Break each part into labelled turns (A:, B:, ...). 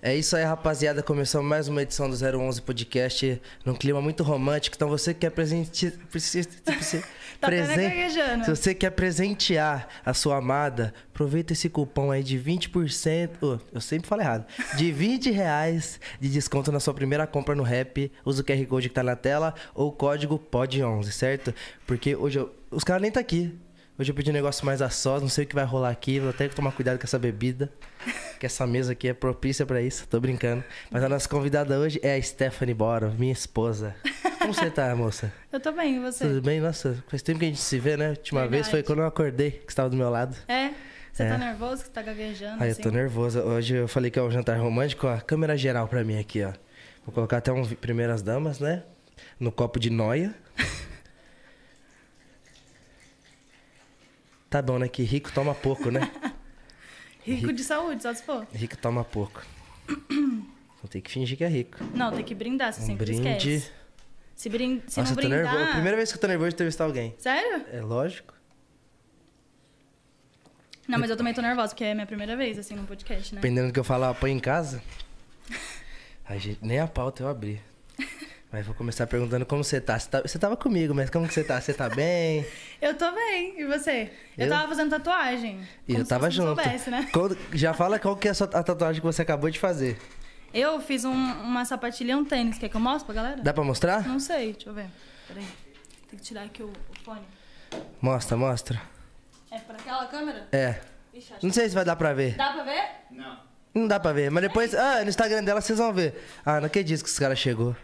A: É isso aí, rapaziada. Começamos mais uma edição do 011 Podcast num clima muito romântico. Então você quer presente... presen-
B: Tá até gaguejando.
A: Se você quer presentear a sua amada, aproveita esse cupom aí de 20%. Ô, eu sempre falo errado. De 20 reais de desconto na sua primeira compra no Rap. Usa o QR Code que tá na tela ou o código POD11, certo? Porque hoje eu- os caras nem tá aqui. Hoje eu pedi um negócio mais a sós, não sei o que vai rolar aqui, vou até tomar cuidado com essa bebida, que essa mesa aqui é propícia pra isso, tô brincando. Mas a nossa convidada hoje é a Stephanie Boro, minha esposa. Como você tá, moça?
B: Eu tô bem, e você?
A: Tudo bem? Nossa, faz tempo que a gente se vê, né? A última vez
B: Verdade.
A: foi quando eu acordei, que você estava do meu lado.
B: É? Você
A: É.
B: tá nervoso? Você tá gaguejando?
A: Ai, eu
B: assim?
A: tô nervosa. Hoje eu falei que é um jantar romântico, ó. Câmera geral pra mim aqui, ó. Vou colocar até um vi- Primeiras Damas, né? No copo de noia. tá bom, né? Que rico toma pouco, né?
B: Rico de saúde, só se for.
A: Rico toma pouco. Vou ter que fingir que é rico.
B: Não, tem que brindar, você
A: Um
B: sempre
A: brinde.
B: esquece. Se, brin... se
A: Nossa,
B: não
A: eu tô
B: brindar...
A: nervoso. É a Primeira vez que eu tô nervoso de entrevistar alguém.
B: Sério?
A: É lógico.
B: Não, mas eu também tô nervosa, porque é minha primeira vez, assim, num podcast, né?
A: Dependendo do que eu falar, eu apanho em casa. Ai, gente, nem a pauta eu abri. Mas vou começar perguntando como você tá. Você, tá- você tava comigo, mas como que você tá? Você tá bem?
B: Eu tô bem, e você? Eu,
A: Eu?
B: tava fazendo tatuagem.
A: E
B: como
A: eu
B: se
A: tava
B: você não
A: junto.
B: Soubesse, né?
A: Quando- já fala qual que é a, sua- a tatuagem que você acabou de fazer.
B: Eu fiz um- uma sapatilha e um tênis, quer que eu mostre pra galera?
A: Dá pra mostrar?
B: Não sei, deixa eu ver. Peraí. Tem que tirar aqui o, o fone.
A: Mostra, mostra.
B: É pra aquela câmera?
A: É.
B: Ixi, acho
A: Não sei se vai dar pra ver.
B: Dá pra ver?
A: Não dá pra ver, mas depois. Ah, no Instagram dela vocês vão ver. Ah, não acredito que esse cara chegou.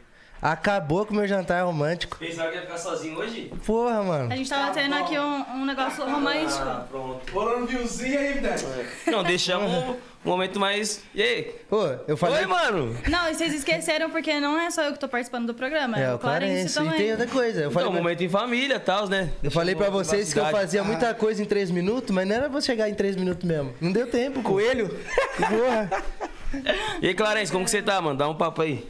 A: Acabou com o meu jantar romântico.
C: Pensaram que ia ficar sozinho hoje?
A: Porra, mano.
B: A gente tava tendo aqui um, um negócio romântico.
C: Ah, pronto.
D: Rolando viewzinho aí, Vidal.
A: É.
C: Não, deixamos um momento mais. E aí?
A: Ô, eu falei.
C: Oi, mano!
B: Não, e vocês esqueceram porque não é só eu que tô participando do programa, é,
A: É,
B: o
A: o
B: Clarence,
A: Clarence. E tem outra
B: também.
A: coisa. Eu
C: Então,
A: falei
C: um
A: pra-
C: momento em família e tal, né?
A: Eu falei pra vocês que eu
C: Privacidade.
A: fazia muita coisa em três minutos, mas não era pra chegar em três minutos mesmo. Não deu tempo. Coelho? Porra.
C: E aí, Clarence, como que você tá, mano? Dá um papo aí.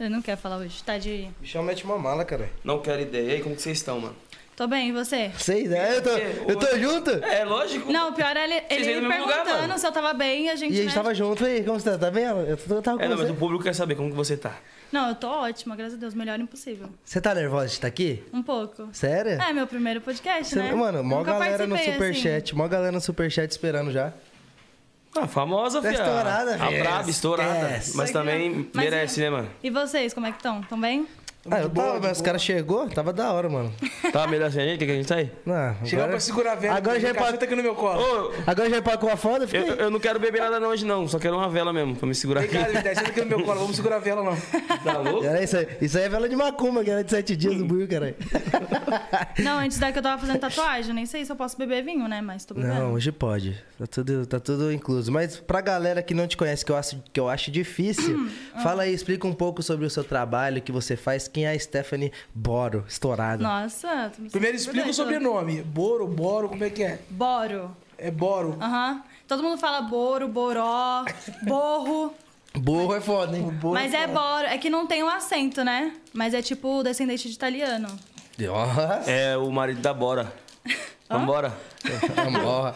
B: Eu não quero falar hoje, tá de...
A: Bichão mete uma mala, cara.
C: Não quero ideia. E aí, como que vocês estão, mano?
B: Tô bem, e você?
A: Sei, né? Eu tô, eu tô junto.
C: É, lógico.
B: Não, o pior é ele,
C: Vocês
B: ele
C: vêm
B: me
C: no mesmo lugar,
B: perguntando
C: mano.
B: se eu tava bem e a gente...
A: E a gente
B: né?
A: tava junto aí. Como você tá? Tá vendo? Eu tô- eu tava com
C: É, não, mas
A: você.
C: o público quer saber como que você tá.
B: Não, eu tô ótima, graças a Deus, melhor impossível.
A: Você tá nervosa de estar aqui?
B: Um pouco.
A: Sério?
B: É, meu primeiro podcast,
A: Você-
B: né?
A: Mano, mó
B: Nunca
A: galera no
B: participei, assim.
A: superchat. Mó galera no superchat esperando já.
C: Ah, famosa,
A: Tá
C: filha.
A: estourada,
C: A
A: filho.
C: braba, estourada.
A: Esquece.
C: Mas também
B: Mas-
C: merece, né, mano?
B: Assim. E vocês, como é que estão? Tão bem?
A: Ah, eu tava, mas os caras chegou, tava da hora, mano.
C: Tá melhor sem a gente? Quer que a gente sair?
A: Não,
D: Chegou
A: agora-
D: pra segurar a vela.
A: Agora já é pra...
D: Caceta aqui no meu colo.
C: Ô,
A: Agora já é pra com a foda, fica
C: eu,
A: aí.
C: eu não quero beber nada não hoje, não. Só quero uma vela mesmo, pra me segurar
D: Vem
C: aqui.
D: cá, Vidal, senta tá aqui no meu colo. Vamos segurar a vela, não.
C: Tá louco?
A: Era isso aí. Isso aí é vela de macumba, que era de sete dias do burro, caralho.
B: Não, antes daqui eu tava fazendo tatuagem, nem sei se eu posso beber vinho, né? Mas tô bebendo.
A: Não, hoje pode. Tá tudo, tá tudo incluso. Mas pra galera que não te conhece, que eu acho, que eu acho difícil, fala aí, explica um pouco sobre o seu trabalho, o que você faz, quem é a Stephanie Boro, estourada.
B: Nossa, tô me
D: Primeiro
B: sentindo
D: explica o
B: super doida.
D: sobrenome. Boro, Boro, como é que é?
B: Boro.
D: É Boro.
B: Aham. Todo mundo fala boro, boró, borro.
A: Burro é foda, hein?
D: Boro.
B: mas é boro. É que não tem um acento, né? Mas é tipo descendente de italiano.
A: Nossa,
C: É o marido da Bora. Vambora.
A: morra.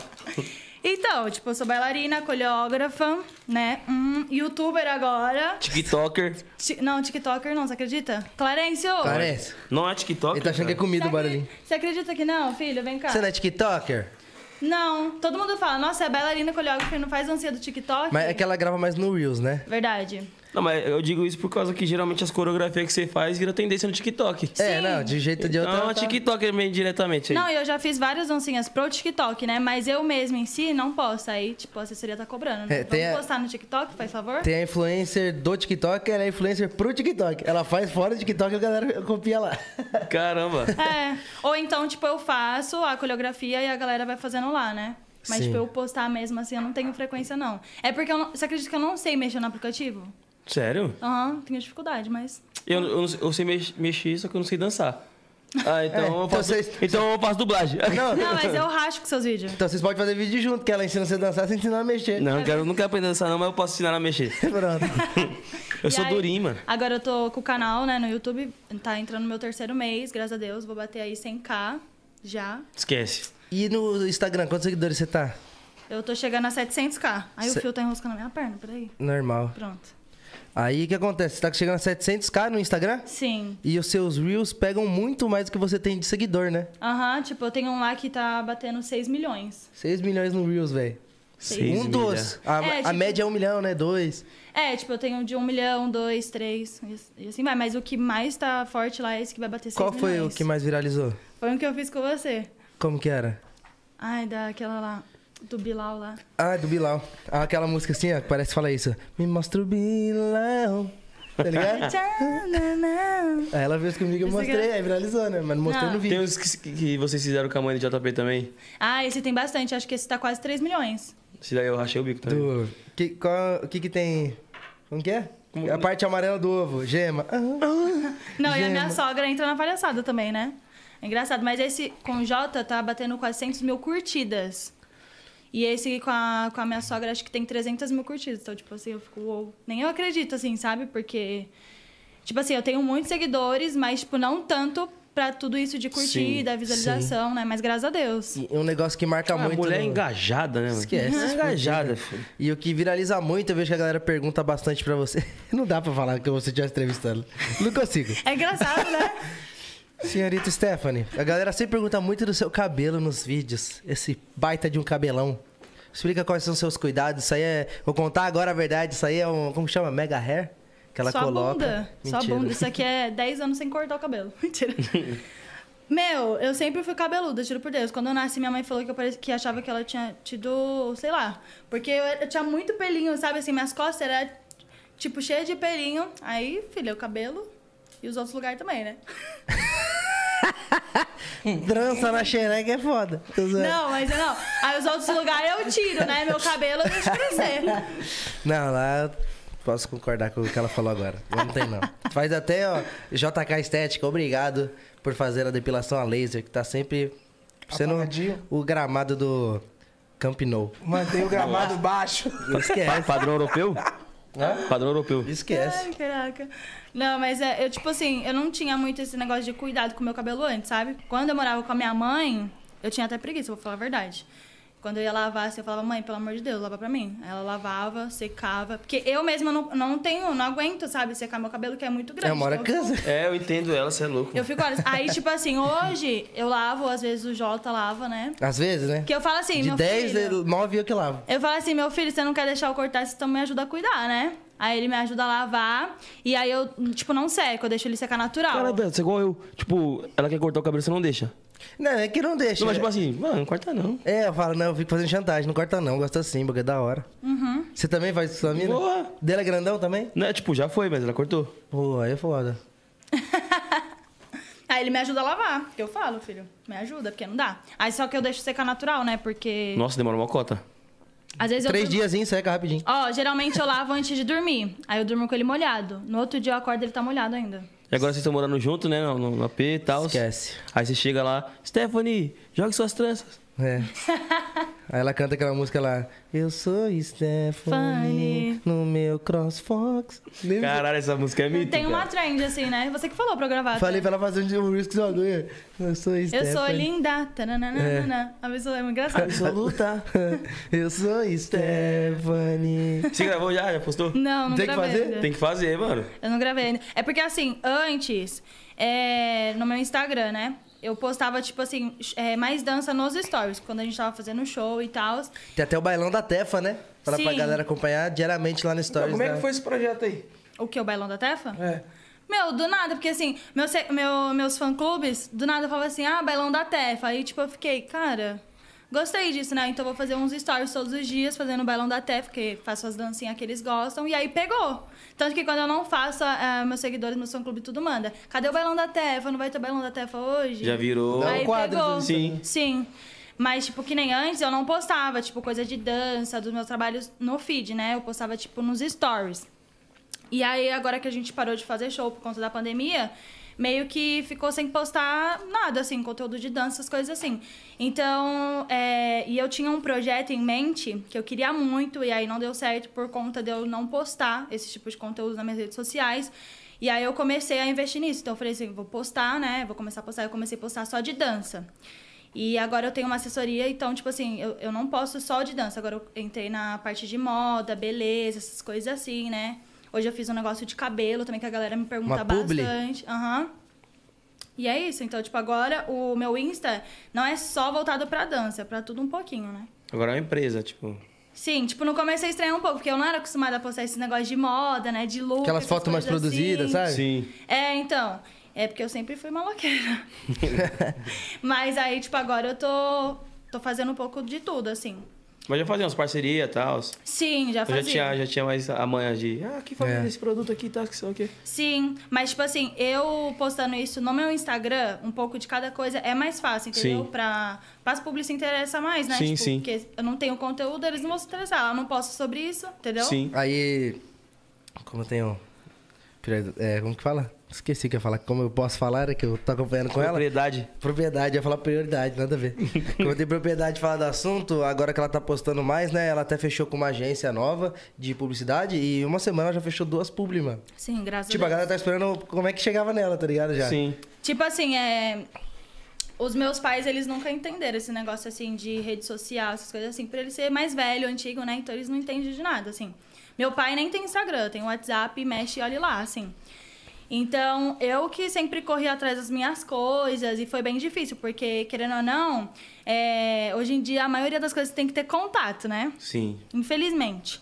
B: Então, tipo, eu sou bailarina, coreógrafa, né? Hum, youtuber agora.
C: TikToker.
B: Ti- não, TikToker não, você acredita? Clarêncio!
A: Parece.
C: Não é TikTok?
A: Ele tá achando que é
B: Você
A: comida o
B: acre-
A: barulhinho.
B: Você acredita que não, filho? Vem cá.
A: Você não é TikToker?
B: Não, todo mundo fala, nossa, é bailarina, coreógrafa e não faz dancinha do TikTok.
A: Mas é que ela grava mais no Reels, né?
B: Verdade.
C: Não, mas eu digo isso por causa que geralmente as coreografias que você faz vira tendência no TikTok.
A: É, não, de jeito de outra.
C: Então é
A: ela
C: uma
A: tá-
C: TikToker meio diretamente aí.
B: Não, e eu já fiz várias dancinhas pro TikTok, né? Mas eu mesma em si não posso. Aí, tipo, a assessoria tá cobrando.
A: É,
B: Né?
A: tem
B: Vamos
A: a-
B: postar no TikTok, faz favor?
A: Tem a influencer do TikTok, ela é influencer pro TikTok. Ela faz fora do TikTok e a galera copia lá.
C: Caramba.
B: É. Ou então, tipo, eu faço a coreografia e a galera vai fazendo lá, né? Mas,
A: Sim.
B: tipo, eu postar mesmo assim, eu não tenho frequência, não. É porque eu não... você acredita que eu não sei mexer no aplicativo?
C: Sério?
B: Aham, tenho dificuldade, mas.
C: Eu, eu, não sei- eu sei mex- mexer, só que eu não sei dançar. Ah, então,
A: É,
C: eu,
A: então
C: faço,
A: vocês-
C: então eu faço dublagem.
A: Não,
B: Não, mas eu racho com seus vídeos.
A: então vocês podem fazer vídeo junto, que ela ensina você a dançar, você ensina a mexer.
C: Não, eu quero, não quero aprender a dançar não, mas eu posso ensinar ela a mexer.
A: Pronto.
C: Eu
B: E
C: sou
B: aí,
C: durinho, mano.
B: Agora eu tô com o canal, né, no YouTube. Tá entrando no meu terceiro mês, graças a Deus. Vou bater aí 100k já.
C: Esquece.
A: E no Instagram, quantos seguidores você tá?
B: Eu tô chegando a 700k. Aí
A: Cê-
B: o fio tá enroscando na minha perna, peraí.
A: Normal.
B: Pronto.
A: Aí o que acontece? Você tá chegando a 700k no Instagram?
B: Sim.
A: E os seus Reels pegam muito mais do que você tem de seguidor, né?
B: Aham, tipo, eu tenho um lá que tá batendo 6 milhões.
A: 6 milhões no Reels, velho.
C: Seis
A: um
C: milha.
A: dos. A,
B: É,
A: a
B: tipo-
A: média é um milhão, né? Dois.
B: É, tipo, eu tenho de 1 milhão, 2, 3 e assim vai. Mas o que mais tá forte lá é esse que vai bater 6
A: Qual
B: milhões.
A: foi o que mais viralizou?
B: Foi um que eu fiz com você.
A: Como que era?
B: Ai, daquela lá, do Bilal lá.
A: Ah, do Bilal. Ah, aquela música assim, ó, que parece que fala isso. Me mostra o Bilal. Tá ligado?
B: Tchananã.
A: aí ela fez comigo, eu
B: Esse
A: mostrei,
B: cara-
A: aí viralizou, né? Mas não mostrei
B: Não.
A: no
C: Tem
A: vídeo.
C: uns que, que vocês fizeram com a mãe do JP também.
B: Ah, esse tem bastante. Acho que esse tá quase 3 milhões.
C: Esse daí eu rachei o bico também.
A: Do... Que, qual, o que que tem... Como que é? A parte amarela do ovo, gema. Ah,
B: Não, e a minha
A: Gema.
B: sogra entra na palhaçada também, né? É engraçado, mas esse com o Jota tá batendo 400 mil curtidas. E esse com a, com a minha sogra acho que tem 300 mil curtidas. Então, tipo assim, eu fico, uou. Nem eu acredito, assim, sabe? Porque, tipo assim, eu tenho muitos seguidores, mas, tipo, não tanto pra tudo isso de curtida, visualização, né? Mas graças a Deus.
A: e um negócio que marca
C: Ah,
A: muito...
C: a mulher é
A: no-
C: engajada, né, mano?
A: Esquece,
C: É engajada, filho.
A: E o que viraliza muito, eu vejo que a galera pergunta bastante pra você. Não dá pra falar que você estivesse entrevistando. Não consigo.
B: É engraçado, né?
A: Senhorita Stephanie, a galera sempre pergunta muito do seu cabelo nos vídeos. Esse baita de um cabelão. Explica quais são os seus cuidados. Isso aí é. Vou contar agora a verdade. Isso aí é um. Como chama? Mega hair? Que ela
B: só
A: coloca.
B: bunda. Só
A: Mentira.
B: bunda. Isso aqui é 10 anos sem cortar o cabelo. Mentira. Meu, eu sempre fui cabeluda, juro por Deus. Quando eu nasci, minha mãe falou que eu parecia, que achava que ela tinha tido, sei lá. Porque eu, era- eu tinha muito pelinho, sabe? Assim, minhas costas eram, tipo, cheias de pelinho. Aí, filha, o cabelo e os outros lugares também, né?
A: Trança na xereca é foda. Tô zoando.
B: Não, mas eu não. Aí os outros lugares eu tiro, né? Meu cabelo eu deixo crescer.
A: Não, lá. eu Posso concordar com o que ela falou agora. Não tem, não. Faz até, ó. JK Estética, obrigado por fazer a depilação a laser, que tá sempre sendo
D: Apagadinho.
A: o gramado do Camp Nou.
D: Mantém o gramado baixo.
A: Esquece.
C: Pa- Padrão europeu? Padrão europeu.
A: Esquece.
B: Ai, caraca. Não, mas é, eu, tipo assim, eu não tinha muito esse negócio de cuidado com o meu cabelo antes, sabe? Quando eu morava com a minha mãe, eu tinha até preguiça, vou falar a verdade. Quando eu ia lavar, assim, eu falava, mãe, pelo amor de Deus, lava pra mim. Aí Ela lavava, secava. Porque eu mesma não, não tenho, não aguento, sabe, secar meu cabelo, que é muito grande.
A: É uma hora
B: Então, eu fico-
A: cansa.
C: É, eu entendo ela, você é louco.
B: Eu fico horas. Aí, tipo assim, hoje eu lavo, às vezes o Jota lava, né?
A: Às vezes, né?
B: Que eu falo assim,
A: de
B: meu
A: 10,
B: filho...
A: 9 eu que lavo.
B: Eu falo assim, meu filho, você não quer deixar eu cortar, você também me ajuda a cuidar, né? Aí ele me ajuda a lavar. E aí eu, tipo, não seco, eu deixo ele secar natural.
C: Cara, Beto, você é igual eu. Tipo, ela quer cortar o cabelo, você não deixa.
A: Não, é que não deixa.
C: Não, mas tipo assim, mano, não corta não.
A: É, eu falo, não, eu fico fazendo chantagem, não corta não, gosta assim, porque é da hora. Você também faz isso com sua mina?
C: Boa.
A: Dela é grandão também?
C: Não, é, tipo, já foi, mas ela cortou.
A: Pô, aí é foda.
B: Aí ele me ajuda a lavar, que eu falo, filho, me ajuda, porque não dá. Aí só que eu deixo secar natural, né? Porque
C: Nossa, demora uma cota.
B: às vezes eu...
A: Três
B: durmo-
A: diazinhos, seca rapidinho.
B: Ó, geralmente eu lavo antes de dormir. Aí eu durmo com ele molhado. No outro dia eu acordo, ele tá molhado ainda.
C: E agora vocês estão morando junto, né? No, no AP e tal.
A: Esquece.
C: Aí você chega lá, Stephanie, jogue suas tranças.
A: É. aí ela canta aquela música lá. Eu sou Stephanie,
B: Funny.
A: no meu CrossFox. Lembra?
C: Caralho, essa música é mito.
B: Tem uma
C: cara.
B: trend assim, né? Você que falou pra eu gravar.
A: Falei é,
B: tá?
A: pra ela fazer um dia um risco de agulha. Eu sou Stephanie.
B: Eu sou linda, tananana. A pessoa é muito engraçada.
A: Absoluta. eu sou Stephanie.
C: Você gravou já? Já postou?
B: Não, não
A: Tem que
B: gravei
A: fazer?
B: ainda.
C: Tem que fazer, mano.
B: Eu não gravei ainda. É porque, assim, antes, é, no meu Instagram, né? Eu postava, tipo assim, é, mais dança nos stories, quando a gente tava fazendo show e tal.
A: Tem até o bailão da Tefa, né? Pra, pra
B: Sim.
A: galera acompanhar diariamente lá no Stories.
D: Como é
A: da-
D: que foi esse projeto aí?
B: O que? O bailão da Tefa?
D: É.
B: Meu, do nada, porque assim, meu, se- meu, meus fã-clubes, do nada falavam assim, ah, bailão da Tefa. Aí, tipo, eu fiquei, cara, gostei disso, né? Então vou fazer uns stories todos os dias fazendo o bailão da Tefa, porque faço as dancinhas que eles gostam. E aí pegou. Tanto que quando eu não faço, ah, meus seguidores, meus fã-clubes, tudo manda. Cadê o bailão da Tefa? Não vai ter bailão da Tefa hoje?
C: Já virou.
A: Não.
B: Aí
A: quadro
B: pegou.
A: do-
C: Sim.
B: Sim. Mas, tipo, que nem antes, eu não postava, tipo, coisa de dança, dos meus trabalhos no feed, né? Eu postava, tipo, nos stories. E aí, agora que a gente parou de fazer show por conta da pandemia, meio que ficou sem postar nada, assim, conteúdo de dança, essas coisas assim. Então, é, e eu tinha um projeto em mente que eu queria muito, e aí não deu certo por conta de eu não postar esse tipo de conteúdo nas minhas redes sociais. E aí eu comecei a investir nisso. Então eu falei assim, vou postar, né? Vou começar a postar. Eu comecei a postar só de dança. E agora eu tenho uma assessoria, então, tipo assim, eu, eu não posso só de dança. Agora eu entrei na parte de moda, beleza, essas coisas assim, né? Hoje eu fiz um negócio de cabelo também, que a galera me pergunta
A: Uma publi?
B: bastante. Aham. E é isso. Então, tipo, agora o meu Insta não é só voltado pra dança, é pra tudo um pouquinho, né?
C: Agora é uma empresa, tipo.
B: Sim, tipo, no começo eu estranhei um pouco, porque eu não era acostumada a postar esse negócio de moda, né? De look.
A: Aquelas
B: essas
A: fotos mais
B: coisas
A: produzidas,
B: assim.
A: sabe?
C: Sim.
B: É, então. É porque eu sempre fui maloqueira. Mas aí, tipo, agora eu tô, tô fazendo um pouco de tudo, assim.
C: Mas já fazia umas parcerias e tal.
B: Sim, já
C: Eu já
B: fazia.
C: tinha, já tinha mais a manha de. Ah, que família
A: É.
C: esse produto aqui, tá? Que são o quê?
B: Sim, mas tipo assim, eu postando isso no meu Instagram, um pouco de cada coisa, é mais fácil, entendeu?
C: Sim.
B: Pra, pra as públicas se interessa mais, né?
C: Sim,
B: tipo,
C: sim.
B: Porque eu não tenho conteúdo, eles não vão se interessar. Eu não posto sobre isso, entendeu?
C: Sim.
A: Aí, como eu tenho. É, como que fala? Esqueci o que eu ia falar. Como eu posso falar, é que eu tô acompanhando com ela.
C: Propriedade.
A: Propriedade, ia falar prioridade, nada a ver. Como eu tenho propriedade de falar do assunto, agora que ela tá postando mais, né? Ela até fechou com uma agência nova de publicidade e uma semana ela já fechou duas publi, mano.
B: Sim, graças
A: Tipo,
B: a
A: a
B: Deus.
A: galera tá esperando como é que chegava nela, tá ligado? Já.
C: Sim.
B: Tipo assim, é. Os meus pais, eles nunca entenderam esse negócio assim de rede social, essas coisas assim, por ele ser mais velho, antigo, né? Então eles não entendem de nada, assim. Meu pai nem tem Instagram, tem WhatsApp, mexe e olha lá, assim. Então, eu que sempre corri atrás das minhas coisas e foi bem difícil, porque, querendo ou não, é, hoje em dia a maioria das coisas tem que ter contato, né?
C: Sim.
B: infelizmente.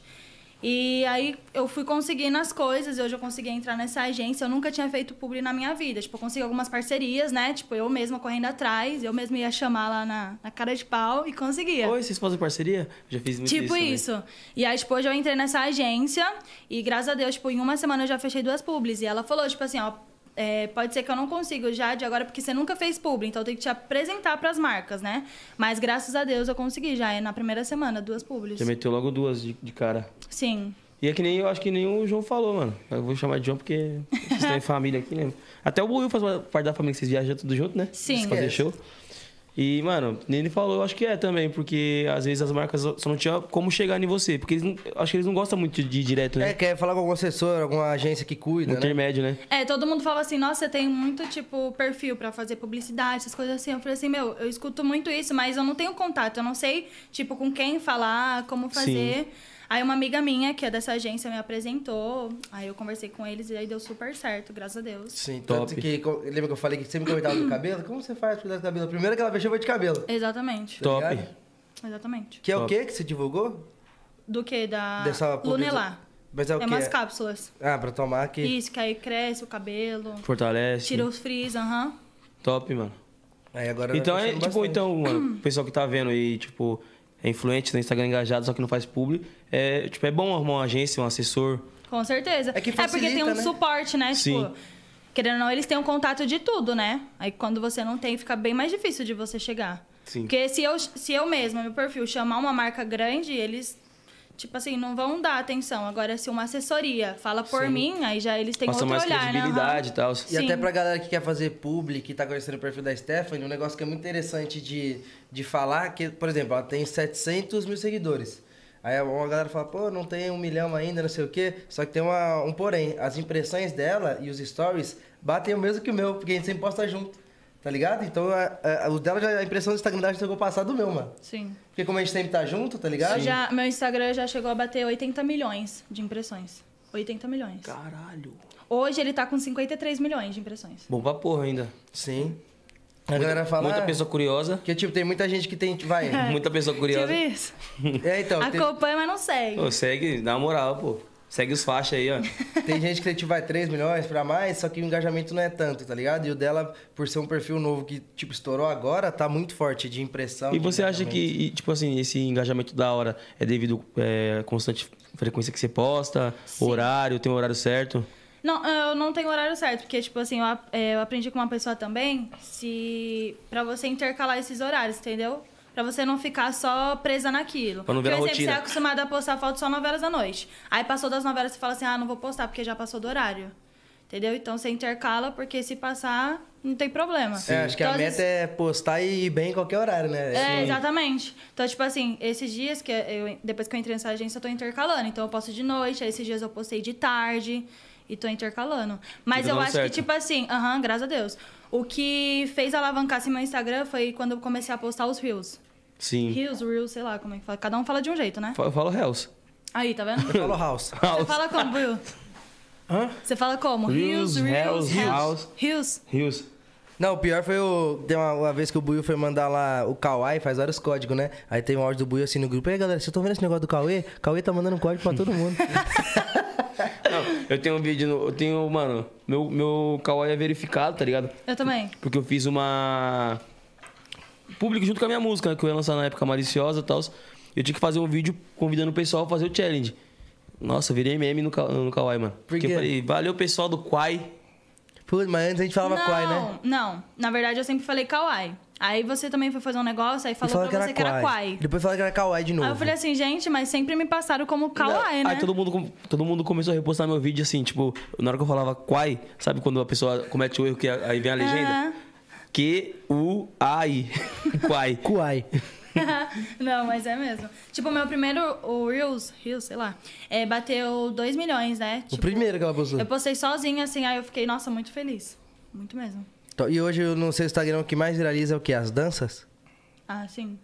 B: E aí eu fui conseguindo as coisas, hoje eu consegui entrar nessa agência, eu nunca tinha feito publi na minha vida. Tipo, eu consegui algumas parcerias, né? Tipo, eu mesma correndo atrás, eu mesma ia chamar lá na, na cara de pau e conseguia.
C: Oi, vocês fazem parceria? Já fiz muito
B: Tipo
C: também.
B: isso. E aí, tipo, hoje eu entrei nessa agência e, graças a Deus, tipo, em uma semana eu já fechei duas publis. E ela falou, tipo assim, ó, é, pode ser que eu não consiga já de agora, porque você nunca fez publi, então eu tenho que te apresentar pras marcas, né? Mas graças a Deus eu consegui já, é na primeira semana, duas publis.
C: Já meteu logo duas de, de cara.
B: Sim.
C: E é que nem eu acho que nem o João falou, mano. Eu vou chamar de João porque vocês estão em família aqui, né? Até o Will faz parte da família que vocês viajam tudo junto, né?
B: Sim.
C: Fazer show. E, mano, nem ele falou, eu acho que é também, porque às vezes as marcas só não tinham como chegar em você. Porque eles não, eu acho que eles não gostam muito de ir direto,
A: É,
C: né?
A: quer falar com algum assessor, alguma agência que cuida,
C: Um
A: né?
C: intermédio, né?
B: É, todo mundo fala assim, nossa, você tem muito, tipo, perfil pra fazer publicidade, essas coisas assim. Eu falei assim, meu, eu escuto muito isso, mas eu não tenho contato, eu não sei, tipo, com quem falar, como fazer. Aí uma amiga minha, que é dessa agência, me apresentou, aí eu conversei com eles e aí deu super certo, graças a Deus.
A: Sim, tanto
C: Top.
A: que. co- Lembra que eu falei que você me comentava do cabelo? Como você faz pra cuidar do cabelo? Primeiro que ela fechou foi de cabelo. tá
B: Exatamente,
C: Top.
A: ligado?
B: exatamente.
A: Que é o
C: Top.
A: quê que você divulgou?
B: Do que? Da
A: Dessa publicidade-
B: Lunelar.
A: Mas é o
B: é
A: quê?
B: umas cápsulas.
A: Ah, pra tomar que.
B: Isso, que aí cresce o cabelo,
C: Fortalece.
B: tira os frizz, aham.
C: Top, mano.
A: Aí agora
C: Então
A: ela tá
C: é,
A: fechando
C: tipo,
A: bastante.
C: então, mano, o pessoal que tá vendo aí, tipo, é influente, no Instagram engajado, só que não faz publi, é, tipo, é bom arrumar uma agência, um assessor.
B: Com certeza.
A: É que
B: porque tem
A: facilita,
B: um
A: né?
B: suporte, né?
C: Sim.
B: Tipo, querendo ou não, eles têm um contato de tudo, né? Aí quando você não tem, fica bem mais difícil de você chegar.
C: Sim.
B: Porque se eu, se eu mesma, meu perfil, chamar uma marca grande, eles, tipo assim, não vão dar atenção. Agora, se uma assessoria fala por mim, aí já eles têm
C: Passa
B: outro
C: mais
B: olhar, né?
C: credibilidade e tal.
A: E
B: Sim.
A: até pra galera que quer fazer publi, que tá conhecendo o perfil da Stephanie, um negócio que é muito interessante de, de falar, que, por exemplo, ela tem 700 mil seguidores. Aí uma galera fala, pô, não tem um milhão ainda, não sei o quê. Só que tem uma, um porém, as impressões dela e os stories batem o mesmo que o meu, porque a gente sempre posta junto, tá ligado? Então a- a- o dela já, a impressão do Instagram dela já chegou a passar do meu, mano.
B: Sim.
A: Porque como a gente sempre tá junto, tá ligado?
B: Já, meu Instagram já chegou a bater 80 milhões de impressões. 80 milhões.
C: Caralho.
B: Hoje ele tá com 53 milhões de impressões.
C: Bom pra porra ainda.
A: Sim. A galera fala.
C: Muita
A: "Ah,
C: pessoa curiosa.
A: Porque, tipo, tem muita gente que tem. Vai.
C: Muita pessoa curiosa.
B: É. Você viu Tipo isso?
A: é, então. tem-
B: Acompanha, mas não segue.
C: Pô, segue, dá uma moral, pô. Segue os faixas aí, ó.
A: Tem gente que tipo, vai 3 milhões pra mais, só que o engajamento não é tanto, tá ligado? E o dela, por ser um perfil novo que, tipo, estourou agora, tá muito forte de impressão.
C: E
A: de
C: você acha que,
A: um engajamento.
C: e, tipo assim, esse engajamento da hora é devido é, à constante frequência que você posta, horário, tem um horário certo?
B: Não, eu não tenho horário certo, porque, tipo assim, eu, a- é, eu aprendi com uma pessoa também se. pra você intercalar esses horários, entendeu? Pra você não ficar só presa naquilo.
C: Pra não virar
B: Por exemplo,
C: rotina.
B: você é acostumado a postar foto só 9 horas da noite. Aí passou das 9 horas, você fala assim, ah, não vou postar, porque já passou do horário. Entendeu? Então você intercala, porque se passar, não tem problema.
A: É, acho que a
B: Então,
A: meta
B: às vezes-
A: é postar e ir bem em qualquer horário, né?
B: é, exatamente. Então, tipo assim, esses dias que eu, depois que eu entrei nessa agência, eu tô intercalando. Então, eu posto de noite, aí esses dias eu postei de tarde e tô intercalando. Mas
C: Tá
B: eu
C: dando
B: acho
C: certo.
B: que, tipo assim, aham, graças a Deus. O que fez alavancar assim, meu Instagram foi quando eu comecei a postar os Reels.
C: Sim.
B: Reels, Reels, sei lá como é que fala. Cada um fala de um jeito, né?
C: Fa- Eu falo Hells.
B: Aí, tá vendo?
A: Follow House.
B: Você fala como, Will?
A: Hã?
B: Você fala como?
C: Reels, Reels, Reels.
B: Reels.
C: Rios.
A: Não, o pior foi o. Tem uma, uma vez que o Buiu foi mandar lá o Kawai, faz vários códigos, né? Aí tem um áudio do Buiu assim no grupo. Ei, galera, vocês estão vendo esse negócio do Cauê? Cauê tá mandando um código pra todo mundo.
C: Não, eu tenho um vídeo, no- eu tenho, mano, meu, meu kawaii é verificado, tá ligado?
B: Eu também.
C: Porque eu fiz uma. Público junto com a minha música, né, que eu ia lançar na época maliciosa e tal. Eu tinha que fazer um vídeo convidando o pessoal a fazer o challenge. Nossa, eu virei meme no, Ka- no Kawaii, mano. Porque
A: quê?
C: eu falei, valeu pessoal do Kwai.
A: Putz, mas antes a gente falava
B: não,
A: Kawai, né?
B: Não, na verdade eu sempre falei kawaii. Aí você também foi fazer um negócio, aí
A: E
B: falou
A: falava
B: pra você que era kawaii.
A: Depois falava que era Kawai de novo.
B: Aí eu falei assim, gente, mas sempre me passaram como kawaii, né?
C: Aí todo mundo, com- todo mundo começou a repostar meu vídeo assim, tipo, na hora que eu falava Kwai, sabe quando a pessoa comete o erro que aí vem a legenda?
B: Aham.
C: Q-U-A-I. Kwai.
B: assim,
A: Kuai.
B: não, mas é mesmo. Tipo, meu primeiro, o Reels, Reels, sei lá, é, bateu 2 milhões, né?
A: O
B: Tipo,
A: primeiro que ela postou.
B: Eu postei sozinha, assim, aí eu fiquei, nossa, muito feliz. Muito mesmo.
A: Então, E hoje no seu Instagram o que mais viraliza é o quê? As danças?
B: Ah, sim.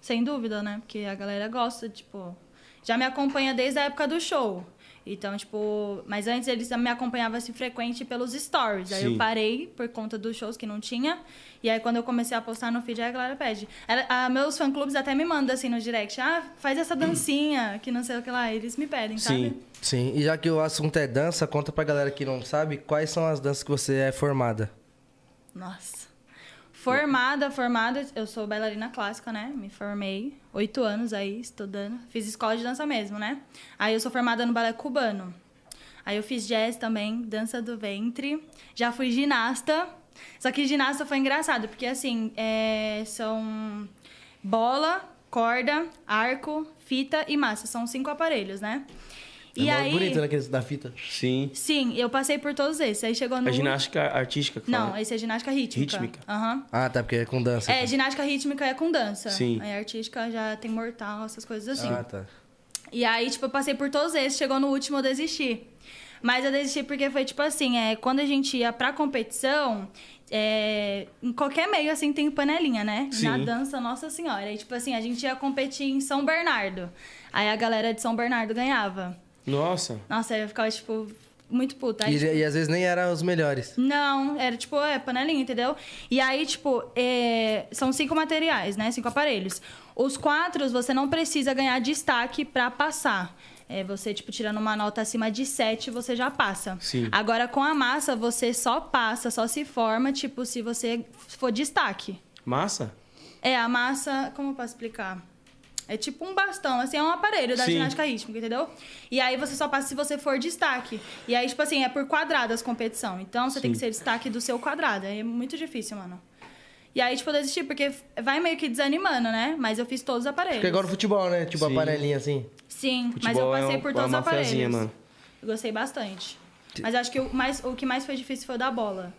B: Sem dúvida, né? Porque a galera gosta, tipo. Já me acompanha desde a época do show. Então, tipo. Mas antes eles me acompanhavam assim frequente pelos stories. Aí eu
C: Sim.
B: parei por conta dos shows que não tinha. E aí quando eu comecei a postar no feed, aí a galera pede. Ela- a- meus fã-clubes até me mandam assim no direct: ah, faz essa dancinha, que não sei o que lá. Eles me pedem, sabe?
C: Hum. Sim.
A: Sim. E já que o assunto é dança, conta pra galera que não sabe quais são as danças que você é formada.
B: Nossa. Formada, formada, eu sou bailarina clássica, né? Me formei oito anos aí estudando. Fiz escola de dança mesmo, né? Aí eu sou formada no balé cubano. Aí eu fiz jazz também, dança do ventre. Já fui ginasta. Só que ginasta foi engraçado, porque assim, é, são bola, corda, arco, fita e massa. São cinco aparelhos, né?
A: É mó bonito, né? Aqueles da fita.
C: Sim.
B: Sim, eu passei por todos esses. Aí chegou
A: Tipo, é
B: no.
C: A ginástica artística que
B: Uhum. Não,
C: fala.
B: esse é ginástica rítmica.
C: Rítmica.
B: Aham.
A: Ah, tá, porque é com dança.
B: É, ginástica rítmica é com dança.
C: Sim.
B: Aí artística já tem mortal, essas coisas assim.
A: Ah, tá.
B: E aí, tipo, eu passei por todos esses, chegou no último, eu desisti. Mas eu desisti porque foi tipo assim, é, quando a gente ia pra competição, é, em qualquer meio assim tem panelinha, né?
C: Sim.
B: Na dança, nossa senhora. E tipo assim, a gente ia competir em São Bernardo. Aí a galera de São Bernardo ganhava.
C: Nossa.
B: Nossa, aí eu ficava, tipo, muito puta. Aí,
A: E,
B: tipo,
A: e às vezes nem eram os melhores.
B: não, era tipo, é, panelinha, entendeu? E aí, tipo, é, são cinco materiais, né? Cinco aparelhos. Os quatro, você não precisa ganhar destaque pra passar. É, você, tipo, tirando uma nota acima de sete, você já passa.
C: Sim.
B: Agora, com a massa, você só passa, só se forma, tipo, se você for destaque.
C: Massa?
B: É, a massa, como eu posso explicar? É tipo um bastão, assim, é um aparelho da
C: Sim.
B: ginástica rítmica, entendeu? E aí você só passa se você for destaque. E aí, tipo assim, é por quadrado as competição. Então você tem
C: Sim.
B: que ser destaque do seu quadrado. É muito difícil, mano. E aí, tipo, eu desisti, porque vai meio que desanimando, né? Mas eu fiz todos os aparelhos.
A: Porque igual no futebol, né? Tipo
C: Sim.
A: a panelinha assim.
B: Sim, mas eu
C: Futebol é
B: passei
C: um-
B: por
C: é
B: todos os
C: uma
B: aparelhos.
C: mafiazinha, mano.
B: Eu gostei bastante. Mas acho que o, mais, o que mais foi difícil foi o da bola.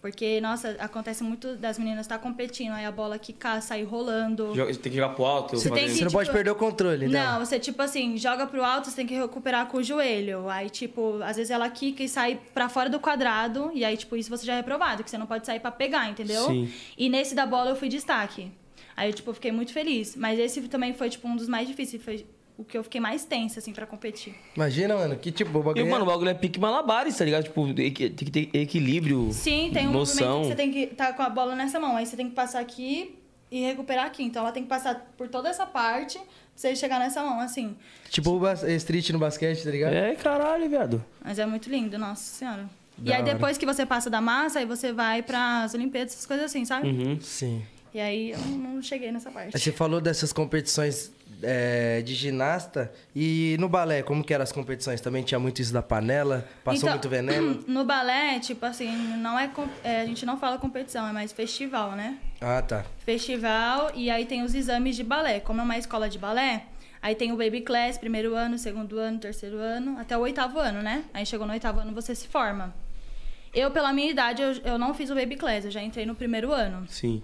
B: Porque, nossa, acontece muito das meninas estar competindo, aí a bola que cá sai rolando.
C: Joga- Tem que jogar pro alto.
B: Você tem
C: fazer-
A: Você não
B: tipo-
A: pode perder o controle, né?
B: Não, você, tipo assim, joga pro alto, você tem que recuperar com o joelho. Aí, tipo, às vezes ela quica e sai pra fora do quadrado. E aí, tipo, isso você já é reprovado, que você não pode sair pra pegar, entendeu?
C: Sim.
B: E nesse da bola eu fui destaque. Aí eu, tipo, fiquei muito feliz. Mas esse também foi, tipo, um dos mais difíceis. Foi o que eu fiquei mais tensa, assim, pra competir.
A: Imagina, mano, que tipo, o
C: E,
A: bagulho é-
C: mano, o bagulho é pique malabares, tá ligado? Tipo, equi- tem que ter equilíbrio.
B: Sim, tem um
C: noção.
B: movimento que você tem que tá com a bola nessa mão. Aí você tem que passar aqui e recuperar aqui. Então ela tem que passar por toda essa parte pra você chegar nessa mão, assim.
A: Tipo o bas- street no basquete, tá ligado?
C: É, caralho, viado.
B: Mas é muito lindo, nossa senhora. e
A: Da
B: aí
A: hora.
B: depois que você passa da massa, aí você vai pras Olimpíadas, essas coisas assim, sabe?
C: Uhum.
A: Sim.
B: E aí eu não cheguei nessa
A: Aí
B: parte.
A: Você falou dessas competições é, de ginasta e no balé, como que eram as competições? Também tinha muito isso da panela, passou
B: Então,
A: muito veneno.
B: No balé, tipo assim, não é, com- é, a gente não fala competição, é mais festival, né?
A: Ah, tá.
B: Festival e aí tem os exames de balé. Como é uma escola de balé, aí tem o baby class, primeiro ano, segundo ano, terceiro ano, até o oitavo ano, né? Aí chegou no oitavo ano você se forma. Eu, pela minha idade, eu, eu não fiz o baby class, eu já entrei no primeiro ano.
C: Sim.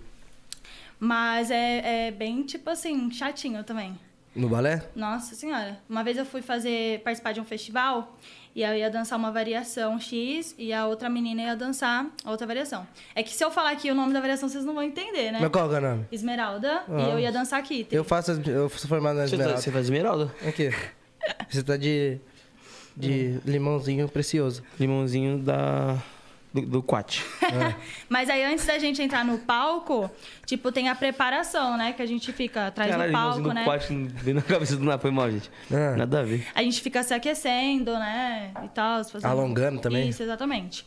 B: Mas é, é bem, tipo assim, chatinho também.
A: No balé?
B: Nossa senhora. Uma vez eu fui fazer participar de um festival e eu ia dançar uma variação X e a outra menina ia dançar a outra variação. É que se eu falar aqui o nome da variação vocês não vão entender, né?
A: Mas qual que é o nome?
B: Esmeralda
A: Ah.
B: e eu ia dançar aqui.
A: Eu faço. as- Eu sou formado na
C: Você, tá, você
A: esmeralda.
C: faz esmeralda.
A: Aqui. Você tá de.
B: Hum.
A: De limãozinho precioso.
C: Limãozinho da. Do, do quat.
B: Mas aí antes da gente entrar no palco, tipo, tem a preparação, né? Que a gente fica atrás
C: Caralho,
B: do palco,
C: limãozinho
B: né?
C: do quat dentro da cabeça do Napa, foi mal, gente.
A: Ah.
C: Nada a ver.
B: A gente fica se aquecendo, né? E tal. fazendo-
A: Alongando também.
B: Isso, exatamente.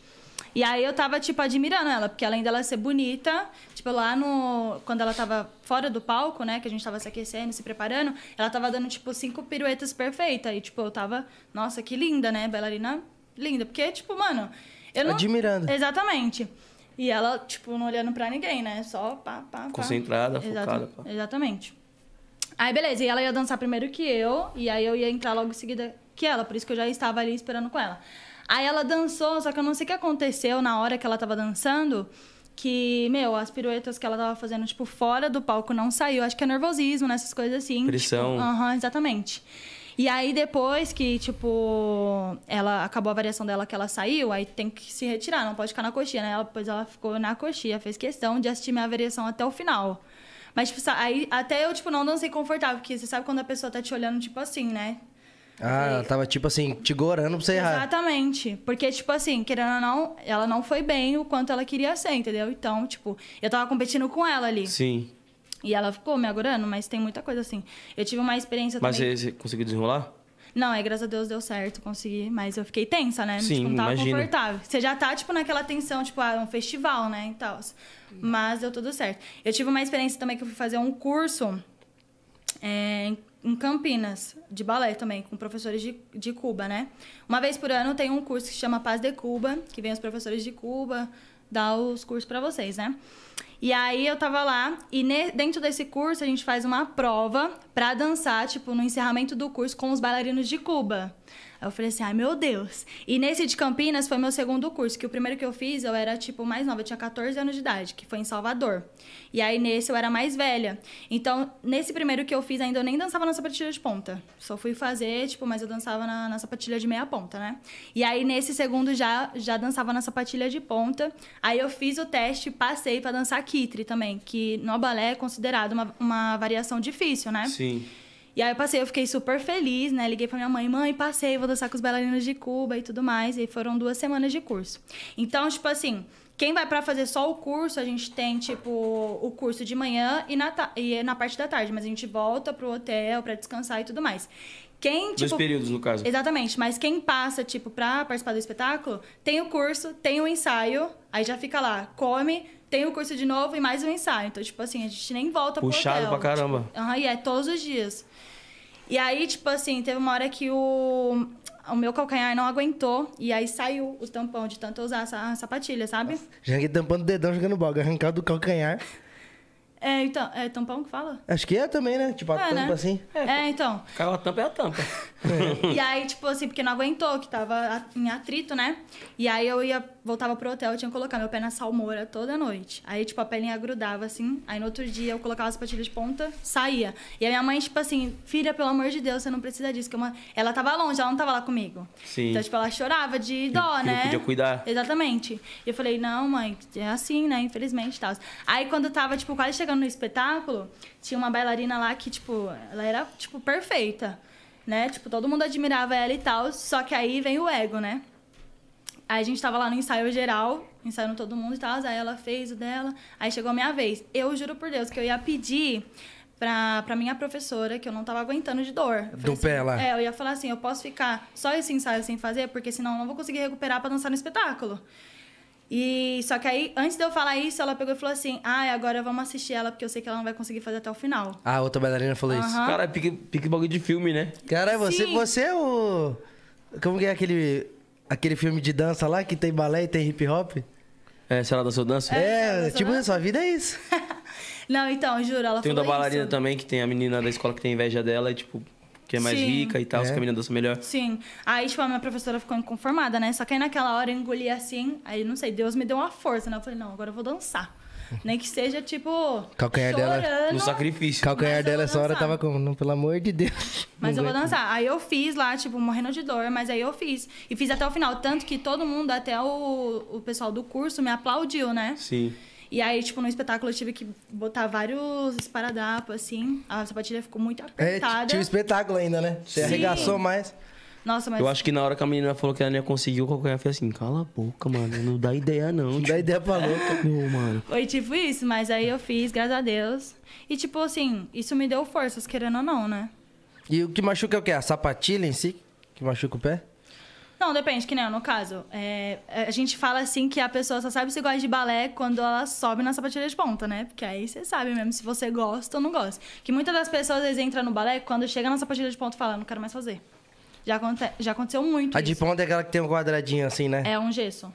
B: E aí eu tava, tipo, admirando ela, porque além dela ser bonita, tipo, lá no. Quando ela tava fora do palco, né? Que a gente tava se aquecendo, se preparando, ela tava dando, tipo, cinco piruetas perfeitas. E, tipo, eu tava, nossa, que linda, né? Bailarina linda. Porque, tipo, mano. Eu não...
A: Admirando.
B: Exatamente. E ela, tipo, não olhando pra ninguém, né? Só pá, pá, pá.
C: Concentrada, focada, pá.
B: Exatamente. Aí, beleza. E ela ia dançar primeiro que eu. E aí eu ia entrar logo em seguida que ela. Por isso que eu já estava ali esperando com ela. Aí ela dançou, só que eu não sei o que aconteceu na hora que ela tava dançando. Que, meu, as piruetas que ela tava fazendo, tipo, fora do palco não saiu. Acho que é nervosismo, né? Essas coisas assim.
C: Pressão.
B: Tipo, aham, exatamente. E aí, depois que, tipo, ela acabou a variação dela que ela saiu, aí tem que se retirar, não pode ficar na coxinha, né? Ela, pois ela ficou na coxinha, fez questão de assistir minha variação até o final. Mas, tipo, sa- aí até eu, tipo, não dancei confortável, porque você sabe quando a pessoa tá te olhando, tipo assim, né?
A: Ah, ela tava tipo assim, te gorando pra você errar.
B: Exatamente. Porque, tipo assim, querendo ou não, ela não foi bem o quanto ela queria ser, entendeu? Então, tipo, eu tava competindo com ela ali.
C: Sim.
B: E ela ficou me agorando, mas tem muita coisa assim. Eu tive uma experiência
C: Mas
B: também.
C: você, você conseguiu desenrolar?
B: Não, é graças a Deus deu certo, consegui, mas eu fiquei tensa, né?
C: Sim,
B: tipo, não tava
C: imagino.
B: confortável. Você já tá, tipo, naquela tensão, tipo, ah, é um festival, né? E tal. Mas deu tudo certo. Eu tive uma experiência também que eu fui fazer um curso é, em- em Campinas, de balé também, com professores de, de Cuba, né? Uma vez por ano tem um curso que chama Paz de Cuba, que vem os professores de Cuba dar os cursos pra vocês, né? E aí eu tava lá e ne- dentro desse curso a gente faz uma prova pra dançar, tipo, no encerramento do curso com os bailarinos de Cuba. Aí eu falei assim, ai meu Deus. E nesse de Campinas foi meu segundo curso, que o primeiro que eu fiz eu era, tipo, mais nova, eu tinha 14 anos de idade, que foi em Salvador. E aí nesse eu era mais velha. Então, nesse primeiro que eu fiz ainda eu nem dançava na sapatilha de ponta. Só fui fazer, tipo, mas eu dançava na, na sapatilha de meia ponta, né? E aí nesse segundo já, já dançava na sapatilha de ponta. Aí eu fiz o teste e passei pra dançar kitri também, que no balé é considerado uma, uma variação difícil, né?
C: Sim.
B: E aí eu passei, eu fiquei super feliz, né? Liguei pra minha mãe, mãe, passei, vou dançar com os bailarinos de Cuba e tudo mais. E aí foram duas semanas de curso. Então, tipo assim, quem vai pra fazer só o curso, a gente tem, tipo, o curso de manhã e na, ta- e é na parte da tarde, mas a gente volta pro hotel pra descansar e tudo mais. Quem,
C: Dois
B: tipo.
C: períodos, no caso.
B: Exatamente, mas quem passa, tipo, pra participar do espetáculo, tem o curso, tem o ensaio, aí já fica lá, come, tem o curso de novo e mais o ensaio. Então, tipo assim, a gente nem volta pro
C: Puxado
B: hotel.
C: pra caramba.
B: Tipo, aham, e é todos os dias. E aí, tipo assim, teve uma hora que o, o meu calcanhar não aguentou, e aí saiu o tampão de tanto eu usar essa a sapatilha, sabe?
A: Já Joguei tampando o dedão, jogando bola, arrancar do calcanhar.
B: É, então, é tampão que fala?
A: Acho que é também, né? Tipo, a
B: é,
A: tampa
B: né?
A: assim.
B: É, então.
C: Caiu a tampa, é a tampa.
B: E aí, tipo assim, porque não aguentou, que tava a- em atrito, né? E aí eu ia, voltava pro hotel, eu tinha que colocar meu pé na salmoura toda noite. Aí, tipo, a pelinha grudava, assim. Aí no outro dia eu colocava as patilhas de ponta, saía. E a minha mãe, tipo assim, filha, pelo amor de Deus, você não precisa disso. Que eu ma- Ela tava longe, ela não tava lá comigo.
C: Sim.
B: Então, tipo, ela chorava de dó,
C: que não
B: né?
C: podia cuidar.
B: Exatamente. E eu falei, não, mãe, é assim, né? Infelizmente e tal. Aí quando eu tava, tipo, quase chegando no espetáculo, tinha uma bailarina lá que, tipo, ela era, tipo, perfeita. Né? Tipo, todo mundo admirava ela e tal. Só que aí vem o ego, né? Aí a gente tava lá no ensaio geral, ensaiando todo mundo e tal. Aí ela fez o dela. Aí chegou a minha vez. Eu juro por Deus que eu ia pedir pra, pra minha professora que eu não tava aguentando de dor. Eu falei
A: Do
B: assim,
A: pé lá.
B: É, eu ia falar assim: eu posso ficar só esse ensaio sem fazer, porque senão eu não vou conseguir recuperar pra dançar no espetáculo. E só que aí, antes de eu falar isso, ela pegou e falou assim: ah, agora vamos assistir ela, porque eu sei que ela não vai conseguir fazer até o final.
A: Ah, outra bailarina falou isso.
B: Aham.
C: Cara, é pique, pique bagulho de filme, né?
A: Caralho, você,
B: Sim.
A: você é o. Como que é aquele. Aquele filme de dança lá que tem balé e tem hip hop?
C: É, se ela dançou dança.
A: É,
B: dança,
A: tipo,
B: né?
A: sua vida é isso.
B: Não, então, juro, ela
C: Tem o
B: falou
C: da bailarina
B: isso.
C: também, que tem a menina da escola que tem inveja dela e, tipo, que é mais
B: Sim.
C: rica e tal,
A: É.
C: se que a menina dança melhor.
B: Sim. Aí, tipo, a minha professora ficou inconformada, né? Só que aí naquela hora eu engoli assim, aí não sei, Deus me deu uma força, né? Eu falei, não, agora eu vou dançar. Nem que seja, tipo,
A: Calcanhar dela.
B: chorando.
C: No sacrifício.
A: Calcanhar
B: Mas eu
A: dela essa hora tava
B: dançava.
A: como, não, pelo amor de Deus.
B: Mas
A: Não
B: eu vou
A: aguento.
B: dançar. Aí eu fiz lá, tipo, morrendo de dor, mas aí eu fiz. E fiz até o final. Tanto que todo mundo, até o, o pessoal do curso, me aplaudiu, né?
C: Sim.
B: E aí, tipo, no espetáculo eu tive que botar vários esparadrapos, assim. A sapatilha ficou muito
A: É,
B: apertada.
A: tinha um espetáculo ainda, né? Você
B: Sim.
A: arregaçou mais.
B: Nossa, mas
C: Eu acho que na hora que a menina falou que ela não ia conseguir, o calcanhar foi assim, cala a boca, mano. Não dá ideia, não.
A: Não dá ideia pra louca.
C: Não, mano.
B: foi tipo isso. Mas aí eu fiz, graças a Deus. E, tipo, assim, isso me deu forças, querendo ou não, né?
A: E o que machuca é o quê? A sapatilha em si? Que machuca o pé?
B: Não, depende, que nem eu, no caso. É, a gente fala assim que a pessoa só sabe se gosta de balé quando ela sobe na sapatilha de ponta, né? Porque aí você sabe mesmo se você gosta ou não gosta. Que muitas das pessoas, às vezes, entram no balé quando chega na sapatilha de ponta e fala, não quero mais fazer. Já, aconte- já aconteceu muito
A: A de
B: isso.
A: ponta é aquela que tem um quadradinho assim, né?
B: É um gesso.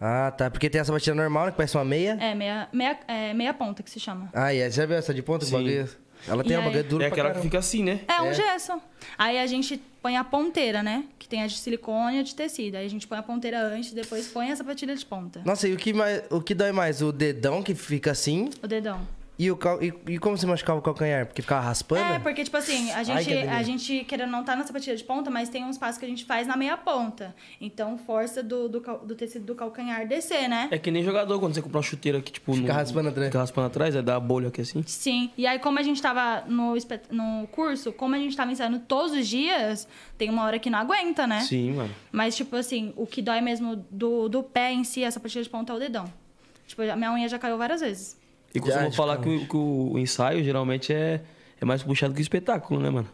A: Ah, tá. Porque tem a sapatilha normal, né? Que parece uma meia.
B: É meia, meia, é, meia ponta que se chama.
A: Ah, é. Você já viu essa de ponta? que
C: Sim.
A: bagulho? é Ela tem
B: E
A: uma bagulho
B: aí?
A: dura
C: É
A: pra
C: aquela que
A: caramba.
C: fica assim, né?
B: É um
A: É.
B: gesso. Aí a gente põe a ponteira, né? Que tem a de silicone e a de tecido. Aí a gente põe a ponteira antes, depois põe a sapatilha de ponta.
A: Nossa, e o que, mais, o que dói mais? O dedão que fica assim
B: O dedão.
A: e, o cal- e, e como você machucava o calcanhar? Porque ficava raspando?
B: É, porque, tipo assim, a
A: que
B: gente,
A: agonia.
B: a gente querendo não tá na sapatilha de ponta, mas tem um espaço que a gente faz na meia ponta. Então, força do, do, cal- do tecido do calcanhar descer, né?
C: É que nem jogador, quando você compra uma chuteira que, tipo...
A: Fica raspando atrás.
C: Fica raspando atrás, é dar a bolha aqui assim.
B: Sim. E aí, como a gente tava no, espe- no curso, como a gente tava ensaiando todos os dias, tem uma hora que não aguenta, né?
C: Sim, mano.
B: Mas, tipo assim, o que dói mesmo do, do pé em si, a sapatilha de ponta é o dedão. Tipo, a minha unha já caiu várias vezes.
C: E costumo
A: Verdade,
C: falar que o, que o ensaio, geralmente, é, é mais puxado que o espetáculo, né, mano?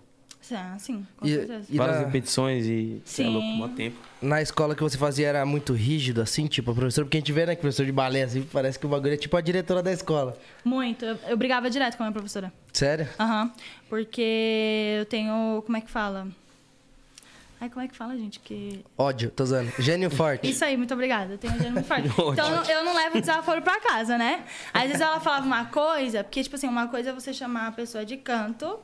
B: Ah, Sim, com
A: E- é-
B: certeza.
A: E
C: Várias
A: na-
C: repetições e... cê É
B: Sim.
C: louco, mó tempo.
A: Na escola que você fazia era muito rígido, assim, tipo, a professora, porque a gente vê, né, que professor de balé, assim, parece que o bagulho é tipo a diretora da escola.
B: Muito. Eu, eu brigava direto com a minha professora.
A: Sério?
B: Aham. Porque eu tenho. Como é que fala? Ai, como é que fala, gente? Que.
A: Ódio, tô usando. Gênio forte.
B: Isso aí, muito obrigada. Eu tenho um gênio muito forte. Então eu não- eu não levo desaforo pra casa, né? Às vezes ela falava uma coisa, porque, tipo assim, uma coisa é você chamar a pessoa de canto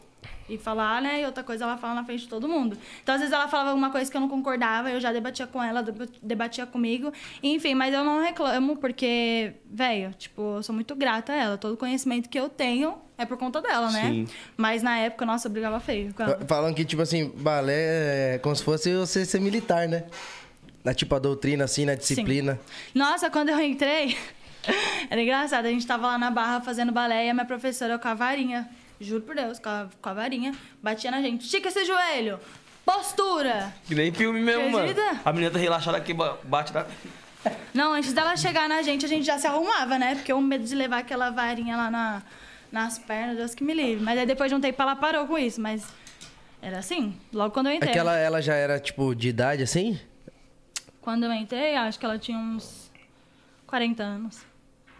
B: e falar, né? E outra coisa ela fala na frente de todo mundo. Então, às vezes ela falava alguma coisa que eu não concordava, eu já debatia com ela, deba- debatia comigo. Enfim, mas eu não reclamo, porque, velho, tipo, eu sou muito grata a ela. Todo o conhecimento que eu tenho é por conta dela, né?
C: Sim.
B: Mas na época, nossa, eu brigava feio com ela.
A: Fa- Falam que, tipo assim, balé é como se fosse você ser militar, né? Na, tipo, a doutrina, assim, na disciplina.
B: Nossa, quando eu entrei, era engraçado. A gente tava lá na barra fazendo balé e a minha professora com a varinha, juro por Deus, com a, com a varinha, batia na gente. Estica esse joelho! Postura!
C: Que nem filme mesmo, mano.
B: Acredita?
C: A menina tá relaxada aqui, ba- bate na...
B: Não, antes dela chegar na gente, a gente já se arrumava, né? Porque o medo de levar aquela varinha lá na- nas pernas, Deus que me livre. Mas aí depois de um tempo ela parou com isso, mas era assim, logo quando eu entrei.
A: Aquela, É ela já era, tipo, de idade, assim?
B: Quando eu entrei, acho que ela tinha uns 40 anos.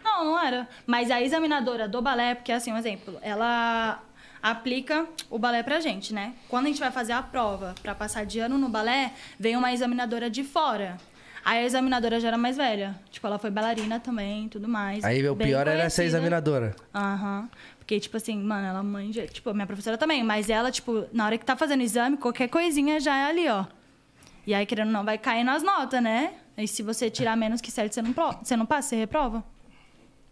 B: Não, não era. Mas a examinadora do balé, porque assim, um exemplo, ela aplica o balé pra gente, né? Quando a gente vai fazer a prova pra passar de ano no balé, vem uma examinadora de fora. Aí a examinadora já era mais velha. Tipo, ela foi bailarina também, tudo mais.
A: Aí o
B: bem
A: pior era essa
B: conhecida.
A: examinadora.
B: Aham. Porque, tipo assim, mano, ela manja. Tipo, a minha professora também, mas ela, tipo, na hora que tá fazendo exame, qualquer coisinha já é ali, ó. E aí, querendo ou não, vai cair nas notas, né? E se você tirar menos que certo, você não, pro- você não passa, você reprova.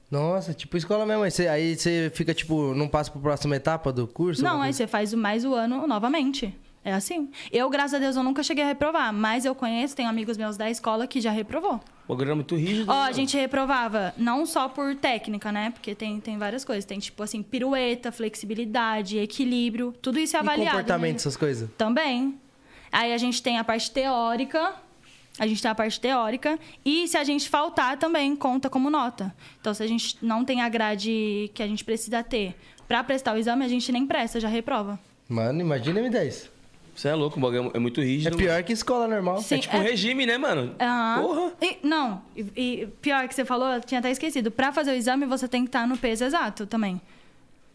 A: Nossa, tipo escola mesmo. Aí você, aí você fica, tipo, não passa pra próxima etapa do curso?
B: não,
A: alguma
B: aí
A: é coisa?
B: você faz o- mais o ano novamente. É assim. Eu, graças a Deus, eu nunca cheguei a reprovar, mas eu conheço, tenho amigos meus da escola que já reprovou.
C: O bagulho era muito rígido.
B: Ó,
C: né,
B: a
C: mano?
B: gente reprovava, não só por técnica, né? Porque tem, tem várias coisas. Tem, tipo assim, pirueta, flexibilidade, equilíbrio. Tudo isso é avaliado.
A: E
B: né?
A: comportamento, essas coisas?
B: Também. Aí a gente tem a parte teórica. A gente tem a parte teórica. E se a gente faltar, também conta como nota. Então, se a gente não tem a grade que a gente precisa ter pra prestar o exame, a gente nem presta, já reprova.
A: Mano, imagina M10.
C: Você é louco, o bagulho é muito
A: É
C: rígido.
A: pior que escola normal. é
B: Sim,
C: Tipo regime, né, mano?
B: É. Aham.
C: Porra.
B: E- não, e, e pior que você falou, eu tinha até esquecido. Pra fazer o exame, você tem que estar no peso exato também.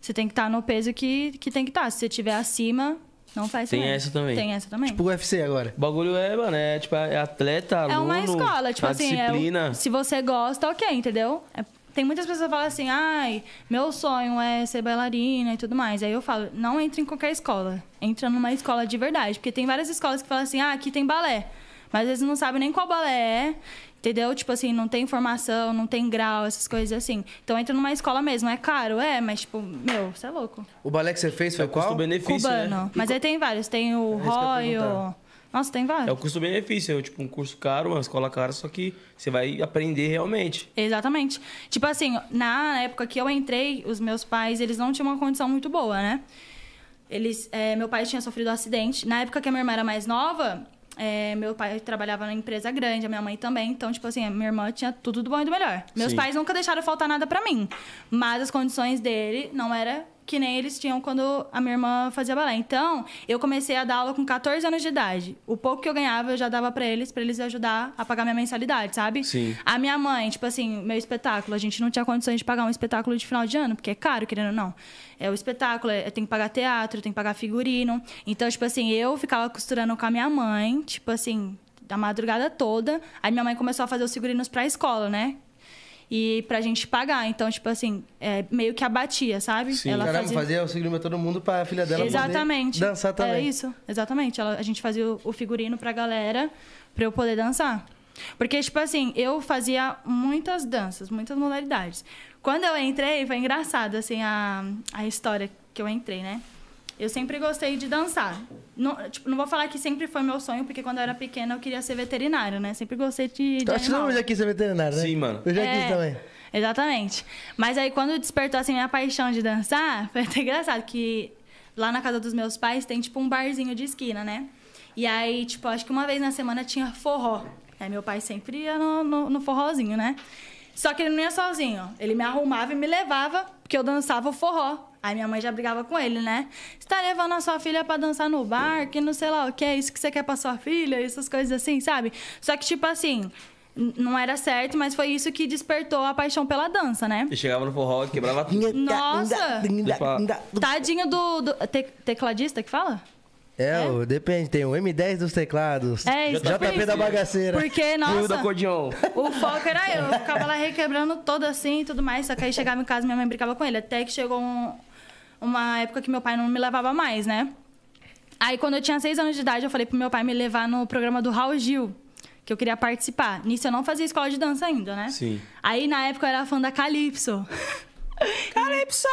B: Você tem que estar no peso que, que tem que estar. Se você estiver acima, não faz
C: Tem essa também.
B: Tem essa também.
A: Tipo UFC agora.
C: O bagulho é, mano, é tipo, é atleta, aluno,
B: É uma escola, tipo
C: a
B: assim, é o-
C: disciplina.
B: se você gosta, ok, entendeu? É- tem muitas pessoas que falam assim, ai, meu sonho é ser bailarina e tudo mais. Aí eu falo, não entre em qualquer escola, entra numa escola de verdade. Porque tem várias escolas que falam assim, ah, aqui tem balé. Mas às vezes não sabem nem qual balé é. Entendeu? Tipo assim, não tem formação, não tem grau, essas coisas assim. Então entra numa escola mesmo. É caro, é, mas tipo, meu, você é louco.
A: O balé que você fez foi
C: É o
A: qual?
C: custo-benefício,
B: Cubano.
C: né?
B: Mas aí tem vários. Tem o
A: É isso que eu ia
B: Roy, o...
A: perguntar.
B: Nossa, tem vários.
C: É o custo-benefício, é tipo um curso caro, uma escola cara, só que você vai aprender realmente.
B: Exatamente. Tipo assim, na época que eu entrei, os meus pais, eles não tinham uma condição muito boa, né? Eles, é, meu pai tinha sofrido um acidente. Na época que a minha irmã era mais nova, é, meu pai trabalhava numa empresa grande, a minha mãe também. Então, tipo assim, a minha irmã tinha tudo do bom e do melhor. Meus
C: Sim.
B: pais nunca deixaram faltar nada pra mim. Mas as condições dele não era que nem eles tinham quando a minha irmã fazia balé. Então, eu comecei a dar aula com 14 anos de idade. O pouco que eu ganhava, eu já dava pra eles, pra eles ajudar a pagar minha mensalidade, sabe?
C: Sim.
B: A minha mãe, tipo assim, meu espetáculo, a gente não tinha condições de pagar um espetáculo de final de ano, porque é caro, querendo ou não. É o espetáculo, é, tem que pagar teatro, tem que pagar figurino. Então, tipo assim, eu ficava costurando com a minha mãe, tipo assim, da madrugada toda. Aí minha mãe começou a fazer os figurinos pra escola, né? E pra gente pagar. Então, tipo assim, é, meio que abatia, sabe?
C: Sim.
A: Caramba, fazia... o segredo pra todo mundo pra filha dela poder
B: Exatamente.
A: dançar também.
B: É isso, exatamente. Ela- a gente fazia o, o figurino pra galera, pra eu poder dançar. Porque, tipo assim, eu fazia muitas danças, muitas modalidades. Quando eu entrei, foi engraçado, assim, a, a história que eu entrei, né? Eu sempre gostei de dançar. Não, tipo, não vou falar que sempre foi meu sonho, porque quando eu era pequena eu queria ser veterinária, né? Sempre gostei de. de
A: Eu acho que todo
B: animal.
A: mundo já quis ser veterinário, né?
C: Sim, mano.
A: Eu já
B: É,
A: quis também.
B: Exatamente. Mas aí quando despertou assim minha paixão de dançar, foi até engraçado que lá na casa dos meus pais tem tipo um barzinho de esquina, né? E aí, tipo, acho que uma vez na semana tinha forró. Aí meu pai sempre ia no, no, no forrozinho, né? Só que ele não ia sozinho. Ele me arrumava e me levava, porque eu dançava o forró. Aí minha mãe já brigava com ele, né? Você tá levando a sua filha pra dançar no bar, que não sei lá o que, é isso que você quer pra sua filha, essas coisas assim, sabe? Só que, tipo assim, N- não era certo, mas foi isso que despertou a paixão pela dança, né?
C: E chegava no forró e quebrava tudo.
B: Nossa! Tadinho do, do te- tecladista que fala?
A: É, ô, depende. Tem o M10 dos teclados.
B: É, isso.
A: JP
B: por
A: da
B: isso.
A: tá bagaceira.
B: Porque,
C: Tudo
B: nossa,
C: acordeão.
B: o foco era eu. Eu ficava lá requebrando todo assim e tudo mais. Só que aí chegava em casa, minha mãe brincava com ele. Até que chegou um- uma época que meu pai não me levava mais, né? Aí, quando eu tinha seis anos de idade, eu falei pro meu pai me levar no programa do Raul Gil, que eu queria participar. Nisso, eu não fazia escola de dança ainda, né?
C: Sim.
B: Aí, na época, eu era fã da Calypso.
C: Calypso!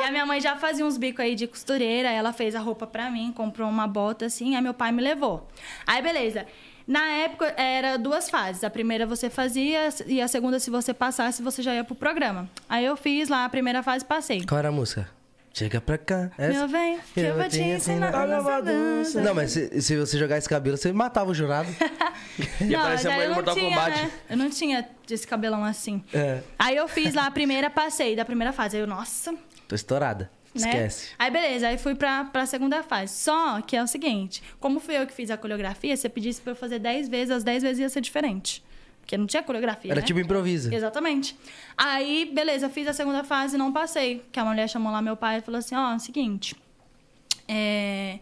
B: E a minha mãe já fazia uns bicos aí de costureira, ela fez a roupa pra mim, comprou uma bota assim, aí meu pai me levou. Aí beleza. Na época era duas fases. A primeira você fazia e a segunda se você passasse você já ia pro programa. Aí eu fiz lá a primeira fase passei.
A: Qual era a música? Chega pra cá. Essa?
B: Meu bem, que eu vou te ensinar a
A: Olha
B: nossa dança.
A: Não, mas se, se você jogar esse cabelo, você matava o jurado.
C: E
B: Não,
C: aparece a
B: daí eu
C: mulher no
B: não
C: Mortal
B: tinha,
C: Kombat.
B: né? Eu não tinha esse cabelão assim.
A: É.
B: Aí eu fiz lá a primeira, passei da primeira fase. Aí eu, nossa,
A: Tô estourada.
B: né?
A: Esquece.
B: Aí beleza, aí fui pra, pra segunda fase. Só que é o seguinte: como fui eu que fiz a coreografia, se eu pedisse pra eu fazer 10 vezes, as 10 vezes ia ser diferente. Porque não tinha coreografia.
A: Era
B: né?
A: tipo improviso.
B: Exatamente. Aí, beleza, fiz a segunda fase e não passei. Que a mulher chamou lá meu pai e falou assim: ó, é o seguinte. É.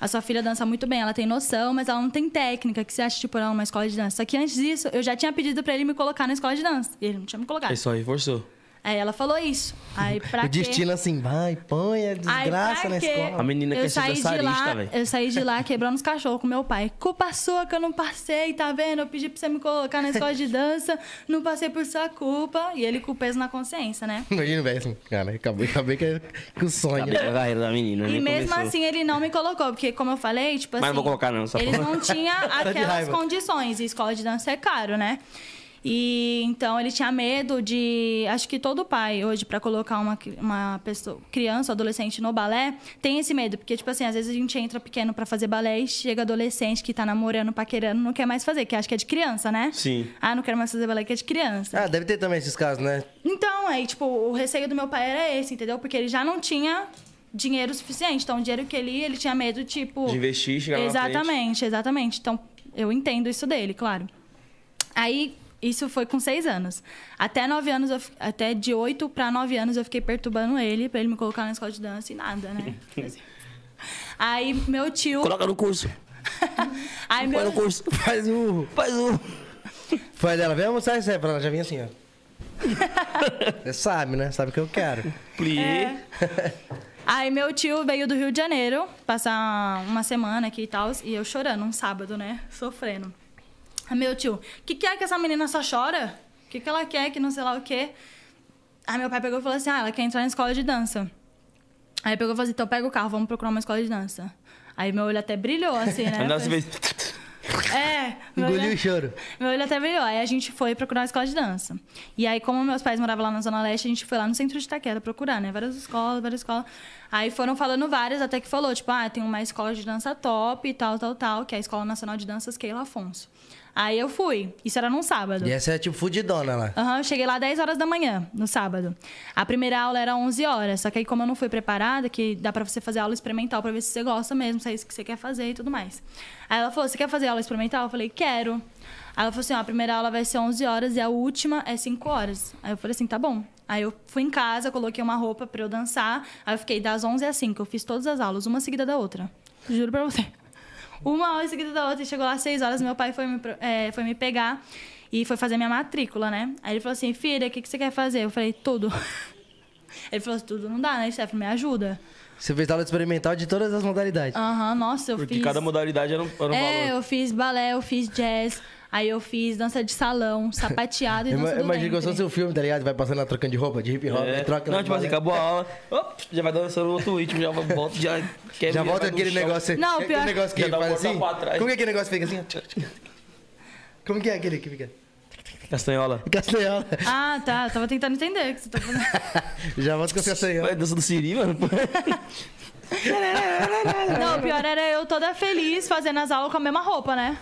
B: A sua filha dança muito bem, ela tem noção, mas ela não tem técnica. O que você acha de pôr ela numa escola de dança? Só que antes disso, eu já tinha pedido pra ele me colocar na escola de dança. E ele não tinha me colocado.
C: Aí só reforçou.
B: Aí ela falou isso. Aí pra
A: O
B: quê?
A: destino assim, vai, põe a desgraça na escola.
C: A menina
B: eu
C: quer ser
B: saí de
C: dançarista,
B: lá-
C: velho.
B: Eu saí de lá quebrando os cachorros com meu pai. Culpa sua que eu não passei, tá vendo? Eu pedi pra você me colocar na escola de dança, não passei por sua culpa. E ele com o peso na consciência, né?
A: Imagina, velho, assim, cara, acabei, acabei é com o sonho.
C: Acabei com a carreira da menina,
B: E
C: nem
B: mesmo
C: começou.
B: assim ele não me colocou, porque como eu falei, tipo
C: Mas
B: assim.
C: não vou colocar não, essa
B: Eles
C: porra.
B: não tinham aquelas
A: raiva.
B: condições. E escola de dança é caro, né? E então ele tinha medo de. Acho que todo pai hoje, pra colocar uma, cri- uma pessoa, criança ou adolescente no balé, tem esse medo. Porque, tipo assim, às vezes a gente entra pequeno pra fazer balé e chega adolescente que tá namorando, paquerando, não quer mais fazer, que acha que é de criança, né?
C: Sim.
B: Ah, não quero mais fazer balé que é de criança.
A: Ah, deve ter também esses casos, né?
B: Então, aí, tipo, o receio do meu pai era esse, entendeu? Porque ele já não tinha dinheiro suficiente. Então, o dinheiro que ele ia, ele tinha medo, tipo.
C: De investir, chegar lá na
B: Exatamente, exatamente. Então, eu entendo isso dele, claro. Aí, isso foi com seis anos. Até nove anos, eu fi- até de oito pra nove anos, eu fiquei perturbando ele pra ele me colocar na escola de dança e nada, né? aí, meu tio.
C: Coloca no curso.
B: Aí,
C: Põe
B: meu,
C: no curso.
A: Faz o.
C: Faz um.
A: Faz dela, vem almoçar isso aí pra ela, já vinha assim, ó. Você sabe, né? Sabe o que eu quero.
C: Plié.
B: É, Aí meu tio veio do Rio de Janeiro passar uma semana aqui e tal, e eu chorando, um sábado, né? Sofrendo. Meu tio, o que, que é que essa menina só chora? O que, que ela quer que não sei lá o quê? Aí meu pai pegou e falou assim: ah, ela quer entrar na escola de dança. Aí pegou e falou assim: então pega o carro, vamos procurar uma escola de dança. Aí meu olho até brilhou, assim, né?
C: Andava se
B: Falei,
C: fez.
B: É, meu olho-
A: Engoliu o choro.
B: meu olho até brilhou. Aí a gente foi procurar uma escola de dança. E aí, como meus pais moravam lá na Zona Leste, a gente foi lá no centro de Itaquera procurar, né? Várias escolas, várias escolas. Aí foram falando várias, até que falou, tipo, ah, tem uma escola de dança top e tal, tal, tal, que é a Escola Nacional de Danças Keila Afonso. Aí eu fui. Isso era num sábado.
A: E essa é tipo fudidona lá.
B: Aham, eu cheguei lá 10 horas da manhã, no sábado. A primeira aula era 11 horas, só que aí como eu não fui preparada, que dá pra você fazer aula experimental pra ver se você gosta mesmo, se é isso que você quer fazer e tudo mais. Aí ela falou, você quer fazer aula experimental? Eu falei, quero. Aí ela falou assim, ó, a primeira aula vai ser 11 horas e a última é 5 horas. Aí eu falei assim, tá bom. Aí eu fui em casa, coloquei uma roupa pra eu dançar, aí eu fiquei das 11 às 5, eu fiz todas as aulas, uma seguida da outra. Juro pra você. Uma hora seguida da outra, e chegou lá às seis horas, meu pai foi me, pro- eh, foi me pegar e foi fazer minha matrícula, né? Aí ele falou assim, filha, o que, que você quer fazer? Eu falei, tudo. Ele falou assim, tudo não dá, né, Stephanie? Me ajuda.
A: Você fez aula experimental de todas as modalidades.
B: Aham, nossa, eu
C: Porque
B: fiz...
C: cada modalidade era um, era um
B: é,
C: valor.
B: eu fiz balé, eu fiz jazz, aí eu fiz dança de salão, sapateado e dança
A: Ima-
B: do
A: Imagina que eu sou
B: ventre.
A: seu filme, tá ligado? Vai passando lá trocando de roupa, de hip hop,
C: É.
A: aí troca
C: Não,
A: lá
C: tipo assim,
A: balé.
C: acabou a aula. op, já vai dançando outro ritmo, já volta, já quebra,
A: Já volta
C: vai no
A: aquele
C: chão.
A: negócio.
B: Não,
A: aquele
B: pior-
A: negócio
C: Já
A: que
C: dá um
A: faz
C: portão
A: assim.
C: pra trás.
A: Como que é aquele negócio que fica assim? Como que é aquele que fica?
C: Castanhola.
A: Castanhola.
B: Ah, tá, eu tava tentando entender o que você tá falando.
A: Já volta com o castanhola.
C: Vai dança do Siri, mano.
B: Não, o pior era eu toda feliz fazendo as aulas com a mesma roupa, né?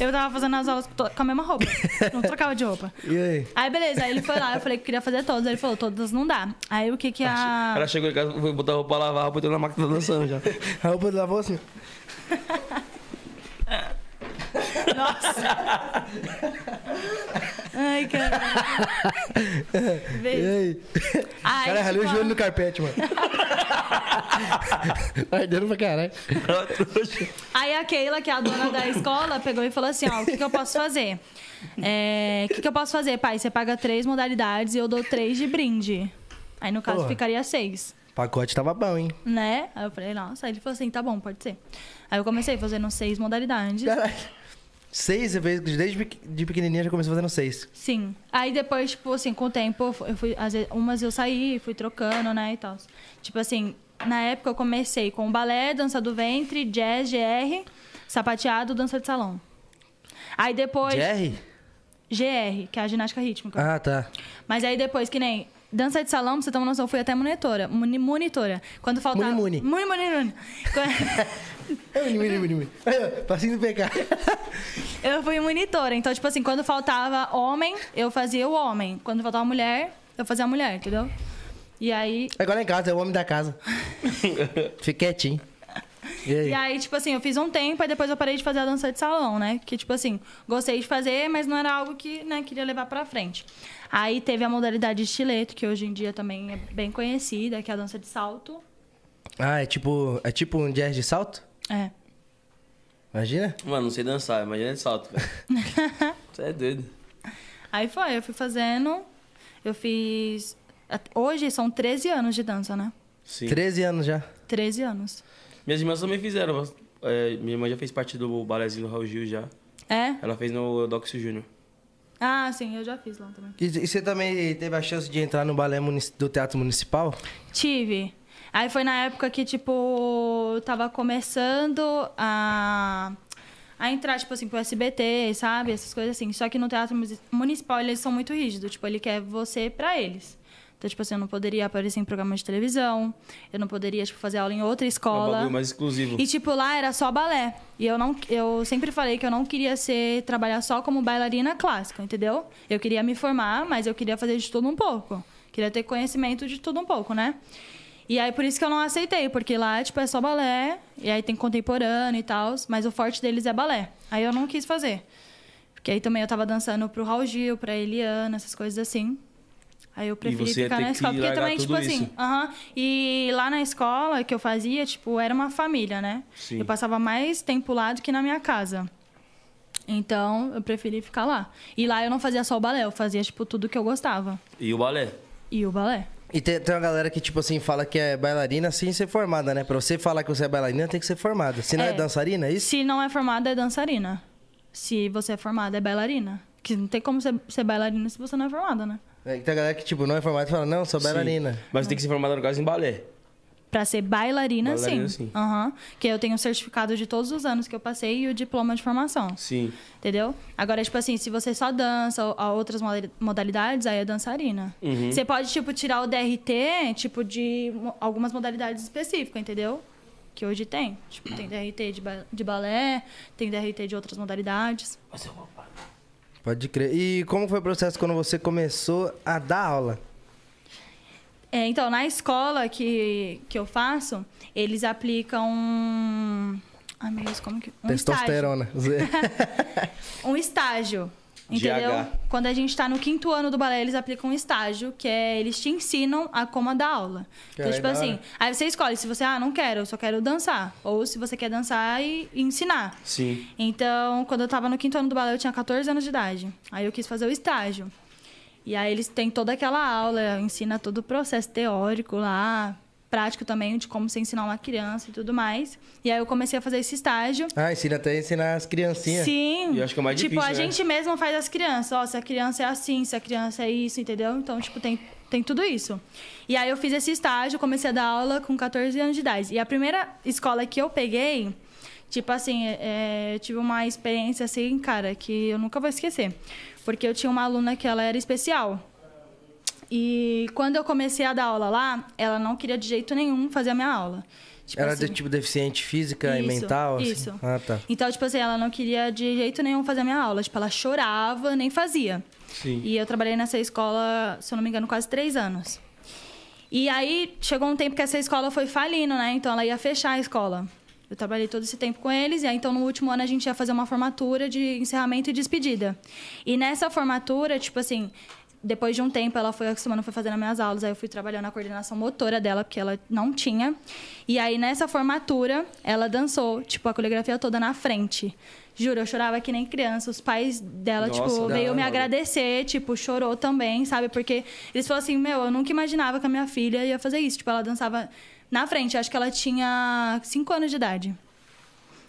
B: Eu tava fazendo as aulas to- com a mesma roupa. Não trocava de roupa.
A: E aí?
B: Aí, beleza, aí ele foi lá, eu falei que queria fazer todas. Aí ele falou, todas não dá. Aí o que que a.
C: Ela chegou em casa, foi botar a roupa pra lavar, a roupa entrou na máquina tá dançando já.
A: A roupa do lavou assim?
B: Ai, cara.
A: E
B: Veio.
A: aí?
B: Aí,
A: É. Cara, ralei o
B: tipo,
A: joelho no carpete, mano. Ardendo pra caralho.
C: Ela trouxe.
B: Aí a Keila, que é a dona da escola, pegou e falou assim: ó, o que, que eu posso fazer? É, O que, que eu posso fazer, pai? Você paga três modalidades e eu dou três de brinde. Aí, no caso,
A: Porra.
B: ficaria seis.
A: O pacote tava bom, hein?
B: né? Aí eu falei, nossa. Aí ele falou assim, tá bom, pode ser. Aí eu comecei fazendo seis modalidades.
A: Caralho. Seis, você fez desde pequ- de pequenininha já começou fazendo seis.
B: Sim. Aí depois, tipo assim, com o tempo, eu fu- eu fui, às vezes, umas eu saí, fui trocando, né, e tal. Tipo assim, na época eu comecei com balé, dança do ventre, jazz, GR, sapateado, dança de salão. Aí depois,
A: Jerry?
B: GR, que é a ginástica rítmica.
A: Ah, tá.
B: Mas aí depois, que nem dança de salão, pra você ter uma noção, eu fui até monitora. Muni, monitora. Quando faltava...
A: Muni, muni.
B: Muni, muni, muni. Quando-
A: Eu, eu, eu, eu, eu. Passinho do pecado.
B: Eu fui monitora, então, tipo assim, quando faltava homem, eu fazia o homem. Quando faltava mulher, eu fazia a mulher, entendeu? E aí.
A: Agora em casa, é o homem da casa. Fica quietinho. E aí?
B: E aí, tipo assim, eu fiz um tempo, aí depois eu parei de fazer a dança de salão, né? Que, tipo assim, gostei de fazer, mas não era algo que, né, queria levar pra frente. Aí teve a modalidade de estileto, que hoje em dia também é bem conhecida, que é a dança de salto.
A: Ah, é tipo. É tipo um jazz de salto?
B: É.
A: Imagina?
C: Mano, não sei dançar, imagina de salto, cara. Você é doido.
B: Aí foi, eu fui fazendo, eu fiz. at- Hoje são 13 anos de dança, né?
C: Sim.
A: 13 anos já.
B: 13 anos.
C: Minhas irmãs também fizeram. mas, é, minha irmã já fez parte do balézinho do Raul Gil já.
B: É?
C: Ela fez no Doxy Júnior.
B: Ah, sim, eu já fiz lá também.
A: E, e você também teve a chance de entrar no balé munici- do Teatro Municipal?
B: Tive. Aí foi na época que, tipo, eu tava começando a, a entrar, tipo assim, pro SBT, sabe? Essas coisas assim. Só que no teatro musi- municipal eles são muito rígidos. Tipo, ele quer você pra eles. Então, tipo assim, eu não poderia aparecer em programa de televisão. Eu não poderia, tipo, fazer aula em outra
C: É um
B: escola.
C: bagulho mais exclusivo.
B: E, tipo, lá era só balé. E eu não eu sempre falei que eu não queria ser trabalhar só como bailarina clássica, entendeu? Eu queria me formar, mas eu queria fazer de tudo um pouco. Queria ter conhecimento de tudo um pouco, né? E aí, por isso que eu não aceitei, porque lá, tipo, é só balé, e aí tem contemporâneo e tal, mas o forte deles é balé. Aí eu não quis fazer. Porque aí também eu tava dançando pro Raul Gil, pra Eliana, essas coisas assim. Aí eu preferi
C: você ia
B: ficar
C: ter
B: na
C: que
B: escola. Porque
C: largar
B: também,
C: tudo
B: tipo assim,
C: isso.
B: Aham. E lá na escola que eu fazia, tipo, era uma família, né?
C: Sim.
B: Eu passava mais tempo lá do que na minha casa. Então, eu preferi ficar lá. E lá eu não fazia só o balé, eu fazia, tipo, tudo que eu gostava.
C: E o balé.
B: E o balé.
A: E tem, tem uma galera que, tipo assim, fala que é bailarina sem ser formada, né? Pra você falar que você é bailarina, tem que ser formada. Se não é,
B: É.
A: dançarina, é isso?
B: Se não é formada, é dançarina. se você é formada, é bailarina. Que não tem como ser, ser bailarina se você não é formada, né?
A: É, Tem a galera que, tipo, não é formada e fala, não, sou bailarina.
C: Sim. Mas tem que ser formada, no caso, em balé.
B: Pra ser bailarina,
C: Bailarina,
B: sim.
C: sim.
B: Aham. Que eu tenho o certificado de todos os anos que eu passei e o diploma de formação.
C: Sim.
B: Entendeu? Agora, tipo assim, se você só dança ou, ou outras moda- modalidades, aí é dançarina. Você pode, tipo, tirar o DRT, tipo, de mo- algumas modalidades específicas, entendeu? Que hoje tem. Tipo, tem DRT de, ba- de balé, tem DRT de outras modalidades.
A: Pode crer. E como foi o processo quando você começou a dar aula?
B: É, então, na escola que, que eu faço, eles aplicam um. Ai, meu Deus, como que. Um
A: Testosterona.
B: Estágio, um estágio.
C: De
B: Entendeu?
C: H.
B: Quando a gente tá no quinto ano do balé, eles aplicam um estágio, que é eles te ensinam a como dar aula. Então,
A: Caralho,
B: tipo
A: é da hora.
B: assim, aí você escolhe se você, ah, não quero, eu só quero dançar. Ou se você quer dançar e, e ensinar.
C: Sim.
B: Então, quando eu tava no quinto ano do balé, eu tinha 14 anos de idade. Aí eu quis fazer o estágio. E aí eles têm toda aquela aula, ensina todo o processo teórico lá, prático também, de como você ensinar uma criança e tudo mais. E aí eu comecei a fazer esse estágio.
A: ah, ensina até a ensinar as criancinhas.
B: Sim.
C: E eu acho que assim, é mais
B: tipo, a
C: difícil, né?
B: gente mesmo faz as crianças. Ó, se a criança é assim, se a criança é isso, entendeu? Então, tipo, tem, tem tudo isso. E aí eu fiz esse estágio, comecei a dar aula com 14 anos de idade. E a primeira escola que eu peguei, tipo assim, é, eu tive uma experiência assim, cara, que eu nunca vou esquecer. Porque eu tinha uma aluna que ela era especial. E quando eu comecei a dar aula lá, ela não queria de jeito nenhum fazer a minha aula. Tipo
A: Era
B: assim,
A: de tipo deficiente física e
B: isso,
A: mental? assim?
B: Isso.
A: Ah, tá.
B: Então, tipo assim, ela não queria de jeito nenhum fazer a minha aula. Tipo, ela chorava, nem fazia.
C: Sim.
B: E eu trabalhei nessa escola, se eu não me engano, quase três anos. E aí chegou um tempo que essa escola foi falindo, né? Então ela ia fechar a escola. Eu trabalhei todo esse tempo com eles, e aí então no último ano a gente ia fazer uma formatura de encerramento e despedida. E nessa formatura, tipo assim, depois de um tempo ela foi acostumando, foi fazendo as minhas aulas, aí eu fui trabalhando na coordenação motora dela, porque ela não tinha. E aí nessa formatura ela dançou, tipo, a coreografia toda na frente. Juro, eu chorava que nem criança. Os pais dela,
C: Nossa,
B: tipo,
C: da
B: veio me
C: hora.
B: agradecer agradecer, tipo, chorou também, sabe? Porque eles falaram assim, meu, eu nunca imaginava que a minha filha ia fazer isso. Tipo, ela dançava na frente, acho que ela tinha 5 anos de idade.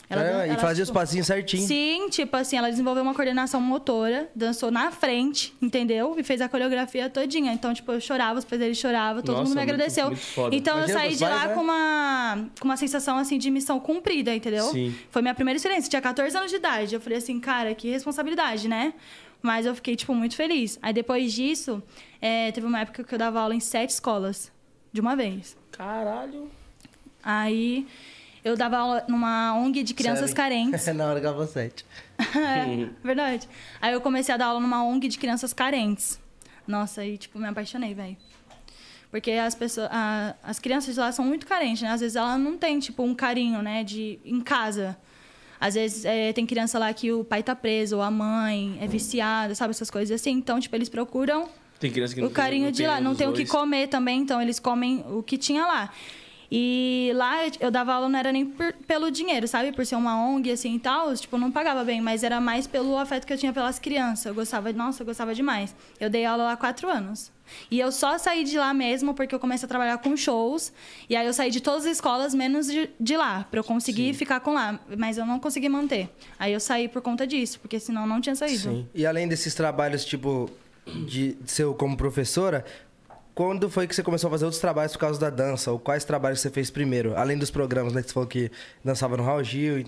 A: Caramba,
B: dan-
A: É, e fazia os
B: tipo,
A: passinhos certinho.
B: Sim, tipo assim, ela desenvolveu uma coordenação motora, dançou na frente, entendeu? E fez a coreografia todinha. Então, tipo, eu chorava, os pais dele choravam, todo
C: Nossa,
B: mundo me
C: muito-
B: agradeceu.
C: muito foda.
B: então,
A: Imagina,
B: eu saí
A: os
B: de lá
A: pais, né?
B: com uma, com uma sensação, assim, de missão cumprida, entendeu?
C: Sim.
B: Foi minha primeira experiência, tinha 14 anos de idade. Eu falei assim, cara, que responsabilidade, né? Mas eu fiquei, tipo, muito feliz. Aí, depois disso, eh, teve uma época que eu dava aula em sete escolas, de uma vez.
C: Caralho.
B: Aí, eu dava aula numa ONG de crianças
A: Sério.
B: carentes.
A: Na hora que ela sete.
B: É, verdade. Aí eu comecei a dar aula numa ONG de crianças carentes. Nossa, aí, tipo, me apaixonei, velho. Porque as pessoas, a- as crianças lá são muito carentes, né? Às vezes ela não tem, tipo, um carinho, né, de em casa. Às vezes é, tem criança lá que o pai tá preso, ou a mãe é viciada, sabe? Essas coisas assim. Então, tipo, eles procuram
C: Tem criança que não
B: o carinho de lá. Não tem o que
C: comer.
B: comer também, então eles comem o que tinha lá. E lá eu- eu dava aula não era nem por- pelo dinheiro, sabe? Por ser uma ONG assim e tal, tipo, eu não pagava bem, mas era mais pelo afeto que eu tinha pelas crianças. Eu gostava, nossa, eu gostava demais. Eu dei aula lá quatro anos. E eu só saí de lá mesmo porque eu comecei a trabalhar com shows. E aí eu saí de todas as escolas, menos de, de lá, pra eu conseguir ficar com lá. Mas eu não consegui manter. Aí eu saí por conta disso, porque senão eu não tinha saído.
A: Sim. E além desses trabalhos, tipo, de seu como professora, quando foi que você começou a fazer outros trabalhos por causa da dança? Ou quais trabalhos você fez primeiro? Além dos programas, né? Que você falou que dançava no Raul Gil. e-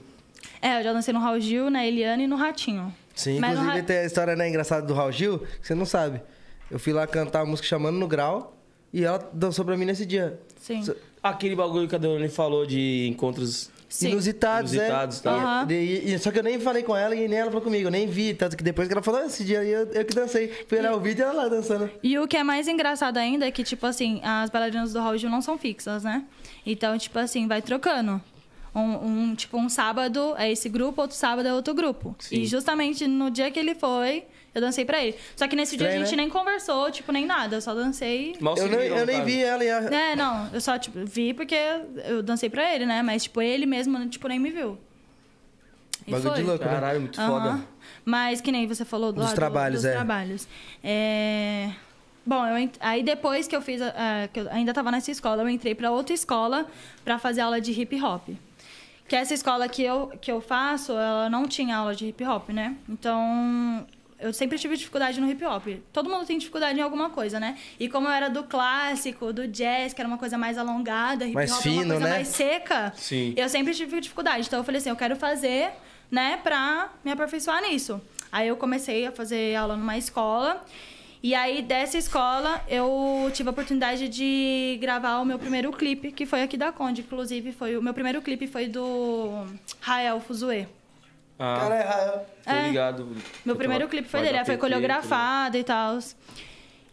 B: É, eu já dancei no Raul Gil, na Eliane e no Ratinho.
A: Sim,
B: Mas no
A: inclusive
B: Ra-
A: tem a história né, engraçada do Raul Gil, que você não sabe. Eu fui lá cantar a música Chamando no Grau e ela dançou pra mim nesse dia.
B: Sim.
A: So-
C: Aquele bagulho que a Deolane falou de encontros.
B: Sim.
A: Inusitados, né?
C: Inusitados, tá?
B: Aham.
A: E- e- só que eu nem falei com ela e nem ela falou comigo, eu nem vi. Tanto que depois que ela falou, "Ah, esse dia aí eu, eu que dancei. Fui olhar o vídeo e ela lá dançando.
B: E o que é mais engraçado ainda é que, tipo assim, as bailarinas do Raul Gil não são fixas, né? Então, tipo assim, vai trocando. Um, um- tipo, um sábado é esse grupo, outro sábado é outro grupo.
C: Sim.
B: E justamente no dia que ele foi, eu dancei pra ele. Só que nesse dia
A: Estranho,
B: a gente
A: né?
B: nem conversou, tipo, nem nada. Eu só dancei.
C: Mal
A: Eu,
C: se
A: nem-
C: viram,
A: eu nem
C: cara.
A: vi ela e a...
B: É, não, eu só, tipo, vi porque eu dancei pra ele, né? Mas, tipo, ele mesmo, tipo, nem me viu. E
A: Bagulho de
B: foi.
A: louco, né?
C: Caralho, muito
B: Aham.
C: foda.
B: Mas que nem você falou do,
A: Dos
B: do-
A: trabalhos,
B: dos
A: é.
B: trabalhos. É, Bom, eu ent- aí depois que eu fiz, a- a- que eu ainda estava nessa escola, eu entrei para outra escola para fazer aula de hip hop. Que essa escola que eu, que eu faço, ela não tinha aula de hip hop, né? Então, eu sempre tive dificuldade no hip hop. Todo mundo tem dificuldade em alguma coisa, né? E como eu era do clássico, do jazz, que era uma coisa mais alongada, hip hop
A: Mais
B: é uma
A: fino,
B: coisa
A: né?
B: mais seca,
C: Sim.
B: eu sempre tive dificuldade. Então eu falei assim, eu quero fazer, né, pra me aperfeiçoar nisso. Aí eu comecei a fazer aula numa escola. E aí, dessa escola, eu tive a oportunidade de gravar o meu primeiro clipe, que foi aqui da Conde. Inclusive, foi o meu primeiro clipe foi do Rael Fuzue.
C: Ah,
D: Caralho,
C: tô
B: É.
C: ligado.
B: Meu primeiro clipe foi né? dele, aí foi coreografado e tal.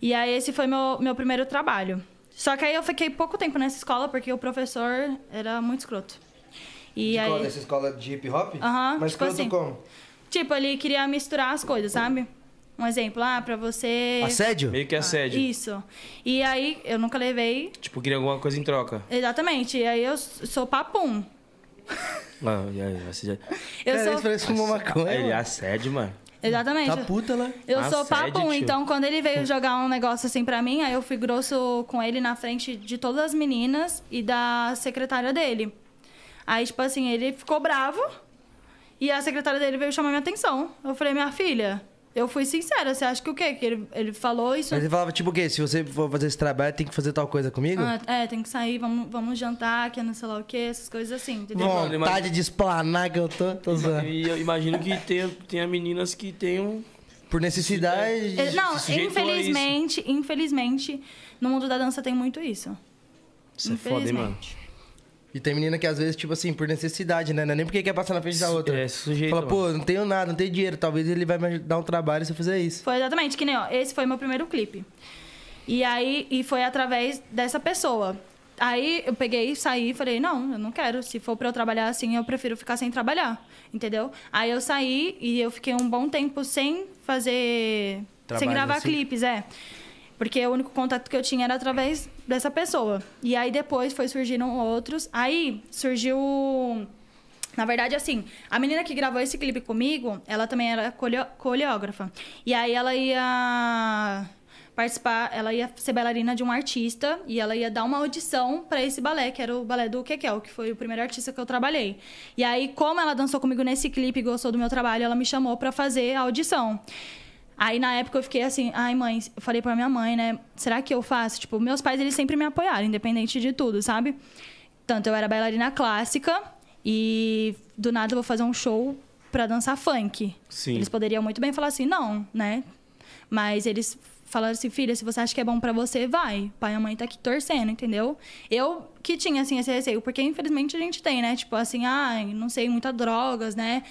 B: E aí esse foi meu, meu primeiro trabalho. Só que aí eu fiquei pouco tempo nessa escola, porque o professor era muito escroto. E aí...
A: Escola, é essa escola de hip hop?
B: Aham,
A: Mas
B: tipo
A: quanto
B: assim.
A: como?
B: Tipo, ele queria misturar as coisas, sabe? Um exemplo, ah, pra você...
A: Assédio?
C: Meio que é assédio.
B: Ah, Isso. E aí eu nunca levei...
C: Tipo, queria alguma coisa em troca.
B: Exatamente. E aí eu s- sou papum.
C: Ah, e aí, assédio.
B: Eu
A: Cara, isso
B: sou...
A: parece É, fumar maconha.
C: Aí ele,
A: é, mano.
C: assédio, mano.
B: Exatamente.
A: Tá puta lá.
B: Eu sou
C: Assédio,
B: papum,
C: tio.
B: então quando ele
C: Hum.
B: veio jogar um negócio assim pra mim, aí eu fui grosso com ele na frente de todas as meninas e da secretária dele. Aí, tipo assim, ele ficou bravo e a secretária dele veio chamar minha atenção. Eu falei, minha filha, eu fui sincera, você acha que o quê? Que ele, ele falou isso?
A: Mas ele falava, tipo o quê? Se você for fazer esse trabalho, tem que fazer tal coisa comigo?
B: Ah, é, tem que sair, vamos, vamos jantar, que é não sei lá o quê, essas coisas assim, entendeu?
C: Bom,
A: Vontade de esplanar que eu tô, tô zoando.
C: E eu imagino que tenha, tenha meninas que um tenham.
A: Por necessidade.
B: Ele- não,
C: se sujeitou a isso.
B: infelizmente, infelizmente, no mundo da dança tem muito isso.
C: Isso é foda, hein, mano?
B: Infelizmente.
A: E tem menina que às vezes, tipo assim, por necessidade, né? Não é nem porque quer passar na frente da outra.
C: É, sujeito,
A: Fala,
C: mano.
A: pô, não tenho nada, não tenho dinheiro. Talvez ele vai me dar um trabalho se eu fizer isso.
B: Foi exatamente, que nem, ó, esse foi meu primeiro clipe. E aí, e foi através dessa pessoa. Aí eu peguei, saí e falei, não, eu não quero. Se for pra eu trabalhar assim, eu prefiro ficar sem trabalhar, entendeu? Aí eu saí e eu fiquei um bom tempo sem fazer.
A: Trabalho
B: sem gravar
A: assim?
B: clipes, é. Porque o único contato que eu tinha era através dessa pessoa. E aí depois foi surgiram outros. Aí surgiu. Na verdade, assim, a menina que gravou esse clipe comigo, ela também era coreo- coreógrafa. E aí ela ia participar, ela ia ser bailarina de um artista e ela ia dar uma audição pra esse balé, que era o balé do Kekel, que foi o primeiro artista que eu trabalhei. E aí, como ela dançou comigo nesse clipe e gostou do meu trabalho, ela me chamou pra fazer a audição. Aí na época eu fiquei assim, ai mãe, eu falei pra minha mãe, né? Será que eu faço? Tipo, meus pais eles sempre me apoiaram, independente de tudo, sabe? Tanto eu era bailarina clássica e do nada eu vou fazer um show pra dançar funk.
C: Sim.
B: Eles poderiam muito bem falar assim, não, né? Mas eles falaram assim, filha, se você acha que é bom pra você, vai. Pai e a mãe tá aqui torcendo, entendeu? Eu que tinha, assim, esse receio, porque infelizmente a gente tem, né? Tipo assim, ai, não sei, muita drogas, né?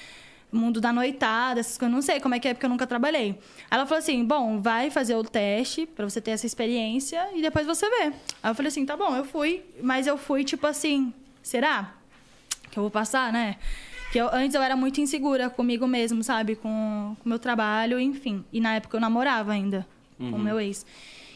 B: Mundo da noitada, essas coisas, não sei como é que é, porque eu nunca trabalhei. Ela falou assim: bom, vai fazer o teste pra você ter essa experiência e depois você vê. Aí eu falei assim: tá bom, eu fui, mas eu fui tipo assim, será? que eu vou passar, né? Que eu, antes eu era muito insegura comigo mesmo, sabe? Com o meu trabalho, enfim. E na época eu namorava ainda com o meu ex.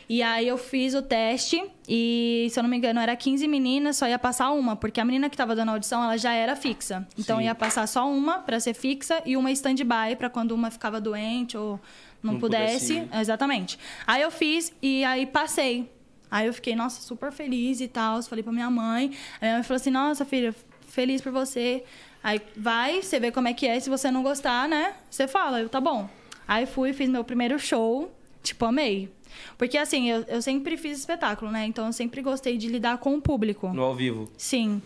B: E aí eu fiz o teste e, se eu não me engano, era 15 meninas, só ia passar uma, porque a menina que tava dando audição, ela já era fixa. Então ia passar só uma pra ser fixa e uma stand-by pra quando uma ficava doente ou não,
C: Não pudesse
B: pudesse. né?
C: ir.
B: Exatamente. Aí eu fiz e aí passei. Aí eu fiquei, nossa, super feliz e tal. Falei pra minha mãe. Aí minha mãe falou assim: nossa, filha, feliz por você. Aí vai, você vê como é que é. Se você não gostar, né? Você fala, eu tá bom. Aí fui, fiz meu primeiro show. Tipo, amei. Porque assim, eu, eu sempre fiz espetáculo, né? Então eu sempre gostei de lidar com o público.
C: No ao vivo.
B: Sim.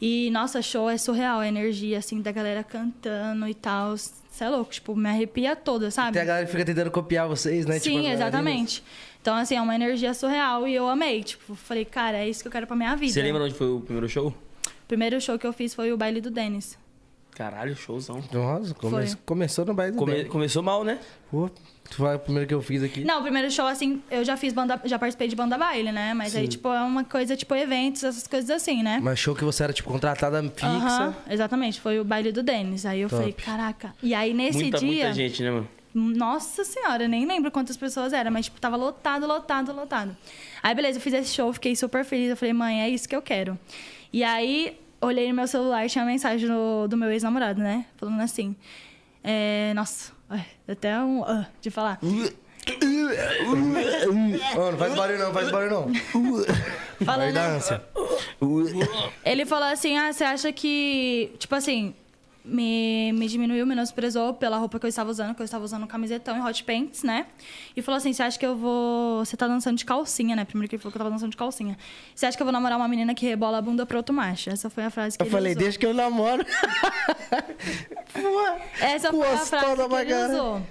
B: E, nossa, show é surreal a energia, assim, da galera cantando e tal. Você é louco, tipo, me arrepia toda, sabe?
A: Tem a galera que fica tentando copiar vocês, né? Tipo,
B: Sim,
A: as bailarinas.
B: exatamente. Então, assim, é uma energia surreal e eu amei. Tipo, falei, cara, é isso que eu quero pra minha vida.
C: Você lembra onde foi o primeiro show?
B: O primeiro show que eu fiz foi o baile do Denis.
C: Caralho, showzão.
A: Nossa, come-
B: Foi.
A: começou no baile do
C: Come-
A: Dente.
C: Começou mal, né?
A: Pô, tu fala o primeiro que eu fiz aqui.
B: Não, o primeiro show, assim, eu já fiz banda, já participei de banda baile, né? Mas aí, tipo, é uma coisa, tipo, eventos, essas coisas assim, né?
A: Mas achou que você era, tipo, contratada fixa.
B: Aham, exatamente, foi o baile do Denis. Aí eu
A: Top.
B: falei, caraca. E aí, nesse
C: muita,
B: dia.
C: muita gente, né, mano?
B: Nossa senhora, eu nem lembro quantas pessoas eram, mas tipo, tava lotado, lotado, lotado. Aí beleza, eu fiz esse show, fiquei super feliz. Eu falei, mãe, é isso que eu quero. E aí, olhei no meu celular, tinha uma mensagem do, do meu ex-namorado, né? Falando assim. é, nossa, ai, dá até um. ah, de falar.
A: Ô, não faz barulho não, faz barulho não.
B: Falando,
A: né? Vai dar ânsia.
B: Ele falou assim: ah, você acha que. Tipo assim, me, me diminuiu, menosprezou pela roupa que eu estava usando, que eu estava usando um camisetão e hot pants, né? E falou assim: você acha que eu vou. Você tá dançando de calcinha, né? Primeiro que ele falou que eu tava dançando de calcinha. Você acha que eu vou namorar uma menina que rebola a bunda pro outro macho? Essa foi a frase que
A: Eu
B: ele
A: falei,
B: usou.
A: deixa que eu namoro. Porra,
B: Essa foi a frase
A: gostosa
B: que
A: pra
B: ele
A: caralho.
B: usou.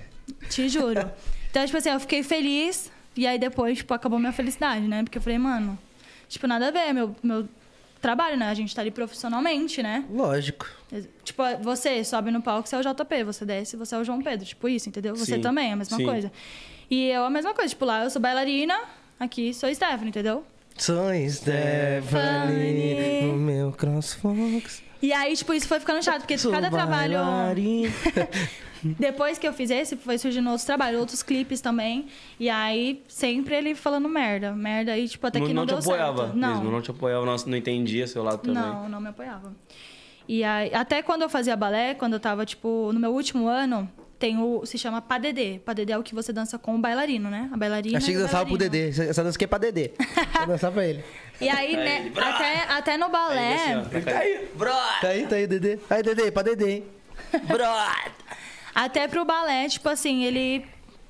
B: Te juro. Então, tipo assim, eu fiquei feliz. E aí depois, tipo, acabou minha felicidade, né? Porque eu falei, mano, tipo, nada a ver, meu, meu trabalho, né? A gente tá ali profissionalmente, né?
A: Lógico.
B: Tipo, você sobe no palco, você é o JP, você desce, você é o João Pedro. Tipo isso, entendeu? Você
C: Sim,
B: também, é a mesma
C: sim.
B: coisa. E eu a mesma coisa, tipo, lá eu sou bailarina, aqui sou Stephanie, entendeu?
A: Sou Stephanie, né? no meu CrossFox.
B: E aí, tipo, isso foi ficando chato, porque
A: Sou
B: cada trabalho.
A: bailarina.
B: Depois que eu fiz esse, foi surgindo outros trabalhos, outros clipes também. E aí, sempre ele falando merda. Merda aí, tipo, até
C: não,
B: que
C: não
B: não,
C: te
B: deu
C: apoiava
B: certo.
C: mesmo, não te apoiava, não, não entendia seu lado também.
B: Não, não me apoiava. E aí, até quando eu fazia balé, quando eu tava, tipo, no meu último ano, tem o. se chama padedê. Padedê é o que você dança com o bailarino, né? A bailarina.
A: Achei
B: e
A: que
B: o
A: dançava pro
B: bailarino.
A: Dedê. Essa essa dança aqui é pra Dedê. Vou dançar pra ele.
B: E aí, né, até, até no balé.
C: Ele tá aí.
A: Tá aí, tá aí, Dedê. Aí, Dedê, pra Dedê, hein?
B: Até pro balé, tipo assim, ele.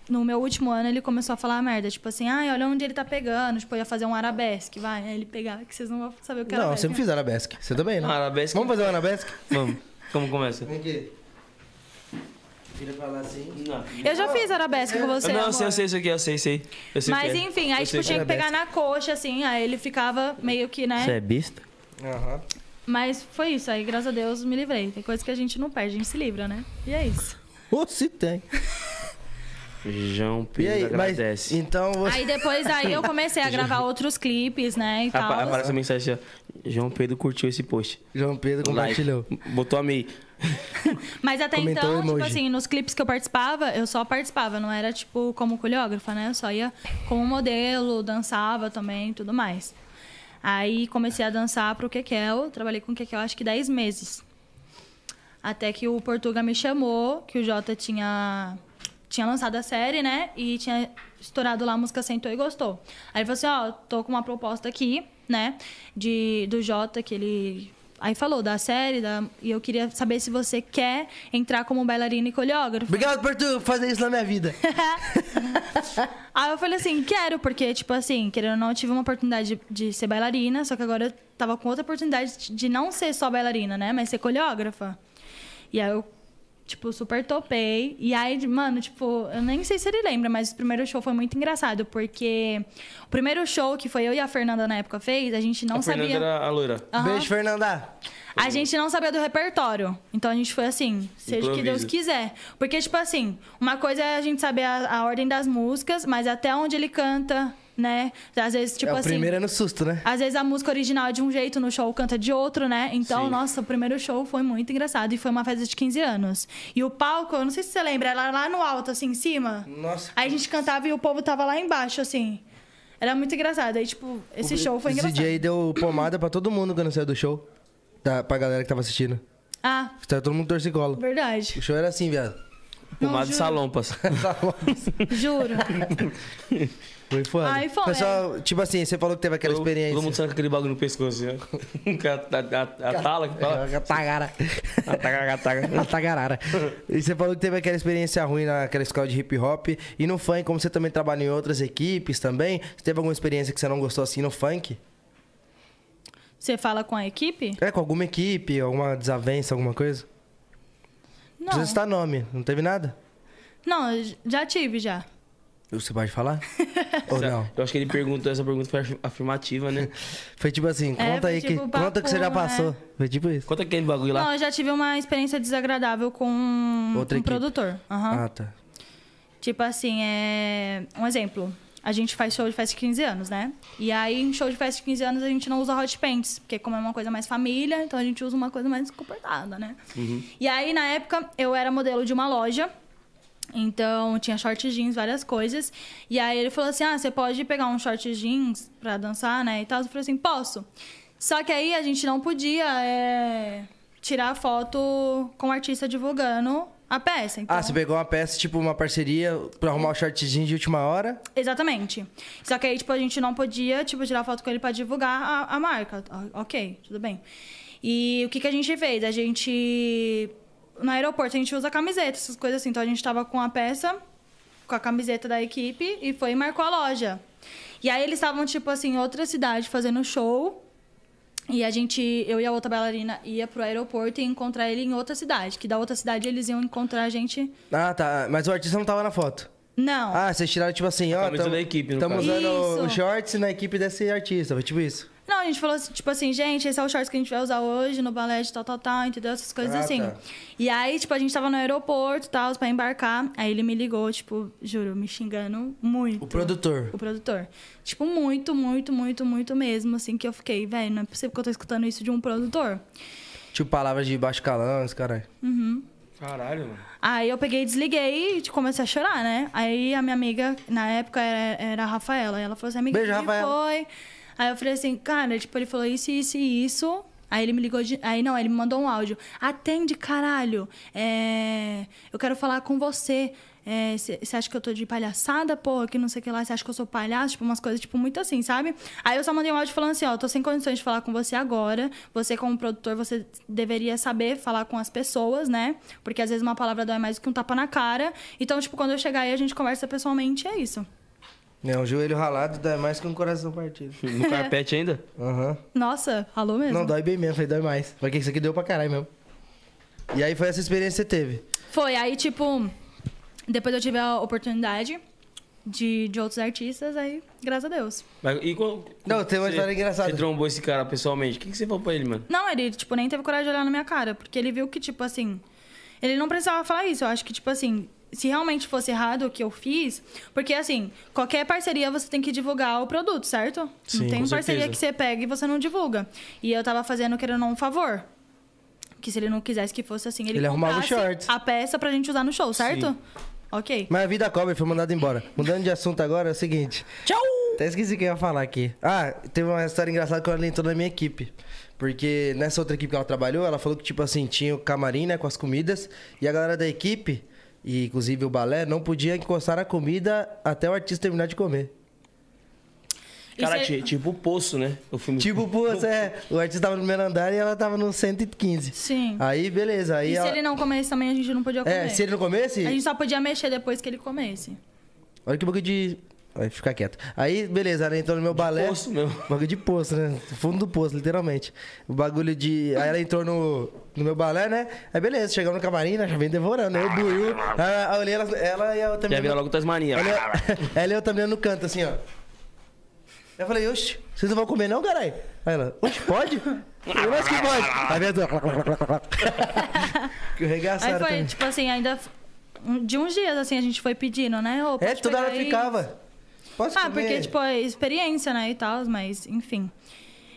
B: No meu último ano, ele começou a falar merda. Tipo assim, ai, olha onde ele tá pegando. Tipo, eu ia fazer um arabesque, vai. Aí ele pegar, que vocês não vão saber o que é
A: Não, eu
B: arabesque.
A: sempre fiz arabesque. Você também, né?
C: Ah, arabesque.
A: Vamos fazer um arabesque?
C: Vamos, como começa?
A: Vem aqui. Vira pra lá assim.
C: Não,
B: Eu já fiz arabesque com você.
C: não eu
B: amor.
C: sei, eu sei isso aqui, eu sei, sei. Eu sei
B: Mas
C: que é.
B: enfim, aí,
C: Eu sei
B: tipo, tinha que
A: que é
B: pegar na coxa, assim. Aí ele ficava meio que, né?
C: Você é bista?
A: Aham.
B: Mas foi isso. Aí, graças a Deus, me livrei. Tem coisa que a gente não perde, a gente se livra, né? E é isso.
A: Ô, se tem.
C: João
A: E
C: Pedro
A: aí, mas.
C: agradece.
A: Então você.
B: Aí depois, aí eu comecei a gravar outros clipes, né? E
C: Apa-
B: tal.
C: Aparece
A: um
C: a mensagem assim, ó. João Pedro curtiu esse post.
A: João Pedro
C: Like.
A: compartilhou.
C: Botou amei.
B: Mas até
A: Comentou
B: então,
A: o
B: tipo
A: emoji.
B: assim, nos clipes que eu participava, eu só participava, não era tipo como coreógrafa, né? Eu só ia como modelo, dançava também e tudo mais. Aí comecei a dançar pro Kekel, trabalhei com o Kekel acho que 10 meses. Até que o Portuga me chamou, que o Jota tinha, tinha lançado a série, né? E tinha estourado lá a música Sentou e Gostou. Aí ele falou assim, ó, tô com uma proposta aqui, né? De, do Jota, que ele... Aí falou da série, da- e eu queria saber se você quer entrar como bailarina e coreógrafo.
A: Obrigado por tu fazer isso na minha vida.
B: Aí eu falei assim, quero, porque, tipo assim, querendo ou não, eu tive uma oportunidade de, de ser bailarina, só que agora eu tava com outra oportunidade de- de não ser só bailarina, né? Mas ser coreógrafa. E aí eu, tipo, super topei. E aí, de- mano, tipo, eu nem sei se ele lembra, mas o primeiro show foi muito engraçado, porque o primeiro show que foi eu e a Fernanda na época fez, a gente não
C: a Fernanda
B: sabia.
C: era a loira.
B: Aham.
A: Beijo, Fernanda.
B: A
C: Uhum.
B: gente não sabia do repertório. Então a gente foi assim, seja o que Deus
C: Improviso.
B: quiser. Porque, tipo assim, uma coisa é a gente saber a, a ordem das músicas, mas até onde ele canta, né? Às vezes, tipo
A: é, o
B: assim.
A: primeiro é no susto, né?
B: Às vezes a música original é de um jeito, no show canta de outro, né? Então,
C: Sim.
B: nossa, o primeiro show foi muito engraçado. E foi uma festa de 15 anos. E o palco, eu não sei se você lembra, era lá no alto, assim, em cima.
A: Nossa.
B: Aí a gente cantava e o povo tava lá embaixo, assim. Era muito engraçado. Aí, tipo, esse show foi
A: Esse
B: engraçado.
A: dia aí deu pomada pra todo mundo quando saiu do show. Tá, pra galera que tava assistindo.
B: Ah,
A: Saiu todo mundo torcicolo.
B: verdade.
A: O show era assim, viado.
C: Pomada de
B: juro.
C: salompas.
B: Juro.
A: Foi foda.
B: Ai, foi.
A: Pessoal, tipo assim, você falou que teve aquela
C: Todo-
A: experiência.
C: Todo mundo sabe com aquele bagulho no pescoço, assim, ó. Com a- a- a- a tala tá- que fala.
A: É, a tagara.
C: Ataca, ataca.
A: A tagarara. E você falou que teve aquela experiência ruim naquela escola de hip hop. E no funk, como você também trabalha em outras equipes também, você teve alguma experiência que você não gostou assim no funk?
B: Você fala com a equipe?
A: É, com alguma equipe, alguma desavença, alguma coisa?
B: Não.
A: Precisa citar nome, não teve nada?
B: Não, eu já tive já.
A: Você pode falar? Ou não?
C: Eu acho que ele perguntou, essa pergunta foi afir- afirmativa, né?
A: Foi tipo assim,
B: É,
A: conta
B: foi
A: aí
B: tipo
A: que. Conta que você já
B: papo, né?
A: passou. Foi tipo isso.
C: Conta aquele bagulho lá.
B: Não, eu já tive uma experiência desagradável com um
A: Outra equipe.
B: produtor. Aham.
A: Ah, tá.
B: Tipo assim, é. Um exemplo. A gente faz show de festa de 15 anos, né? E aí, em show de festa de 15 anos, a gente não usa hot pants, porque como é uma coisa mais família, então a gente usa uma coisa mais comportada, né?
A: Uhum.
B: E aí, na época, eu era modelo de uma loja. Então, tinha short jeans, várias coisas. E aí ele falou assim: "Ah, você pode pegar um short jeans pra dançar, né?" E tal. Eu falei assim: "Posso". Só que aí a gente não podia é, tirar foto com o artista divulgando a peça. Então...
A: Ah, você pegou uma peça, tipo uma parceria, pra arrumar o shortzinho de última hora.
B: Exatamente. Só que aí, tipo, a gente não podia, tipo, tirar foto com ele pra divulgar a, a marca. O- Ok, tudo bem. E o que, que a gente fez? A gente. No aeroporto, a gente usa camiseta, essas coisas assim. Então a gente tava com a peça, com a camiseta da equipe, e foi e marcou a loja. E aí eles estavam, tipo assim, em outra cidade fazendo show. E a gente, eu e a outra bailarina ia pro aeroporto e ia encontrar ele em outra cidade. Que da outra cidade eles iam encontrar a gente.
A: Ah, tá. Mas o artista não tava na foto.
B: Não.
A: Ah, vocês tiraram, tipo assim, ó.
C: camisa da equipe, no
A: Estamos
C: caso.
A: usando
B: Isso.
A: o shorts na equipe desse artista. Foi tipo isso.
B: Não, a gente falou assim, tipo assim, gente, esse é o shorts que a gente vai usar hoje no balé de tal, tal, tal, entendeu? Essas coisas
A: Ah,
B: assim.
A: tá.
B: E aí, tipo, a gente tava no aeroporto e tal, pra embarcar. Aí ele me ligou, tipo, juro, me xingando muito.
A: O produtor.
B: O produtor. Tipo, muito, muito, muito, muito mesmo, assim, que eu fiquei, velho, não é possível que eu tô escutando isso de um produtor.
A: Tipo, palavras de baixo calão, esse caralho.
C: Caralho, mano.
B: Aí eu peguei, desliguei e comecei a chorar, né? Aí a minha amiga, na época, era, era a Rafaela. E ela falou assim, amiga,
A: Beijo,
B: o que
A: Rafaela.
B: foi? Aí eu falei assim, cara, tipo, ele falou isso, isso e isso. Aí ele me ligou de... Aí não, ele me mandou um áudio. Atende, caralho. É, Eu quero falar com você. É, Você acha que eu tô de palhaçada, porra? Que não sei o que lá. Você acha que eu sou palhaço? Tipo, umas coisas, tipo, muito assim, sabe? Aí eu só mandei um áudio falando assim, ó. Tô sem condições de falar com você agora. Você, como produtor, você deveria saber falar com as pessoas, né? Porque às vezes uma palavra dói mais do que um tapa na cara. Então, tipo, quando eu chegar aí, a gente conversa pessoalmente. É isso.
A: Não, o joelho ralado dá mais que um coração partido.
C: No carpete ainda?
A: Aham.
B: Nossa, ralou mesmo?
A: Não, dói bem mesmo, falei, dói mais. Porque isso aqui deu pra caralho mesmo. E aí foi essa experiência que você teve.
B: Foi, aí tipo, depois eu tive a oportunidade de, de outros artistas, aí, graças a Deus.
C: Mas, e quando-
A: Não, tem uma
C: você-
A: história engraçada.
C: Você trombou esse cara pessoalmente. O que, que você falou pra ele, mano?
B: Não, ele, tipo, nem teve coragem de olhar na minha cara, porque ele viu que, tipo assim, ele não precisava falar isso. Eu acho que, tipo assim, se realmente fosse errado o que eu fiz, porque assim, qualquer parceria você tem que divulgar o produto, certo?
C: Sim,
B: não tem
C: com
B: parceria
C: certeza.
B: que você pega e você não divulga. E eu tava fazendo querendo um favor. Que se ele não quisesse que fosse assim, ele,
A: Ele arrumava o
B: comprasse
A: shorts.
B: a peça pra gente usar no show, certo?
C: Sim.
B: Ok.
A: Mas a vida cobra foi mandada embora. Mudando de assunto agora, é o seguinte. Tchau! Até esqueci o que eu ia falar aqui. Ah, teve uma história engraçada quando ela entrou na minha equipe. Porque nessa outra equipe que ela trabalhou, ela falou que, tipo assim, tinha o camarim, né, com as comidas. E a galera da equipe, e inclusive o balé, não podia encostar na comida até o artista terminar de comer.
B: E
C: Cara,
B: você-
C: ti- tipo o Poço, né? O filme.
A: Tipo, pô, é, o artista tava no primeiro andar e ela tava no 115.
B: Sim.
A: Aí, beleza. Aí
B: E
A: ela...
B: se ele não comesse também, a gente não podia comer.
A: É, se ele não comesse,
B: A gente só podia mexer depois que ele comesse.
A: olha que bagulho de. Vai ficar quieto. Aí, beleza, ela entrou no meu balé.
C: Poço mesmo.
A: Bagulho de poço, né? Fundo do poço, literalmente. O bagulho de. Aí ela entrou no, no meu balé, né? Aí beleza, chegamos no camarim, né? já vem devorando. Aí eu buiu. Aí eu olhei ela, ela e a outra
C: Já
A: menina-
C: vira logo Tasmania.
A: Ela, ela e eu também no canto, assim, ó. Eu falei, oxe, vocês não vão comer não, caralho? Aí ela, oxe, pode? Eu acho que pode. Aí vem a Que
B: Aí
A: regaçaram
B: foi,
A: também.
B: tipo assim, ainda. f- um- De uns dias, assim, a gente foi pedindo, né? Ô,
A: É,
B: pode
A: toda
B: pegar
A: hora
B: aí.
A: ficava. Posso
B: Ah,
A: comer?
B: porque, tipo, é experiência, né? E tal, mas, enfim.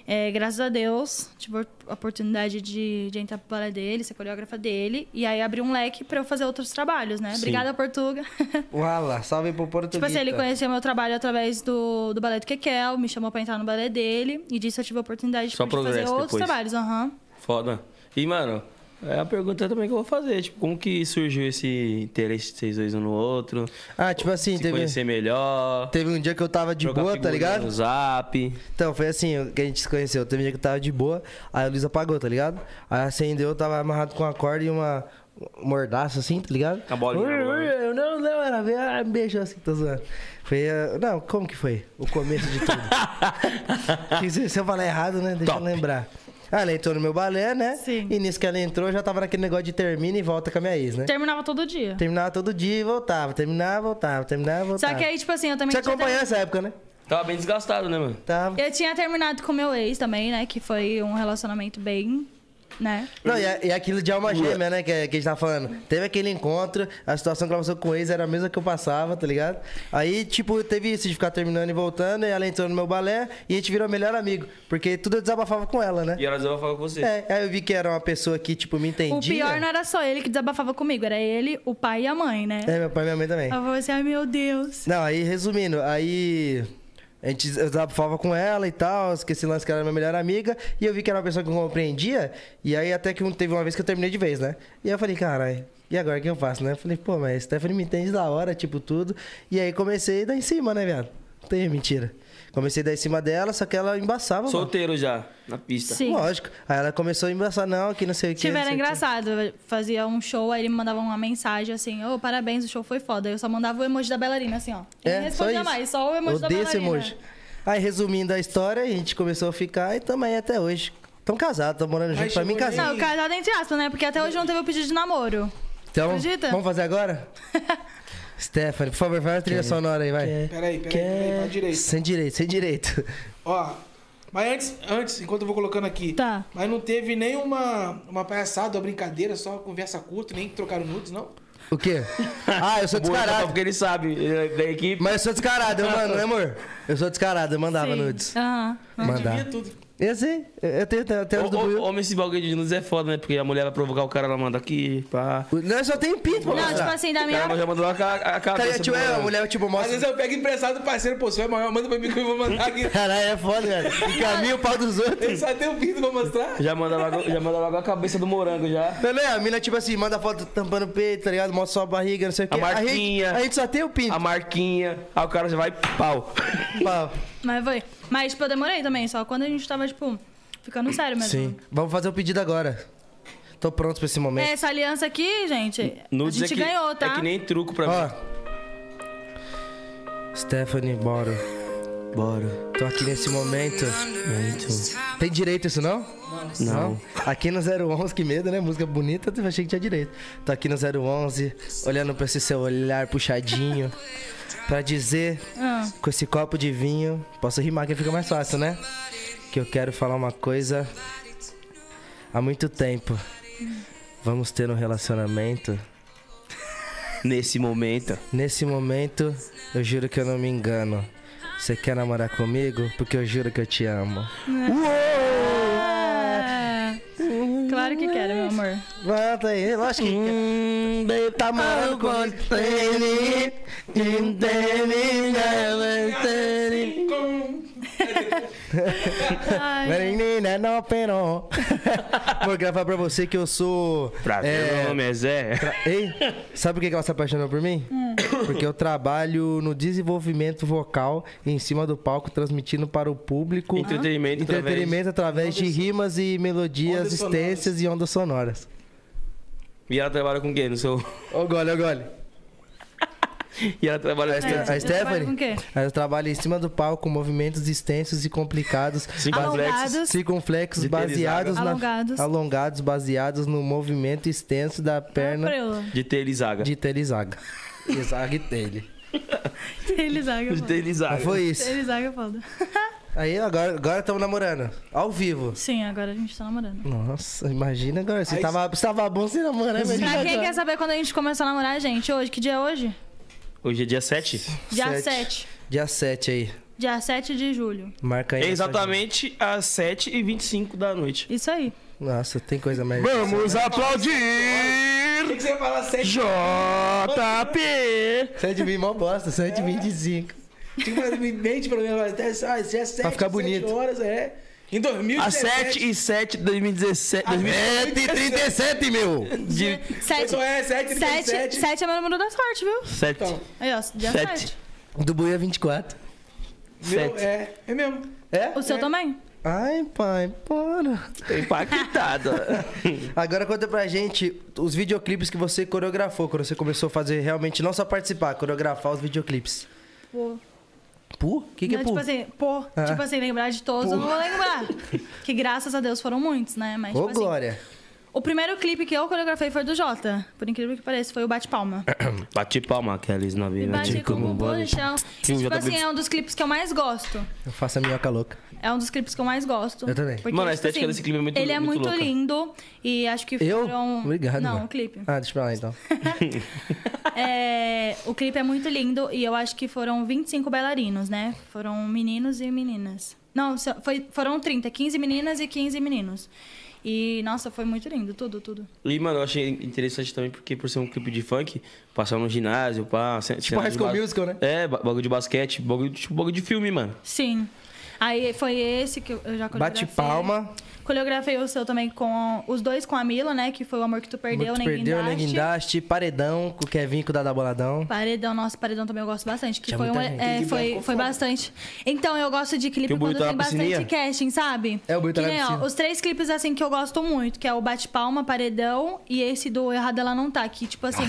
B: É, graças a Deus, tive a oportunidade de, de entrar pro balé dele, ser coreógrafa dele. E aí abriu um leque pra eu fazer outros trabalhos, né?
C: Sim.
B: Obrigada, Portuga.
A: Uala, salve pro Porto
B: Tipo assim, ele conheceu meu trabalho através do, do balé do Kekel, me chamou pra entrar no balé dele, e disso eu tive a oportunidade
C: Só
B: tipo, de fazer
C: progresso
B: outros
C: depois.
B: trabalhos. Aham.
C: Foda. E, mano, é a pergunta também que eu vou fazer. Tipo, como que surgiu esse interesse de vocês dois um no outro?
A: Ah, tipo assim,
C: se
A: teve-
C: conhecer melhor.
A: Teve um dia que eu tava de
C: jogar né?
A: boa, tá
C: figurinha
A: ligado?
C: No zap.
A: Então, foi assim o que a gente se conheceu. Teve um dia que eu tava de boa, aí a luz apagou, tá ligado? Aí acendeu, eu tava amarrado com uma corda e uma mordaça assim, tá ligado?
C: A bolinha, né? a bolinha.
A: Eu não, não, era ver, ah, me beijou assim, tô zoando. Foi, ah, não, como que foi? O começo de tudo. Que se, se eu falar errado, né, deixa
C: Top.
A: eu lembrar. Ah, ela entrou no meu balé, né?
B: Sim.
A: E nisso que ela entrou, eu já tava naquele negócio de termina e volta com a minha ex, né?
B: Terminava todo dia.
A: Terminava todo dia e voltava, terminava, voltava, terminava, voltava.
B: Só que aí, tipo assim, eu também.
A: Você
B: tinha
A: acompanhou essa época, né?
C: Tava bem desgastado, né, mano?
A: Tava.
B: Eu tinha terminado com meu ex também, né? Que foi um relacionamento bem, né?
A: Não, e, a- e aquilo de alma gêmea, né? Que, que a gente tava falando. Teve aquele encontro, a situação que ela passou com o ex era a mesma que eu passava, tá ligado? Aí, tipo, teve isso de ficar terminando e voltando, e ela entrou no meu balé e a gente virou melhor amigo. Porque tudo eu desabafava com ela, né?
C: E ela desabafava com você.
A: É, aí eu vi que era uma pessoa que, tipo, me entendia.
B: O pior não é- era só ele que desabafava comigo, era ele, o pai e a mãe, né?
A: É, meu pai e minha mãe também.
B: Eu falei assim, ai meu Deus.
A: Não, aí resumindo, aí a gente eu desabafava com ela e tal, esqueci o lance que ela era minha melhor amiga, e eu vi que era uma pessoa que eu compreendia, e aí até que um- teve uma vez que eu terminei de vez, né? E aí eu falei, caralho, E agora o que eu faço, né? Falei, pô, mas Stephanie me entende da hora, tipo, tudo. E aí comecei a dar em cima, né, viado? Não Tem mentira. Comecei a dar em cima dela, só que ela embaçava, mano.
C: Solteiro já, na pista.
B: Sim.
A: Lógico. Aí ela começou a embaçar, não, que não sei o que.
B: Tiveram
A: engraçado.
B: engraçado, fazia um show, aí ele me mandava uma mensagem assim, ô, parabéns, o show foi foda. Eu só mandava o emoji da bailarina, assim, ó. E não
A: É, só
B: respondia
A: isso.
B: mais, só o emoji da
A: Odeio
B: bailarina.
A: esse emoji. Aí, resumindo a história, a gente começou a ficar e tamo aí até hoje. Tão casados, tão morando junto. Pra mim,
D: chegou
A: casar.
B: Não, casado entre aspas, né? Porque até hoje não teve o pedido de namoro.
A: Então,
B: acredita?
A: vamos fazer agora? Stephanie, por favor, faz a trilha sonora aí, vai.
D: Peraí, peraí, peraí, pra direita.
A: Sem direito, sem direito.
D: Ó, mas antes, antes, enquanto eu vou colocando aqui.
B: Tá.
D: Mas não teve nenhuma uma palhaçada, uma brincadeira, só conversa curta, nem trocaram nudes, não?
A: O quê? Ah, eu sou
C: Boa,
D: tá
C: só
A: descarado.
C: Porque ele sabe, ele é da equipe.
A: Mas eu sou descarado, eu mando, né, amor? Eu sou descarado, eu mandava
B: Sim.
A: nudes.
B: Aham.
D: Eu
A: Mandar.
D: devia tudo.
A: Eu sei, eu tenho eu tenho
C: Ô,
A: nudes do
C: ô,
A: Buiu.
C: Homem, esse bagulho de nudes é foda, né? Porque a mulher vai provocar o cara, ela manda aqui, pá.
A: Não, eu só tenho pinto pra
B: Não, tipo
A: mostrar.
B: assim, da
C: O cara já
B: minha.
C: mandou lá a, a
A: Tá
C: cabeça.
A: ligado? Tipo, é, a mulher, tipo,
D: Às vezes
A: mostra...
D: eu pego emprestado do parceiro, pô, você é maior, manda pra mim que eu vou mandar aqui.
A: Caralho, é foda, velho. Encaminha o pau dos outros.
D: Ele só tem um pinto pra mostrar.
C: Já manda, logo, já manda logo a cabeça do morango já.
A: Não, né? A mina, tipo assim, manda foto tampando o peito, tá ligado? Mostra só a barriga, não sei o quê.
C: A marquinha.
A: gente, a gente só tem o pinto.
C: A marquinha. Aí o cara já vai, pau.
A: Pau.
B: Mas foi. Mas, tipo, eu demorei também, só quando a gente tava, tipo, ficando sério mesmo.
A: Sim. Vamos fazer o pedido agora. Tô pronto pra esse
B: É,
A: momento.
B: essa aliança aqui, gente,
C: Nudes
B: a gente
C: é que,
B: ganhou, tá?
C: É que nem truco pra mim.
A: Ó. Stephanie, bora.
C: Bora.
A: Tô aqui nesse momento. Tem direito isso, não? Não. Aqui no 011, que medo, né? Música bonita, eu achei que tinha direito. Tô aqui no 011, olhando pra esse seu olhar puxadinho. pra dizer,
B: Ah.
A: com esse copo de vinho, posso rimar que fica mais fácil, né? Que eu quero falar uma coisa há muito tempo. Vamos ter um relacionamento.
C: Nesse momento.
A: Nesse momento, eu juro que eu não me engano. Você quer namorar comigo? Porque eu juro que eu te amo.
B: É. Claro que quero, meu amor.
A: Volta aí, lógico que. tá morando com ele,
B: Ai,
A: Menina, não, pero. Vou gravar pra você que eu sou.
C: Pra ver
A: é,
C: o nome é Zé.
A: tra- Ei, sabe por que que ela se apaixonou por mim?
B: Hum.
A: Porque eu trabalho no desenvolvimento vocal em cima do palco, transmitindo para o público
C: Entretenimento através-
A: entretenimento através de rimas e melodias,
D: ondas
A: existências e ondas sonoras.
C: E ela trabalha com quem? No seu...
A: Ô, gole, ô, gole.
C: E ela trabalha com
B: É.
C: quem?
A: A
B: Eu
A: Stephanie?
B: trabalho com o quê?
A: Ela trabalha em cima do palco com movimentos extensos e complicados.
C: Alongados.
B: alongados.
A: Circunflexos
C: De
A: baseados na-
B: Alongados.
A: alongados, baseados no movimento extenso da perna
B: Prelo.
C: De Telizaga.
A: de Telizaga. Zaga e Tele.
B: Telizaga é
C: De
B: foda.
A: Mas
C: Telizaga.
A: Ah, foi isso.
B: Telizaga é foda.
A: Aí agora agora estamos namorando. Ao vivo.
B: Sim, agora a gente tá namorando.
A: Nossa, imagina agora. Você
D: Aí-
A: tava, você tava bom, você namorar, imagina
B: Pra quem
A: agora.
B: quer saber quando a gente começou a namorar, gente, hoje, que dia é hoje?
C: Hoje é dia 7?
B: Dia
A: Sete.
B: 7.
A: Dia 7 aí.
B: Dia 7 de julho.
A: Marca aí.
C: É
A: na sua
C: exatamente às 7h25 da noite.
B: Isso aí.
A: agenda. Nossa, tem coisa mais.
C: Vamos aplaudir!
D: O que que você ia falar sete?
C: JP!
A: 7h20, mó bosta. 7h25.
D: Tinha que fazer um mente pra mim, mas até, ah, isso é sete,
A: Pra ficar
D: sete
A: bonito.
D: horas, é. Em
C: A
D: 2017.
C: 7 e 7 de 2017.
A: 7h37, meu!
B: 7.
D: Isso é 7,
B: 7,
D: 37.
B: é meu número da sorte, viu?
C: 7.
D: Então,
B: Aí, ó, dia
C: Sete.
B: 7.
A: Do é Buia 24.
D: meu,
C: Sete.
D: é, é mesmo.
A: É?
B: O seu também?
A: Ai, pai, para.
C: Tô impactado.
A: Agora conta pra gente os videoclipes que você coreografou, quando você começou a fazer realmente, não só participar, coreografar os videoclipes.
B: Pô.
A: Pu? O que, que
B: Não,
A: é pu?
B: tipo assim, pô,
A: Ah.
B: tipo assim, lembrar de todos, eu não vou lembrar. que graças a Deus foram muitos, né? Mas,
A: Ô,
B: tipo assim,
A: Glória.
B: o primeiro clipe que eu coreografei foi do Jota. Por incrível que pareça, foi o Bate Palma.
C: Bate palma, Kelly, na
B: E
C: vida.
B: bate como um bolo no chão.
C: Sim,
B: E, tipo
C: Jota
B: assim,
C: Blitz.
B: é um dos clipes que eu mais gosto.
A: Eu faço a minhoca louca.
B: É um dos clipes que eu mais gosto.
A: Eu também.
C: Mano, a estética desse clipe é muito-
B: Ele é
C: muito
B: muito
C: louca.
B: lindo. E acho que
A: Eu?
B: foram.
A: Obrigado,
B: Não,
A: mano.
B: o clipe.
A: Ah, deixa pra lá então.
B: É, o clipe é muito lindo e eu acho que foram 25 bailarinos, né? Foram meninos e meninas. Não, so- foi, foram 30, 15 meninas e 15 meninos. E, nossa, foi muito lindo, tudo, tudo.
C: E, mano, eu achei interessante também, porque por ser um clipe de funk, passar no ginásio, pá... Tipo
A: High School Musical, né?
C: É, ba- bagulho de basquete, bagulho, tipo bagulho de filme, mano.
B: Sim. Aí foi esse que eu eu já coreografei.
A: Bate palma.
B: Coreografei o seu também com os dois com a Mila, né? Que foi o Amor que tu perdeu,
A: Muito
B: Amor
A: perdeu, Neguindaste, Paredão, com o Kevin, com o Dada Boladão.
B: Paredão, nossa, paredão também eu gosto bastante. Que
A: Tinha
B: foi, um,
A: muita gente.
B: é,
D: Esse
B: foi,
D: ficou
B: foi
D: foda.
B: bastante. Então, eu gosto de clipe
C: Tem o
B: quando
C: Bonito na
B: tem bastante
C: Piscininha?
B: casting, sabe?
A: tá É, o Bonito
B: que,
A: na
B: nem, ó,
A: Piscina.
B: Os três clipes, assim, que eu gosto muito, que é o Bate Palma, Paredão e esse do Errado Ela Não Tá, que, tipo assim,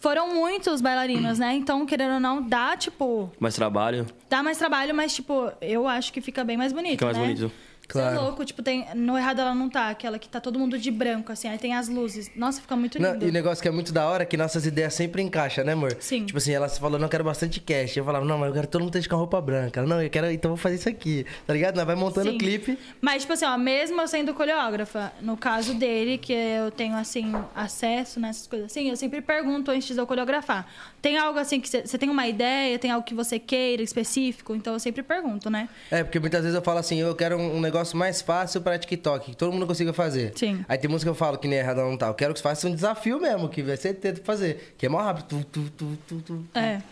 B: foram muitos bailarinos, né? Então, querendo ou não, dá, tipo,
C: Mais trabalho.
B: dá mais trabalho, mas, tipo, eu acho que fica bem mais bonito,
C: Fica mais
B: né?
C: bonito.
A: Claro.
B: Você é louco, tipo, tem. No errado ela não tá, aquela que tá todo mundo de branco, assim, aí tem as luzes. Nossa, fica muito
A: Não,
B: lindo.
A: e o negócio que é muito da hora é que nossas ideias sempre encaixam, né, amor?
B: Sim.
A: Tipo assim, ela falou, não, eu quero bastante cash. Eu falava, não, mas eu quero que todo mundo esteja com a roupa branca. Ela, não, eu quero, então eu vou fazer isso aqui. Tá ligado? Nós vai montando o
B: Sim.
A: clipe.
B: Mas, tipo assim, ó, mesmo eu sendo coreógrafa, no caso dele, que eu tenho, assim, acesso nessas coisas assim, eu sempre pergunto antes de eu coreografar. Tem algo assim que você tem uma ideia, tem algo que você queira específico? Então eu sempre pergunto, né?
A: É, porque muitas vezes eu falo assim, eu quero um um negócio mais fácil pra TikTok, que todo mundo consiga fazer.
B: Sim.
A: Aí tem música que eu falo que nem errada não tá. Eu quero que faça um desafio mesmo, que vai ser tenta fazer. Que é mó rápido. Tu, tu, tu, tu, tu.
B: É.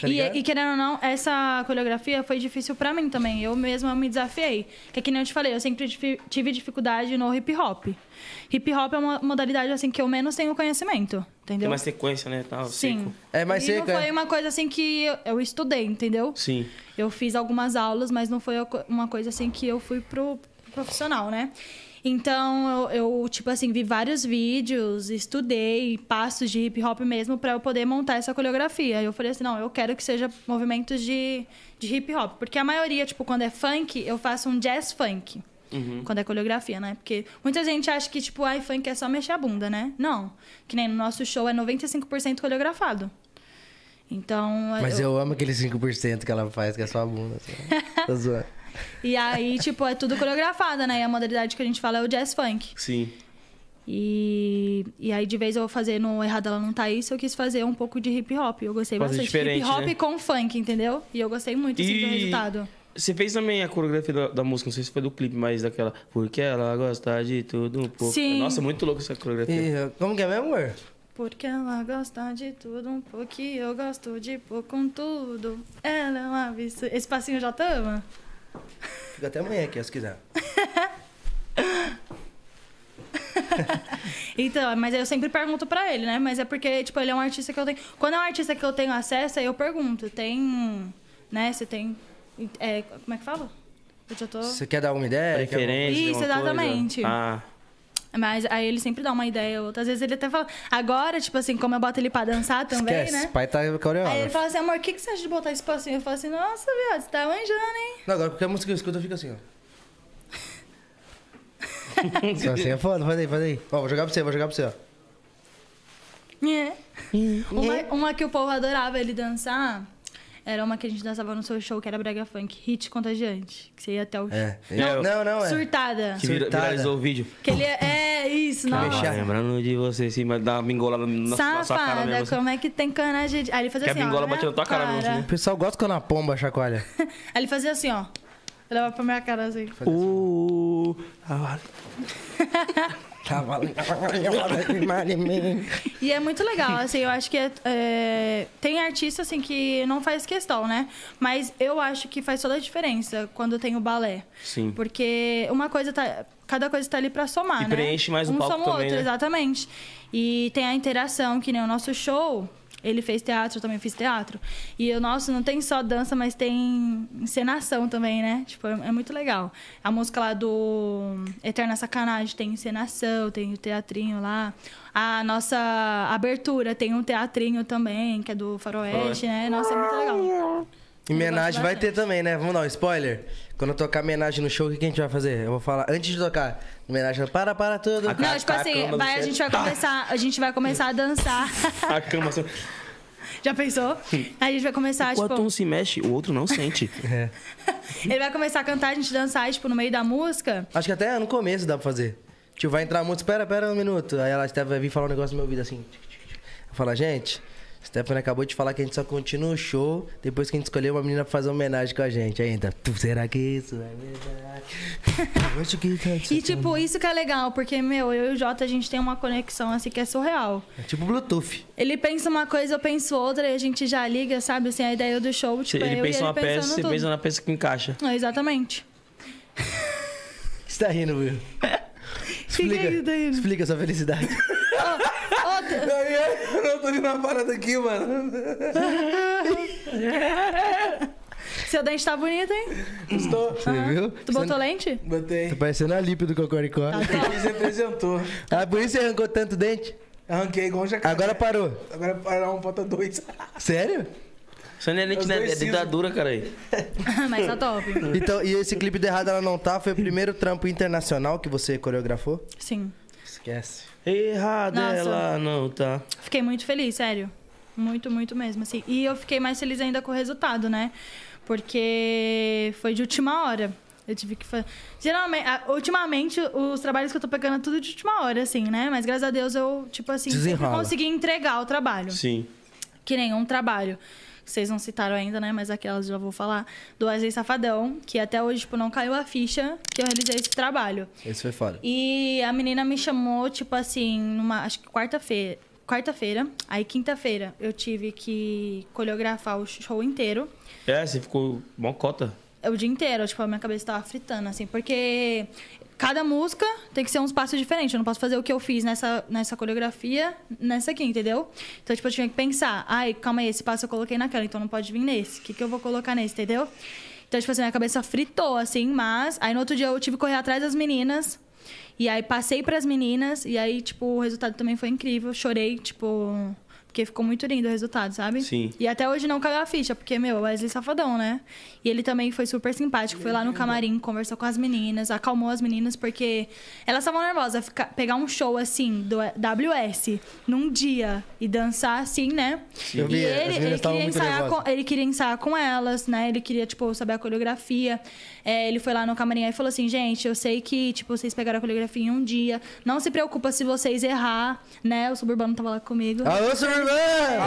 A: Tá
B: e,
A: ligado?
B: e querendo ou não, essa coreografia foi difícil pra mim também. Eu mesma me desafiei. Que é que nem eu te falei, eu sempre difi- tive dificuldade no hip hop. Hip hop é uma modalidade assim que eu menos tenho conhecimento,
E: Tem
B: entendeu?
E: mais sequência, né? Tal,
B: um Sim.
C: assim.
E: seco.
A: É mais
B: e
A: seca,
B: não
A: é?
B: foi uma coisa assim que eu, eu estudei, entendeu?
C: Sim.
B: Eu fiz algumas aulas, mas não foi uma coisa assim que eu fui pro profissional, né? Então, eu, eu, tipo assim, vi vários vídeos, estudei passos de hip hop mesmo pra eu poder montar essa coreografia. Eu falei assim, não, eu quero que seja movimentos de, de hip hop. Porque a maioria, tipo, quando é funk, eu faço um jazz funk.
A: Uhum.
B: Quando é coreografia, né? Porque muita gente acha que, tipo, ai, funk é só mexer a bunda, né? Não. Que nem no nosso show é 95% coreografado. Então.
A: Mas eu amo aquele 5% que ela faz, que é só a bunda. assim. Tô zoando.
B: E aí, tipo, é tudo coreografada, né? E a modalidade que a gente fala é o jazz funk.
C: Sim.
B: E, e aí, de vez eu vou fazer no Errado Ela Não Tá Isso, eu quis fazer um pouco de hip hop. Eu gostei
E: Fazer
B: bastante.
E: diferente,
B: Hip hop
E: né?
B: com funk, entendeu? E eu gostei muito assim, do
C: E-
B: resultado.
E: Você fez também a coreografia da, da música, não sei se foi do clipe, mas daquela. Porque ela gosta de tudo um pouco.
B: Sim.
E: Nossa, é muito louco essa coreografia.
A: E, como que é mesmo, amor?
B: Porque ela gosta de tudo um pouco e eu gosto de pouco com tudo. Ela é uma vista. Esse passinho já tama?
A: Fica até amanhã aqui, se quiser.
B: Então, mas eu sempre pergunto pra ele, né? Mas é porque, tipo, ele é um artista que eu tenho. Quando é um artista que eu tenho acesso, aí eu pergunto. Tem. Né? Você tem. é, como é que fala? Eu já tô.
A: Você quer dar alguma ideia? Quer alguma-
E: Preferência.
B: Isso,
E: alguma coisa?
B: exatamente.
E: Ah,
B: Mas aí ele sempre dá uma ideia. Outras vezes ele até fala. Agora, tipo assim, como eu boto ele pra dançar também,
A: Esquece,
B: né?
A: pai tá
B: Aí ele
A: coreógrafo.
B: fala assim, amor, o que, que você acha de botar esse passinho? Eu falo assim, nossa, viado, você tá manjando, hein?
A: Não, agora qualquer música que eu escuto, eu fico assim, ó. Só assim é foda, faz aí, faz aí. Ó, vou jogar pra você, vou jogar pra você, ó.
B: É. Uma, uma que o povo adorava ele dançar era uma que a gente dançava no seu show, que era Brega Funk, hit contagiante. Que você ia até o
A: É.
C: Não,
A: Não, não, é.
B: Surtada.
C: Que vira-
A: Surtada.
C: viralizou o vídeo.
B: Que ele é, é isso,
C: Tava
B: não.
A: Mexer.
C: lembrando de você, sim, mas dá uma mingolada na, na sua cara
B: Safada,
C: mesmo. assim.
B: como é que tem coragem de. Aí ele fazia
C: Que a
B: assim,
C: bingola
B: ó. na
C: bate na tua cara mesmo, né? assim, né?
A: O pessoal gosta quando a pomba chacoalha.
B: Aí ele fazia assim, ó. Olhava pra minha cara assim.
C: Uh, ah,
A: Tá
B: E é muito legal, assim, eu acho que é, é, tem artista, assim, que não faz questão, né? Mas eu acho que faz toda a diferença quando tem o balé.
C: Sim.
B: Porque uma coisa tá... Cada coisa tá ali pra somar,
C: E
B: né?
C: preenche mais o
B: um
C: palco
B: soma o
C: também,
B: outro,
C: né?
B: exatamente. E tem a interação, que nem o nosso show... Ele fez teatro, eu também fiz teatro. E o nosso não tem só dança, mas tem encenação também, né? Tipo, é, é muito legal. A música lá do Eterna Sacanagem tem encenação, tem o teatrinho lá. A nossa abertura tem um teatrinho também, que é do Faroeste, né? Nossa, é muito legal.
A: E homenagem vai ter
B: bastante.
A: também, né? Vamos dar um spoiler. Quando eu tocar homenagem no show, o que que a gente vai fazer? Eu vou falar, antes de tocar, homenagem, para, para tudo.
B: Não, tipo assim, vai, a gente vai começar, a gente vai começar a dançar.
E: a cama. assim,
B: Já pensou? Aí a gente vai começar, tipo.
C: Enquanto um se mexe, o outro não sente.
E: um
B: Ele vai começar a cantar, a gente dançar, tipo, no meio da música.
A: Acho que até no começo dá pra fazer. Tipo, vai entrar muito, espera, espera um minuto. Aí ela até vai vir falar um negócio no meu ouvido assim. Fala, gente, Stephanie acabou de falar que a gente só continua o show depois que a gente escolheu uma menina pra fazer homenagem com a gente ainda. Tu, será que isso é verdade? Eu acho que isso é-
B: E, tipo,
E: um
B: isso que é legal, porque, meu, eu e o Jota, a gente tem uma conexão, assim, que é surreal.
A: É tipo Bluetooth.
B: Ele pensa uma coisa, eu penso outra, e a gente já liga, sabe? Assim, a ideia do show, tipo, é
E: ele
B: eu
E: pensa
B: e ele
E: uma peça,
B: pensando
E: você
B: tudo.
E: pensa na peça que encaixa.
B: É, exatamente.
A: Você tá rindo, Will? Explica,
B: isso daí?
A: explica sua felicidade.
B: Ah, Outra-
D: Eu não tô indo na parada aqui, mano.
B: Seu dente tá bonito, hein?
D: Estou.
A: Você viu?
B: Tu botou lente?
D: Botei.
A: Tá parecendo a Lipe do Cocoricó.
B: Tá,
D: Ele se apresentou.
A: Ah, por isso você arrancou tanto dente?
D: Arranquei igual um jacaré.
A: Agora parou.
D: Agora parar um falta dois.
A: Sério?
E: Isso não é
D: Os
E: lente, né?
D: dois
E: É
D: sisos.
E: dedadura, caralho.
B: Mas tá top.
A: Então, e esse clipe do Errado Ela Não Tá foi o primeiro trampo internacional que você coreografou?
B: Sim.
A: Esquece.
E: Errada
B: Nossa.
E: ela não tá.
B: Fiquei muito feliz, sério. Muito, muito mesmo, assim. E eu fiquei mais feliz ainda com o resultado, né? Porque foi de última hora. Eu tive que fazer. Geralmente, a- ultimamente, os trabalhos que eu tô pegando é tudo de última hora, assim, né? Mas graças a Deus eu, tipo assim, sempre
A: Desenrola.
B: consegui entregar o trabalho.
E: Sim.
B: que nenhum trabalho. Vocês não citaram ainda, né? Mas aquelas já vou falar. Do Wesley Safadão, que até hoje, tipo, não caiu a ficha que eu realizei esse trabalho.
A: Esse foi foda.
B: E a menina me chamou, tipo assim, numa. Acho que quarta-feira. Quarta-feira. Aí quinta-feira eu tive que coreografar o show inteiro.
E: É, você ficou mó cota.
B: O dia inteiro, tipo, a minha cabeça tava fritando, assim, porque cada música tem que ser uns passos diferentes. Eu não posso fazer o que eu fiz nessa, nessa coreografia, nessa aqui, entendeu? Então, tipo, eu tinha que pensar, ai, calma aí, esse passo eu coloquei naquela, então não pode vir nesse. O que, que eu vou colocar nesse, entendeu? Então, tipo assim, minha cabeça fritou, assim, mas. Aí no outro dia eu tive que correr atrás das meninas. E aí passei pras meninas, e aí, tipo, o resultado também foi incrível. Chorei, tipo. Porque ficou muito lindo o resultado, sabe?
E: Sim.
B: E até hoje não caiu a ficha, porque, meu, Wesley Safadão, né? E ele também foi super simpático, foi lá no camarim, conversou com as meninas, acalmou as meninas, porque elas estavam nervosas. Ficar, pegar um show assim, do WS, num dia, e dançar assim, né?
A: Eu vi,
B: e
A: as
B: ele,
A: meninas
B: ele,
A: estavam
B: queria
A: muito
B: ensaiar
A: nervosas.
B: com, ele queria ensaiar com elas, né? Ele queria, tipo, saber a coreografia. É, ele foi lá no camarim e falou assim, gente, eu sei que, tipo, vocês pegaram a coreografia em um dia. Não se preocupa se vocês errar, né? O Suburbano tava lá comigo.
A: Alô,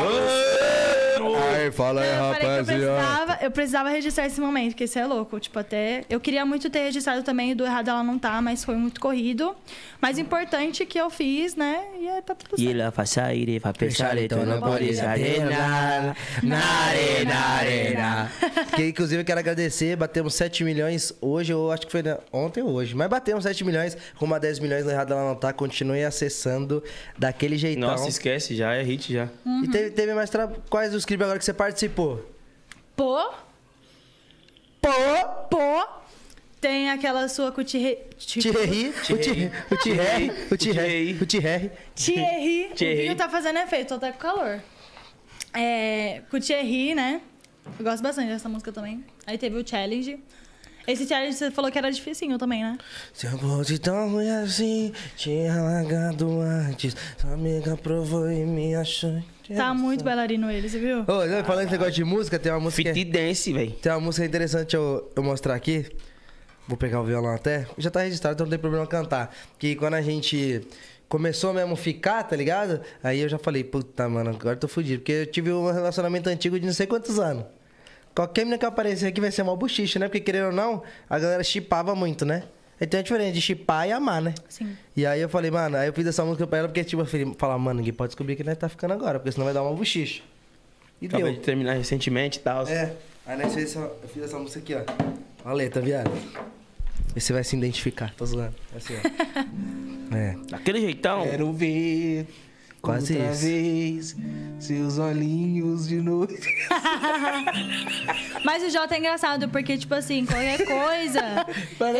A: Superman! Ai, fala aí,
B: Não, eu falei que eu
A: rapaziada.
B: precisava, eu precisava registrar esse momento, porque isso é louco. Tipo, até. Eu queria muito ter registrado também, do errado ela não tá, mas foi muito corrido. Mas importante que eu fiz, né? E é, tá tudo certo.
E: ele vai sair, ele vai
A: Fechar então
E: né,
A: na polícia nada, na arena, arena. Que inclusive eu quero agradecer, batemos 7 milhões hoje, eu acho que foi na- ontem ou hoje, mas batemos 7 milhões, rumo a 10 milhões no errado ela não tá, continue acessando daquele jeitão.
E: Nossa, esquece, já é hit já.
A: E teve, teve mais tra... quais os clipes agora que você participou?
B: Pô,
A: Pô,
B: pô. Tem aquela sua com o Thierry.
A: Tireri, o Ti- o Tireri, o Tireri, o Tireri.
B: Thierry.
E: Thierry.
B: O vinho tá fazendo efeito, tô até com calor. É, com o Thierry, né? Eu gosto bastante dessa música também. Aí teve o challenge. Esse challenge você falou que era dificinho também, né?
A: Se eu fosse tão ruim assim, tinha largado antes. Sua amiga provou e me achou.
B: Tá muito bailarino ele, você viu?
A: Ô, não, falando esse negócio de música, tem uma música.
C: É.
E: Fit dance, velho.
A: Tem uma música interessante eu, eu mostrar aqui. Vou pegar o violão até. Já tá registrado, então não tem problema cantar. Que quando a gente começou mesmo a ficar, tá ligado? Aí eu já falei, puta, mano, agora eu tô fudido. Porque eu tive um relacionamento antigo de não sei quantos anos. Qualquer menina que aparecer aqui vai ser mal bochicha, né? Porque querendo ou não, a galera chipava muito, né? Então é diferente de chipar e amar, né?
B: Sim.
A: E aí eu falei, mano, aí eu fiz essa música pra ela porque, tipo, eu falei, falar, mano, ninguém pode descobrir que nós tá ficando agora, porque senão vai dar uma bochicha. E
E: Acabei
A: deu.
E: de terminar recentemente e tal.
A: É, aí nós fez essa, eu fiz essa música aqui, ó. Olha a letra, viado. E você vai se identificar, tô zoando. É Assim, ó. É.
E: Daquele jeitão.
D: Quero ver.
A: Quase
D: outra
A: isso.
D: vez seus olhinhos de noite.
B: Mas o Jota é engraçado, porque, tipo assim, qualquer coisa,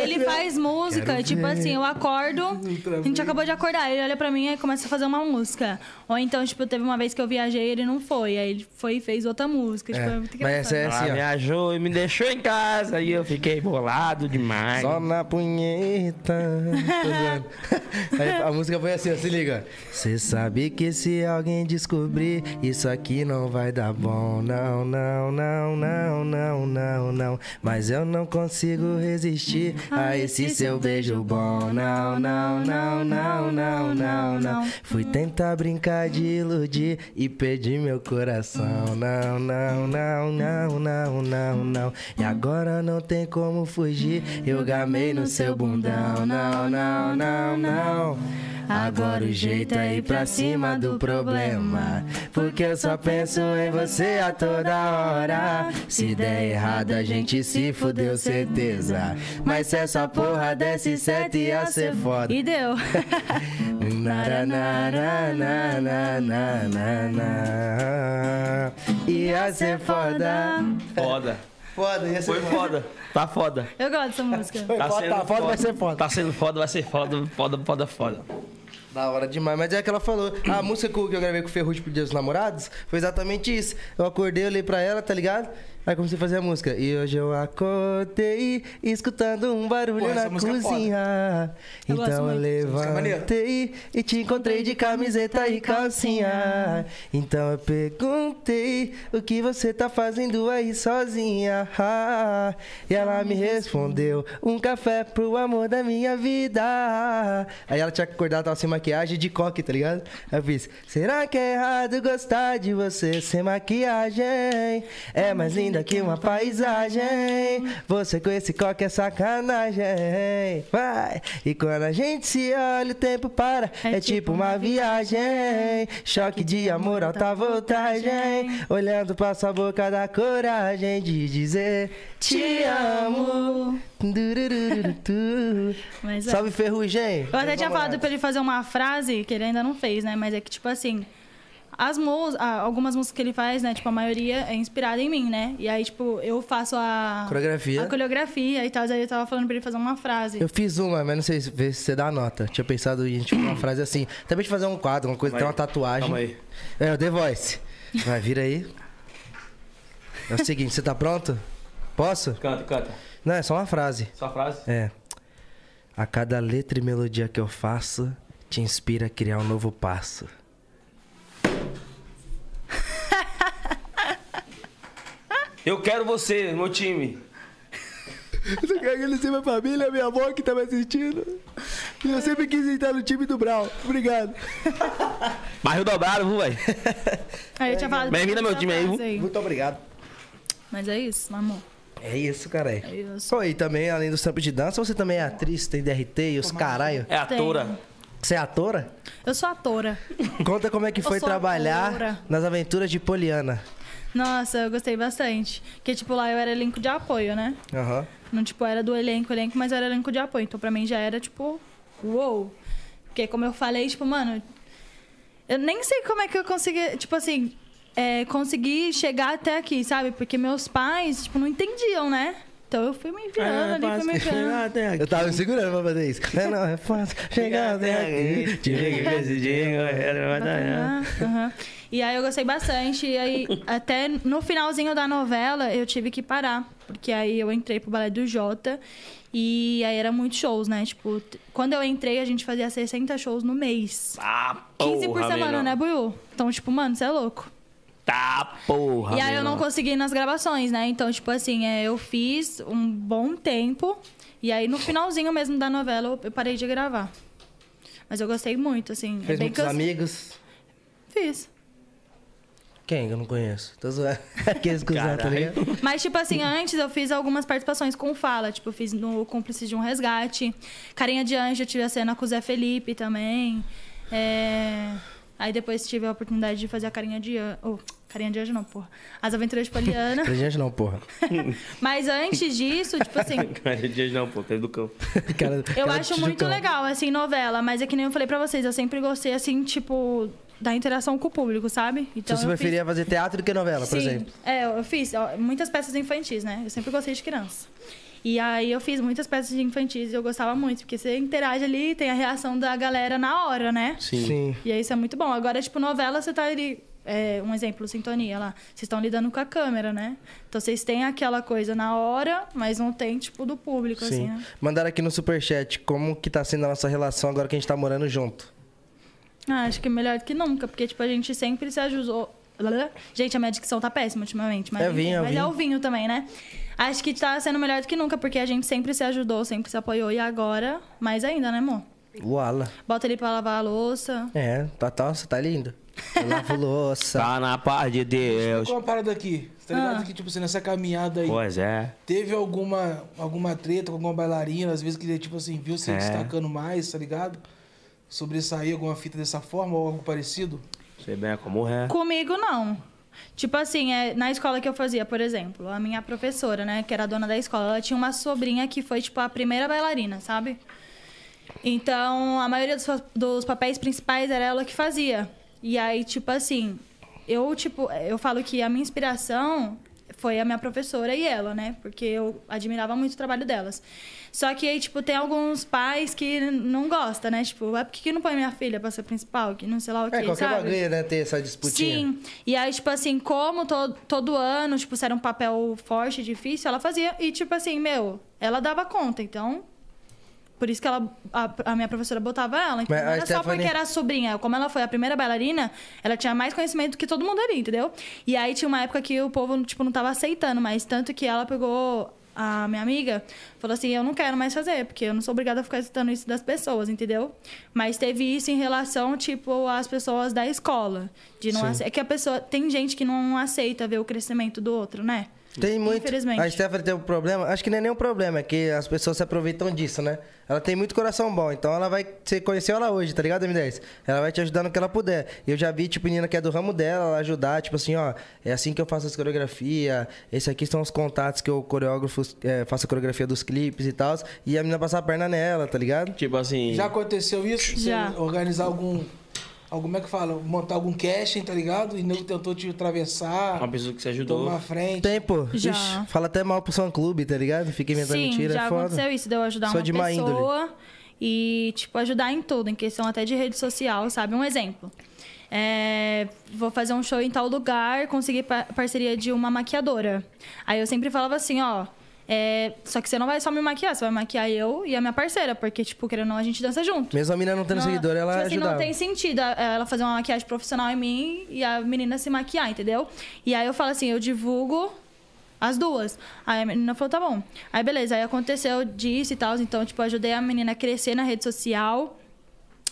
B: ele faz música,
A: Quero
B: tipo
A: ver.
B: assim, eu acordo,
D: Outra
B: a gente acabou de acordar, ele olha pra mim e começa a fazer uma música. Ou então, tipo, teve uma vez que eu viajei e ele não foi, aí ele foi e fez outra música, tipo, é,
A: É,
B: muito
A: Mas essa
B: engraçado.
A: é assim,
C: ah,
E: Ela me
A: ó.
E: ajou e me deixou em casa. E eu fiquei bolado
C: Ah,
E: demais.
A: Só na punheta. Tô zoando. Aí a música foi assim, ó, se liga. Você sabe que se alguém descobrir, isso aqui não vai dar bom. Não, não, não, não, não, não, não. Mas eu não consigo resistir a esse seu beijo bom. Não, não, não, não, não, não, não. Fui tentar brincar de iludir e perdi meu coração. Não, não, não, não, não, não, não. E agora não tem como fugir. Eu gamei no seu bundão. Não, não, não, não. Agora o jeito é ir pra cima do problema. Porque eu só penso em você a toda hora. Se der errado, a gente se fudeu, certeza. Mas se essa porra desse sete ia ser foda.
B: E deu.
A: Na, na, na, na, na, na, na, na. Ia ser foda.
C: Foda.
A: Foda, ia
C: Foi foda. Tá foda.
B: Eu gosto dessa música.
A: Foi
C: Tá
A: foda,
C: sendo
A: tá foda, vai ser foda.
C: Tá sendo foda, vai ser foda, foda, foda, foda.
A: Da hora demais, mas é que ela falou. A música que eu que eu gravei com o Ferrugem pro Dia dos Namorados foi exatamente isso. Eu acordei, olhei pra ela, tá ligado? Aí comecei a fazer a música. E hoje eu acordei escutando um barulho
D: Pô, essa
A: na
D: música é foda.
A: cozinha.
B: Eu gosto
A: então eu
B: muito. Essa
D: música é maneira.
A: levantei e te encontrei de camiseta e calcinha. Então eu perguntei o que você tá fazendo aí sozinha. E ela me respondeu: um café pro amor da minha vida. Aí ela tinha acordado, tava sem maquiagem de coque, tá ligado? Aí eu fiz: será que é errado gostar de você sem maquiagem? É mais linda que uma paisagem. Você com esse coque é sacanagem. Vai! E quando a gente se olha, o tempo para. É, tipo uma viagem. Choque de amor, alta voltagem. Olhando pra sua boca, dá coragem de dizer: Te amo. Durururutu.
B: Mas é.
A: Salve Ferrugem!
B: Eu até tinha falado pra ele fazer uma frase que ele ainda não fez, né? Mas é que, tipo assim, as mus ah, algumas músicas que ele faz, né? Tipo, a maioria é inspirada em mim, né? E aí, tipo, eu faço a.
A: Coreografia.
B: A coreografia e tal. Aí eu tava falando pra ele fazer uma frase.
A: Eu fiz uma, mas não sei se vê se você dá a nota. Tinha pensado em tipo, uma frase assim. Também de fazer um quadro, uma coisa, tem uma tatuagem.
C: Calma aí.
A: É, o The Voice. Vai, vira aí. É o seguinte, você tá pronto? Posso?
C: Canta, canta.
A: Não, é só uma frase.
C: Sua frase?
A: É. A cada letra e melodia que eu faço, te inspira a criar um novo passo.
C: Eu quero você no meu time.
A: Eu quero agradecer minha família, minha avó que tá me assistindo. E eu sempre quis entrar no time do Brau. Obrigado.
C: Barril dobrado, viu, velho?
B: Aí eu tinha falado. pra ele
C: Bem-vindo ao meu
B: fazer uma
C: time aí,
B: frase
A: Muito obrigado.
B: Mas é isso, amor.
A: É isso, cara.
B: É isso.
A: Pô, e também, além dos trampos de dança, você também é atriz, tem DRT e os caralho.
C: É atora.
A: Você é atora?
B: Eu sou atora.
A: Conta como é que
B: Eu
A: foi
B: sou
A: trabalhar
B: atora.
A: nas aventuras de Poliana.
B: Nossa, eu gostei bastante. Porque, tipo, lá eu era elenco de apoio, né?
A: Aham.
B: Não, tipo, era do elenco, elenco, mas era elenco de apoio. Então, pra mim, já era, tipo, uou. Porque, como eu falei, tipo, mano... Eu nem sei como é que eu consegui, tipo assim... é, consegui chegar até aqui, sabe? Porque meus pais, tipo, não entendiam, né? Então, eu fui me virando ali, fui me virando.
A: Eu tava me segurando pra fazer isso. É, não, é fácil. Chegar até aqui.
B: É Bacana, aham. E aí eu gostei bastante. E aí, até no finalzinho da novela, eu tive que parar. Porque aí eu entrei pro Balé do Jota. E aí era muitos shows, né? Tipo, t- quando eu entrei, a gente fazia 60 shows no mês.
C: Tá
B: 15 por
C: porra,
B: semana,
C: menor.
B: né, Buiu? Então, tipo, mano, você é louco.
C: Tá porra,
B: E aí eu não
C: menor.
B: consegui ir nas gravações, né? Então, tipo assim, é, eu fiz um bom tempo. E aí no finalzinho mesmo da novela eu- eu parei de gravar. Mas eu gostei muito, assim. é
A: Fez
B: bem
A: muitos
B: cansa-
A: amigos.
B: Fiz.
A: Quem? Eu não conheço. Tô zoando. Aqueles que usam, tá
C: Caralho.
A: ligado?
B: Mas, tipo assim, antes eu fiz algumas participações com Fala. Tipo, eu fiz no Cúmplice de um Resgate. Carinha de Anjo, eu tive a cena com o Zé Felipe também. É, Aí depois tive a oportunidade de fazer a Carinha de Anjo. Oh, carinha de Anjo não, porra. As Aventuras de Poliana.
A: Pra gente não, porra.
B: Mas antes disso, tipo assim.
C: Cara, dias não, pô, teve do campo.
A: Cara-
B: Eu
A: cara
B: acho
A: de
B: muito
A: Tijucão.
B: legal, assim, novela, mas é que nem eu falei pra vocês, eu sempre gostei, assim, tipo, da interação com o público, sabe? Então
A: Você
B: eu
A: preferia fazer teatro do que novela,
B: fiz...
A: por
B: Sim,
A: exemplo?
B: É, eu fiz ó, muitas peças infantis, né? Eu sempre gostei de criança. E aí eu fiz muitas peças de infantis e eu gostava muito, porque você interage ali, tem a reação da galera na hora, né?
C: Sim.
B: E aí isso é muito bom. Agora, tipo, novela, você tá ali. é, um exemplo, sintonia lá. Vocês estão lidando com a câmera, né? Então vocês têm aquela coisa na hora, mas não tem, tipo, do público, assim,
A: Sim.
B: né?
A: Mandaram aqui no superchat como que tá sendo a nossa relação agora que a gente tá morando junto.
B: Ah, acho que é melhor que nunca, porque, tipo, a gente sempre se ajusou. Gente, a minha dicção tá péssima ultimamente, mas,
A: É vinho,
B: enfim,
A: é
B: mas
A: vinho.
B: é o vinho também, né? Acho que tá sendo melhor do que nunca, porque a gente sempre se ajudou, sempre se apoiou e agora, mais ainda, né, amor?
A: Uala.
B: Bota ele pra lavar a louça.
A: É, tá, tá, você tá lindo. Eu lavo louça.
E: Tá na paz de Deus.
D: Qual uma parada aqui? Você Tá ligado que, tipo assim, nessa caminhada aí,
E: Pois é.
D: teve alguma, alguma treta com alguma bailarina, às vezes que, tipo assim, viu você
E: É.
D: destacando mais, tá ligado? Sobressair alguma fita dessa forma ou algo parecido?
E: Sei bem como é.
B: Comigo, não. Tipo assim, é, na escola que eu fazia, por exemplo, a minha professora, né, que era a dona da escola, ela tinha uma sobrinha que foi, tipo, a primeira bailarina, sabe? Então, a maioria dos, fa- dos papéis principais era ela que fazia. E aí, tipo assim, eu, tipo, eu falo que a minha inspiração foi a minha professora e ela, né? Porque eu admirava muito o trabalho delas. Só que aí, tipo, tem alguns pais que n- não gostam, né? Tipo, é por que que não põe minha filha pra ser principal? Que não sei lá o que,
A: É, qualquer
B: sabe?
A: bagulho, né? Ter essa disputinha.
B: Sim. E aí, tipo assim, como todo, todo ano, tipo, se era um papel forte, difícil, ela fazia. E, tipo assim, meu, ela dava conta, então. Por isso que ela, a, a minha professora botava ela. Então,
A: Mas
B: não
A: a
B: era só
A: Stephanie-
B: porque era sobrinha. Como ela foi a primeira bailarina, ela tinha mais conhecimento que todo mundo ali, entendeu? E aí tinha uma época que o povo, tipo, não tava aceitando, mas tanto que ela pegou a minha amiga, falou assim, eu não quero mais fazer, porque eu não sou obrigada a ficar aceitando isso das pessoas, entendeu? Mas teve isso em relação, tipo, às pessoas da escola. De não ace... É que a pessoa. Tem gente que não aceita ver o crescimento do outro, né?
A: Tem muito.
B: Infelizmente.
A: A Stephanie tem um problema. Acho que não é nenhum problema, é que as pessoas se aproveitam disso, né? Ela tem muito coração bom, então ela vai. Você conheceu ela hoje, tá ligado, M10? Ela vai te ajudar no que ela puder. E eu já vi, tipo, menina que é do ramo dela, ela ajudar, tipo assim, ó, é assim que eu faço as coreografias, esse aqui são os contatos que eu coreógrafo, é, faço a coreografia dos clipes e tal. E a menina passar a perna nela, tá ligado?
E: Tipo assim.
D: Já aconteceu isso? Você
B: Já.
D: organizar algum. algum- Como é que fala? Montar algum casting, tá ligado? E nego tentou te atravessar,
E: Uma pessoa que se ajudou.
D: tomar a frente.
A: Tempo.
B: Já.
A: Ixi, fala até mal pro fã clube, tá ligado? Fica inventando
B: Sim,
A: mentira,
B: já
A: é foda.
B: aconteceu isso, de eu ajudar
A: Sou
B: uma
A: de má índole.
B: pessoa e, tipo, ajudar em tudo, em questão até de rede social, sabe? Um exemplo. É, vou fazer um show em tal lugar, consegui pa- parceria de uma maquiadora. Aí eu sempre falava assim, ó. é, só que você não vai só me maquiar, você vai maquiar eu e a minha parceira, porque, tipo, querendo ou não, a gente dança junto.
A: Mesmo a menina não tendo
B: Não,
A: seguidor, ela
B: tipo assim,
A: ajudava.
B: não tem sentido a- ela fazer uma maquiagem profissional em mim e a menina se maquiar, entendeu? E aí eu falo assim, eu divulgo as duas. Aí a menina falou, tá bom. Aí beleza, aí aconteceu disso e tal, então, tipo, eu ajudei a menina a crescer na rede social.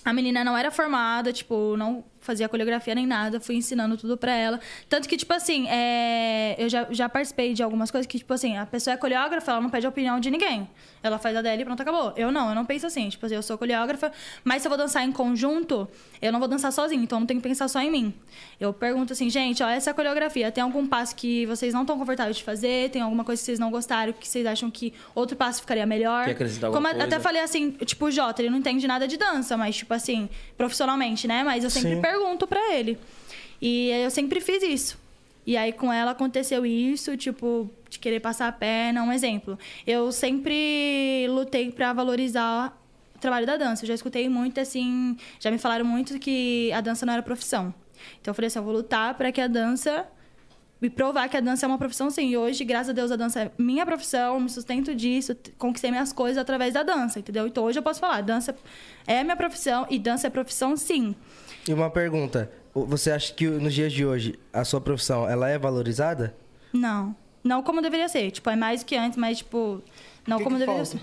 B: A menina não era formada, tipo, não fazia coreografia nem nada, fui ensinando tudo pra ela. Tanto que, tipo assim, é, eu já, já participei de algumas coisas que, tipo assim, a pessoa é coreógrafa, ela não pede a opinião de ninguém. Ela faz a dela e pronto, acabou. Eu não, eu não penso assim. Tipo assim, eu sou coreógrafa, mas se eu vou dançar em conjunto, eu não vou dançar sozinha, então eu não tenho que pensar só em mim. Eu pergunto assim, gente, ó, essa coreografia, tem algum passo que vocês não estão confortáveis de fazer? Tem alguma coisa que vocês não gostaram, que vocês acham que outro passo ficaria melhor?
E: Quer acrescentar alguma
B: Como a- até
E: coisa?
B: falei assim, tipo, o Jota, ele não entende nada de dança, mas, tipo assim, profissionalmente, né? Mas eu sempre
A: Sim.
B: pergunto pra ele. E eu sempre fiz isso. E aí com ela aconteceu isso, tipo, de querer passar a perna, um exemplo. Eu sempre lutei pra valorizar o trabalho da dança. Eu já escutei muito, assim, já me falaram muito que a dança não era profissão. Então eu falei assim, eu vou lutar pra que a dança me provar que a dança é uma profissão sim. E hoje, graças a Deus, a dança é minha profissão, me sustento disso, t- conquistei minhas coisas através da dança, entendeu? Então hoje eu posso falar, dança é minha profissão e dança é profissão sim.
A: E uma pergunta, o- você acha que nos dias de hoje a sua profissão ela é valorizada?
B: Não. Não como deveria ser. Tipo, é mais do que antes, mas, tipo, não
D: Que
B: como
D: que
B: deveria
D: falta?
B: ser.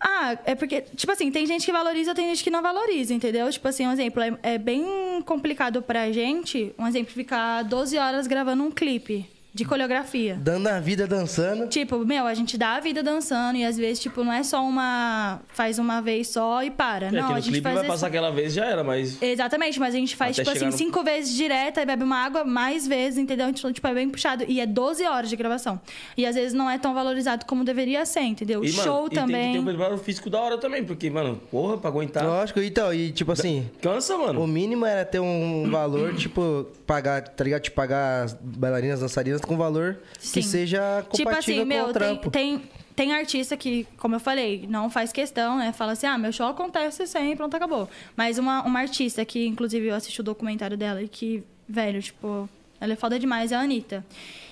B: Ah, é porque, tipo assim, tem gente que valoriza, tem gente que não valoriza, entendeu? Tipo assim, um exemplo, é, é bem complicado pra gente, um exemplo, ficar 12 horas gravando um clipe de coreografia.
A: Dando a vida dançando,
B: Tipo, meu, a gente dá a vida dançando e às vezes, tipo, não é só uma. faz uma vez só e para.
E: É,
B: não,
E: que
B: a
E: no
B: gente
E: clipe
B: faz.
E: vai
B: assim-
E: passar aquela vez já era, mas.
B: Exatamente, mas a gente faz,
E: Até
B: tipo assim,
E: chegar no-
B: cinco vezes direta e bebe uma água mais vezes, entendeu? Então, tipo, é bem puxado. E é 12 horas de gravação. E às vezes não é tão valorizado como deveria ser, entendeu?
E: E, mano,
B: Show
E: e Tem
B: também.
E: que ter um preparo físico da hora também, porque, mano, porra, pra aguentar.
A: lógico, então, e tipo assim,
E: Cansa, mano.
A: o mínimo era ter um valor, tipo, pagar, tá ligado? Te pagar as bailarinas, dançarinas com valor que
B: Sim.
A: seja
B: Tipo
A: compatível
B: assim,
A: com
B: meu,
A: o
B: tem,
A: trampo.
B: tem, tem artista que, como eu falei, não faz questão, né? Fala assim, ah, meu show acontece sem, pronto, acabou. Mas uma, uma artista que, inclusive, eu assisti o documentário dela e que, velho, tipo, ela é foda demais, é a Anitta.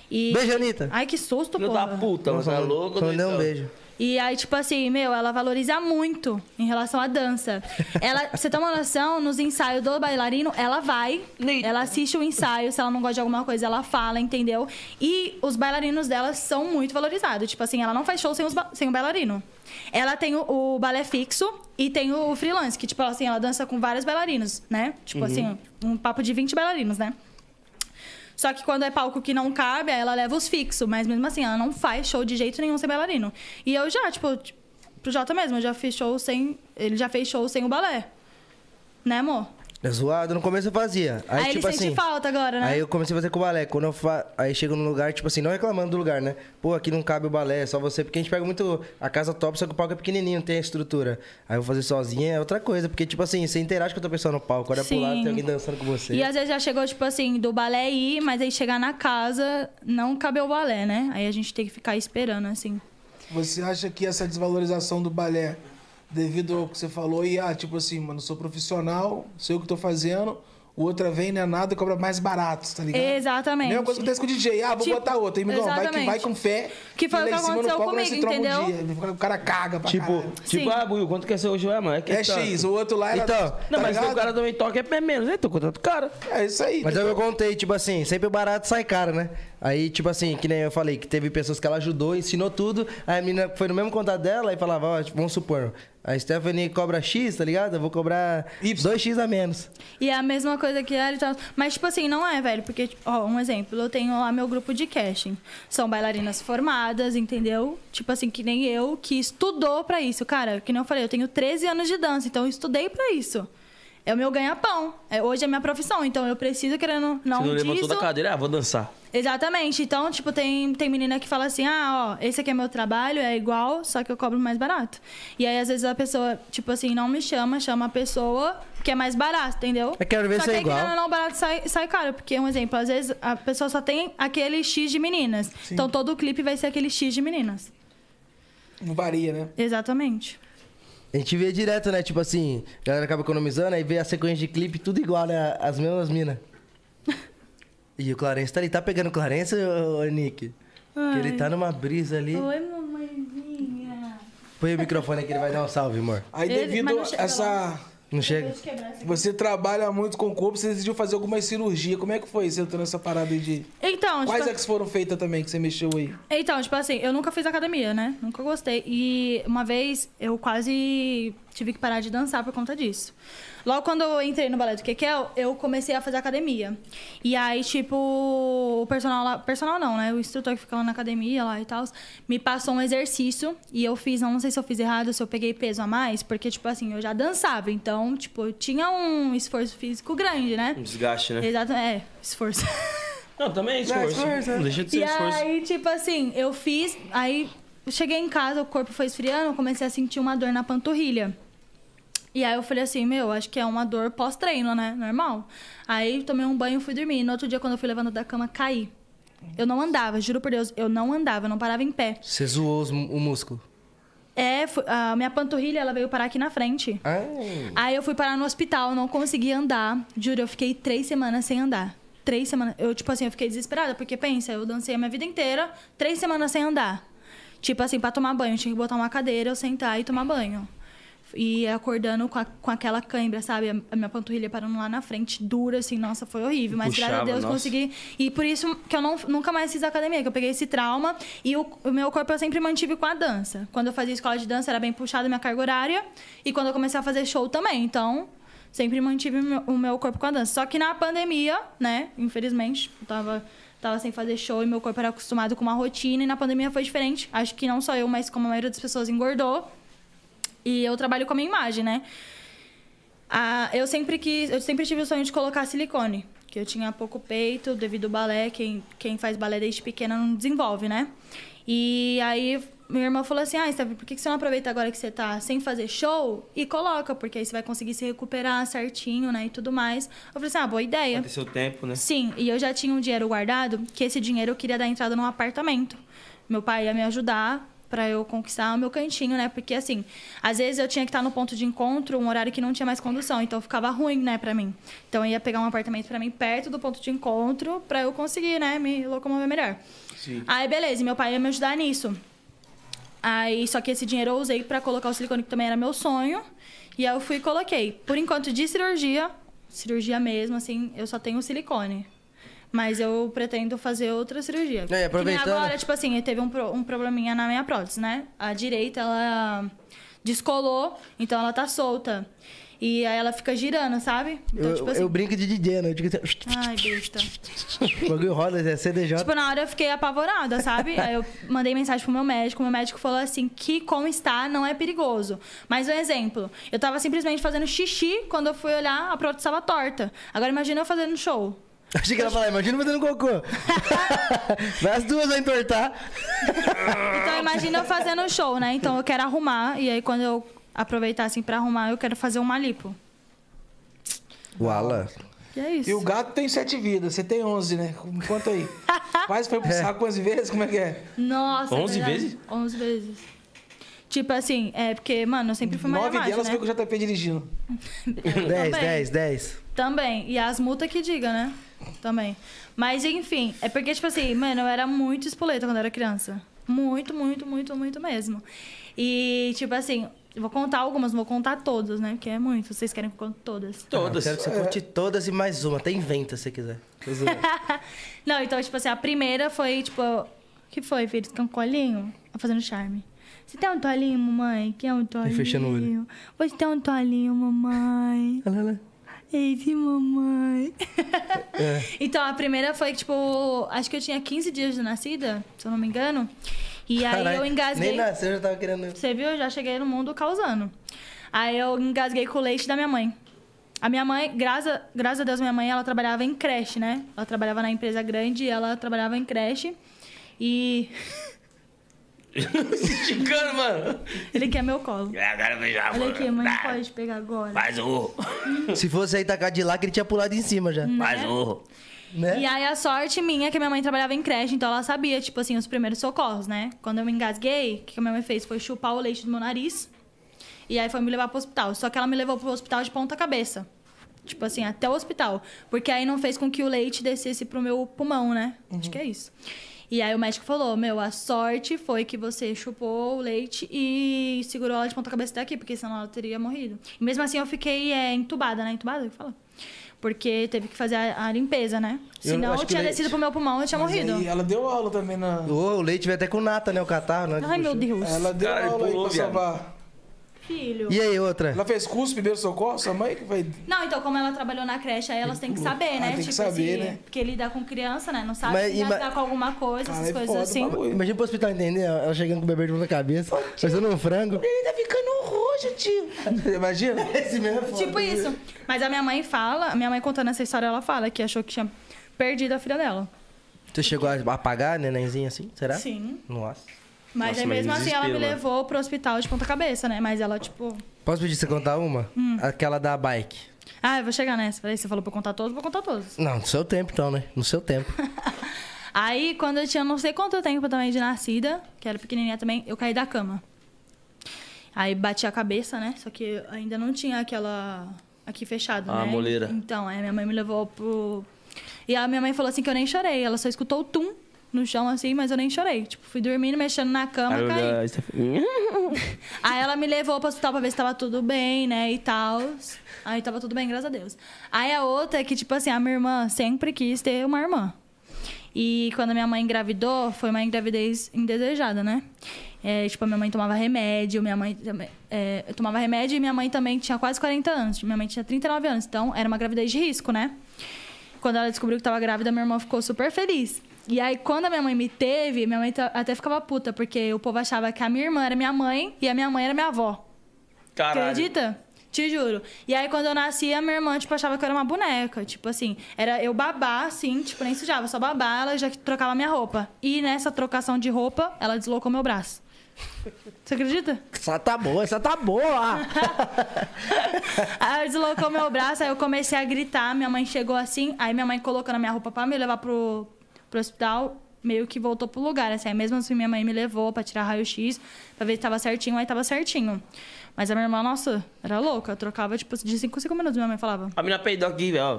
B: E...
A: Beijo, Anitta.
B: Ai, que susto,
E: Filho
B: porra.
E: da puta,
A: Não,
E: mano. Tá
A: falando-
E: louco,
A: falando,
E: doidão.
A: um beijo.
B: E aí, tipo assim, meu, ela valoriza muito em relação à dança. Ela, pra você tem uma noção, nos ensaios do bailarino, ela vai, ela assiste o ensaio, se ela não gosta de alguma coisa, ela fala, entendeu? E os bailarinos dela são muito valorizados. Tipo assim, ela não faz show sem, os ba- sem o bailarino. Ela tem o, o balé fixo e tem o freelance, que, tipo assim, ela dança com vários bailarinos, né? Tipo assim, um papo de 20 bailarinos, né? Só que quando é palco que não cabe, aí ela leva os fixos. Mas mesmo assim, ela não faz show de jeito nenhum sem bailarino. E eu já, tipo, t- pro Jota mesmo, eu já fiz show sem. Ele já fez show sem o balé. Né, amor?
A: É zoado, no começo eu fazia. Aí,
B: Aí ele
A: tipo
B: sente
A: assim,
B: falta agora, né?
A: Aí eu comecei a fazer com o balé. Quando eu fa... Aí chego num lugar, tipo assim, não reclamando do lugar, né? Pô, aqui não cabe o balé, é só você. Porque a gente pega muito a casa top, só que o palco é pequenininho, não tem a estrutura. Aí eu vou fazer sozinha é outra coisa. Porque, tipo assim, você interage com outra pessoa no palco. Olha pro
B: Sim.
A: lado, tem alguém dançando com você.
B: E às vezes já chegou, tipo assim, do balé ir, mas aí chegar na casa, não cabe o balé, né? Aí a gente tem que ficar esperando, assim.
D: Você acha que essa desvalorização do balé, devido ao que você falou, e ah, tipo assim, mano, sou profissional, sei o que tô fazendo, o outra vem, não é nada, cobra mais barato, tá ligado?
B: Exatamente.
D: Mesma coisa que acontece com o DJ. Ah, vou
B: Tipo,
D: botar outro. Aí, amigão, vai que
B: exatamente.
D: vai com fé.
B: Que foi
D: e
B: o
D: lá
B: que
D: em cima no
B: aconteceu
D: palco nós se
B: comigo,
D: tromba um
B: entendeu?
D: dia. O cara caga pra
E: Tipo,
D: caralho.
E: tipo,
B: Sim.
E: ah, Buiu, quanto que é seu hoje? Ah, mano, é que
D: É
E: tanto.
D: X, o outro lá era...
A: Então,
E: Não,
D: tá
E: mas se
D: ligado?
E: o cara também toca é menos, né? Tô contrato do cara.
D: É isso aí.
A: Mas é o que eu contei, tipo assim, sempre o barato sai caro, né? Aí, tipo assim, que nem eu falei, que teve pessoas que ela ajudou, ensinou tudo. Aí a menina foi no mesmo contato dela e falava, ó, vamos supor, a Stephanie cobra X, tá ligado? Eu vou cobrar 2X a menos.
B: E é a mesma coisa que ela e tal. Mas, tipo assim, não é, velho. Porque, ó, um exemplo, eu tenho lá meu grupo de casting. São bailarinas formadas, entendeu? Tipo assim, que nem eu, que estudou pra isso. Cara, que nem eu falei, eu tenho 13 anos de dança, então eu estudei pra isso. É o meu ganha-pão. É, hoje é minha profissão, então eu preciso, querendo não,
E: Você não
B: disso.
E: levantou da cadeira, ah, vou dançar.
B: Exatamente. Então, tipo, tem, tem menina que fala assim: ah, ó, esse aqui é meu trabalho, é igual, só que eu cobro mais barato. E aí, às vezes, a pessoa, tipo assim, não me chama, chama a pessoa que é mais barato, entendeu?
A: Eu quero ver se é
B: só que aí,
A: igual.
B: querendo ou não, o barato sai, sai caro. Porque, um exemplo, às vezes a pessoa só tem aquele X de meninas. Então, todo o clipe vai ser aquele X de meninas.
D: Não varia, né?
B: Exatamente.
A: A gente vê direto, né? Tipo assim, a galera acaba economizando, aí vê a sequência de clipe tudo igual, né? As mesmas minas. E o Clarence tá ali. Tá pegando o Clarence, ô, ô, Nick? Que ele tá numa brisa ali.
B: Oi, mamãezinha.
A: Põe o microfone aqui, ele vai dar um salve, amor.
D: Aí
B: Ele- mas
D: devido
B: não chega
D: a essa...
A: Não chega?
D: Você trabalha muito com o corpo, você decidiu fazer algumas cirurgias. Como é que foi? Você entrou nessa parada aí de...
B: Então,
D: Quais
B: tipo,
D: é que foram feitas também que você mexeu aí?
B: Então, tipo assim, eu nunca fiz academia, né? Nunca gostei. E uma vez eu quase tive que parar de dançar por conta disso. Logo quando eu entrei no balé do Kekel, eu comecei a fazer academia. E aí, tipo, o personal lá. Personal não, né? O instrutor que fica lá na academia lá e tal, me passou um exercício e eu fiz, eu não sei se eu fiz errado, se eu peguei peso a mais, porque, tipo assim, eu já dançava. Então, tipo, eu tinha um esforço físico grande, né?
E: Um desgaste, né?
B: Exato, é, esforço.
E: Não, também é esforço. Não deixa de ser
B: E
E: esforço.
B: aí, tipo assim, eu fiz, aí eu cheguei em casa, o corpo foi esfriando, eu comecei a sentir uma dor na panturrilha. E aí eu falei assim, meu, acho que é uma dor pós-treino, né? Normal. Aí tomei um banho, fui dormir. No outro dia, quando eu fui levando da cama, caí. Eu não andava, juro por Deus, eu não andava, eu não parava em pé.
A: Você zoou os- o músculo.
B: É, fu- a minha panturrilha, ela veio parar aqui na frente.
A: Ai.
B: Aí eu fui parar no hospital, não consegui andar. Juro, eu fiquei três semanas sem andar. Três semanas. Eu, tipo assim, eu fiquei desesperada, porque pensa, eu dancei a minha vida inteira, três semanas sem andar. Tipo assim, pra tomar banho, eu tinha que botar uma cadeira, eu sentar e tomar banho. E acordando com, a- com aquela cãibra, sabe? A- A minha panturrilha parando lá na frente, dura, assim, nossa, foi horrível. Mas graças a
E: Puxava,
B: Deus
E: nossa.
B: consegui. E por isso que eu não- nunca mais fiz academia, que eu peguei esse trauma. E o, o meu corpo eu sempre mantive com a dança. Quando eu fazia escola de dança, era bem puxada a minha carga horária. E quando eu comecei a fazer show também. Então, sempre mantive o meu, o meu corpo com a dança. Só que na pandemia, né? Infelizmente, eu tava, tava sem fazer show e meu corpo era acostumado com uma rotina. E na pandemia foi diferente. Acho que não só eu, mas como a maioria das pessoas engordou. E eu trabalho com a minha imagem, né? Ah, eu sempre quis, eu sempre tive o sonho de colocar silicone, que eu tinha pouco peito devido ao balé, quem, quem faz balé desde pequena não desenvolve, né? E aí minha irmã falou assim: "Ah, Stephanie, por que que você não aproveita agora que você tá sem fazer show e coloca, porque aí você vai conseguir se recuperar certinho, né, e tudo mais". Eu falei assim: "Ah, boa ideia".
E: Ter seu tempo, né?
B: Sim, e eu já tinha um dinheiro guardado, que esse dinheiro eu queria dar entrada num apartamento. Meu pai ia me ajudar pra eu conquistar o meu cantinho, né? Porque assim, às vezes eu tinha que estar no ponto de encontro, um horário que não tinha mais condução, então ficava ruim, né, pra mim. Então eu ia pegar um apartamento pra mim perto do ponto de encontro pra eu conseguir, né, me locomover melhor. Aí beleza, e meu pai ia me ajudar nisso. Aí, só que esse dinheiro eu usei pra colocar o silicone, que também era meu sonho. E aí eu fui e coloquei. Por enquanto, de cirurgia, cirurgia mesmo, assim, eu só tenho silicone. Mas eu pretendo fazer outra cirurgia.
A: E aí, aproveitando-
B: Que nem agora, tipo assim, teve um, pro- um probleminha na minha prótese, né? A direita, ela descolou, então ela tá solta. E aí ela fica girando, sabe? Então,
A: eu,
B: tipo assim.
A: eu brinco de DJ, né? Eu digo assim,
B: Ai, besta.
A: o bagulho roda, é CDJ.
B: Tipo, na hora eu fiquei apavorada, sabe? Aí eu mandei mensagem pro meu médico. Meu médico falou assim: que como está não é perigoso. Mas um exemplo: eu tava simplesmente fazendo xixi quando eu fui olhar, a prótese estava torta. Agora imagina eu fazendo show.
A: Achei que ela ia falar, imagina fazendo cocô. Vai as duas a entortar.
B: Então imagina eu fazendo show, né? Então eu quero arrumar. E aí quando eu aproveitar assim pra arrumar, eu quero fazer uma lipo.
A: Uala.
B: E é isso.
D: E o gato tem sete vidas, você tem onze, né? Conta aí. Quase foi pro saco 11 vezes, como é que é?
B: Nossa,
E: 11
B: verdade.
E: vezes?
B: 11 vezes. Tipo assim, é porque, mano, eu sempre fui mais
D: Nove delas
B: né?
D: foi com o JP dirigindo.
A: 10,
B: Também.
A: 10, 10.
B: Também. E as multas que diga, né? Também. Mas enfim, é porque, tipo assim, mano, eu era muito espoleta quando eu era criança. Muito, muito, muito, muito mesmo. E, tipo assim, eu vou contar algumas, não vou contar todas, né? Porque é muito. Vocês querem que eu conte todas.
E: Todas.
A: Eu quero que você conte todas e mais uma. Até inventa se quiser. Tô zoando.
B: não, então, tipo assim, a primeira foi, tipo, o que foi, filho? Você tem um colinho? Tá fazendo charme. Você tem um toalhinho, mamãe? Quer um toalhinho?
A: fechando o olho.
B: Você tem um toalhinho, mamãe?
A: Olha lá.
B: Eita, mamãe. Então, a primeira foi, tipo, acho que eu tinha 15 dias de nascida, se eu não me engano. E aí
A: Caralho,
B: eu engasguei.
A: Nem nasceu, eu já tava querendo.
B: Você viu? Eu já cheguei no mundo causando. Aí eu engasguei com o leite da minha mãe. A minha mãe, graças, graças a Deus, minha mãe, ela trabalhava em creche, né? Ela trabalhava na empresa grande e ela trabalhava em creche. E
E: Esticando, mano.
B: ele quer meu colo.
E: Agora beijar,
B: Olha aqui, mãe, não
E: Ah,
B: pode pegar agora.
E: Faz o urro.
A: Se fosse aí tacar de lá, que ele tinha pulado em cima já.
E: Faz o urro.
A: Né?
B: Hum. E aí a sorte minha é que minha mãe trabalhava em creche, então ela sabia, tipo assim, os primeiros socorros, né? Quando eu me engasguei, o que a minha mãe fez foi chupar o leite do meu nariz. E aí foi me levar pro hospital. Só que ela me levou pro hospital de ponta cabeça. Tipo assim, até o hospital. Porque aí não fez com que o leite descesse pro meu pulmão, né? Acho que é isso. E aí o médico falou, meu, a sorte foi que você chupou o leite e segurou ela de ponta cabeça até aqui, porque senão ela teria morrido. E mesmo assim eu fiquei é, entubada, né? Entubada, que fala? Porque teve que fazer a, a limpeza, né?
A: Eu
B: Senão
A: acho
B: eu
A: que
B: tinha
A: o leite-
B: descido pro meu pulmão e eu tinha Tá morrido.
D: E ela deu aula também na.
A: Ô, o leite veio até com nata, né? O catarro, né?
B: Ai, meu Deus.
D: Ela deu
E: Cara, ele
D: aula aí
E: pulou,
D: pra
E: viado.
D: salvar.
B: Filho.
A: E aí, outra?
D: Ela fez curso de primeiro socorro, sua mãe que vai.
B: Não, então, como ela trabalhou na creche, aí elas têm que saber, né?
D: Ah, tem que saber, né?
B: Porque lidar com criança, né? Não sabe
A: Mas-
B: lidar
A: ima-
B: com alguma coisa,
D: Cara,
B: essas
D: é
B: coisas
D: foda o
B: assim.
D: bagulho.
A: Imagina pro hospital entender, ela chegando com o bebê de mão na cabeça, fazendo um frango.
D: Ele tá ficando roxo, tio. Imagina?
A: Esse mesmo é foda.
B: Tipo isso. Mas a minha mãe fala, a minha mãe contando essa história, ela fala que achou que tinha perdido a filha dela.
A: Você chegou a apagar a nenenzinha assim? Será?
B: Sim.
A: Nossa.
B: Mas
E: Nossa,
B: aí
E: mas
B: mesmo assim ela me
E: desespero, né? mano.
B: levou pro hospital de ponta cabeça, né? Mas ela, tipo.
A: Posso pedir você contar uma?
B: Hum.
A: Aquela da bike.
B: Ah, eu vou chegar nessa. Peraí, você falou pra eu contar todos, vou contar todos.
A: Não, no seu tempo então, né? No seu tempo.
B: Aí, quando eu tinha não sei quanto tempo também de nascida, que era pequenininha também, eu caí da cama. Aí bati a cabeça, né? Só que ainda não tinha aquela. aqui fechado,
E: Ah,
B: né?
E: moleira.
B: Então, aí minha mãe me levou pro. E a minha mãe falou assim que eu nem chorei. Ela só escutou o tum no chão assim, mas eu nem chorei. Tipo, fui dormindo, mexendo na cama,
E: Aí,
B: caí.
E: olha, isso é-
B: Aí ela me levou pro hospital pra ver se tava tudo bem, né, e tal. Aí tava tudo bem, graças a Deus. Aí a outra é que, tipo assim, a minha irmã sempre quis ter uma irmã. E quando a minha mãe engravidou, foi uma engravidez indesejada, né? É, tipo, a minha mãe tomava remédio, minha mãe também- é, eu tomava remédio e minha mãe também tinha quase 40 anos. Minha mãe tinha 39 anos, então era uma gravidez de risco, né? Quando ela descobriu que tava grávida, minha irmã ficou super feliz. E aí, quando a minha mãe me teve, minha mãe ta- até ficava puta, porque o povo achava que a minha irmã era minha mãe e a minha mãe era minha avó.
E: Caralho.
B: Acredita? Te juro. E aí, quando eu nasci, a minha irmã, tipo, achava que eu era uma boneca. Tipo assim, era eu babá, assim, tipo, nem sujava, só babá, ela já que trocava minha roupa. E nessa trocação de roupa, ela deslocou meu braço. Você acredita?
A: Essa tá boa, essa tá boa.
B: Aí ela deslocou meu braço, aí eu comecei a gritar. Minha mãe chegou assim, aí minha mãe colocando a minha roupa pra me levar pro, pro hospital, meio que voltou pro lugar. Assim. Aí mesmo assim, minha mãe me levou pra tirar raio-x, pra ver se tava certinho, aí tava certinho. Mas a minha irmã, nossa, era louca. Eu trocava, tipo, de 5 em 5 minutos, minha mãe falava.
E: A mina peidou aqui, velho. ó.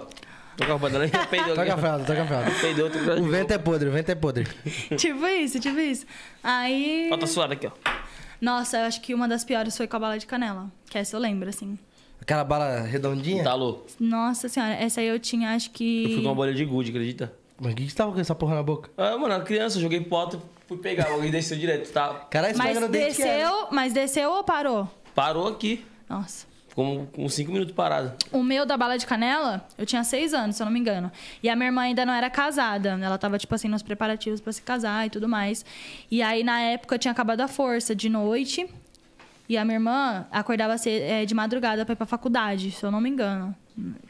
E: Tô com a roupa dela, já peidou
A: Toca a
E: aqui.
A: fralda, toca a fralda.
E: Peidou, tô
A: O vento é podre, o vento é podre.
B: tipo isso, tipo isso. Aí.
E: Ó, tá suado aqui, ó.
B: Nossa, eu acho que uma das piores foi com a bala de canela. Que essa eu lembro, assim.
A: Aquela bala redondinha?
C: Tá louco.
B: Nossa senhora, essa aí eu tinha, acho que.
C: Eu fui com uma bolha de gude, acredita?
A: Mas o que que você tava com essa porra na boca?
C: Ah, mano, era criança, eu joguei pota, fui pegar, alguém desceu direto, tá?
A: Caralho, é
B: Mas
A: esmaga no dente que era.
B: desceu, mas desceu ou parou?
C: Parou aqui.
B: Nossa.
C: Ficou um, uns 5 minutos parado.
B: O meu da bala de canela, eu tinha seis anos, se eu não me engano. E a minha irmã ainda não era casada. Ela tava, tipo assim, nos preparativos pra se casar e tudo mais. E aí, na época, tinha acabado a força de noite. E a minha irmã acordava ce- eh, de madrugada pra ir pra faculdade, se eu não me engano.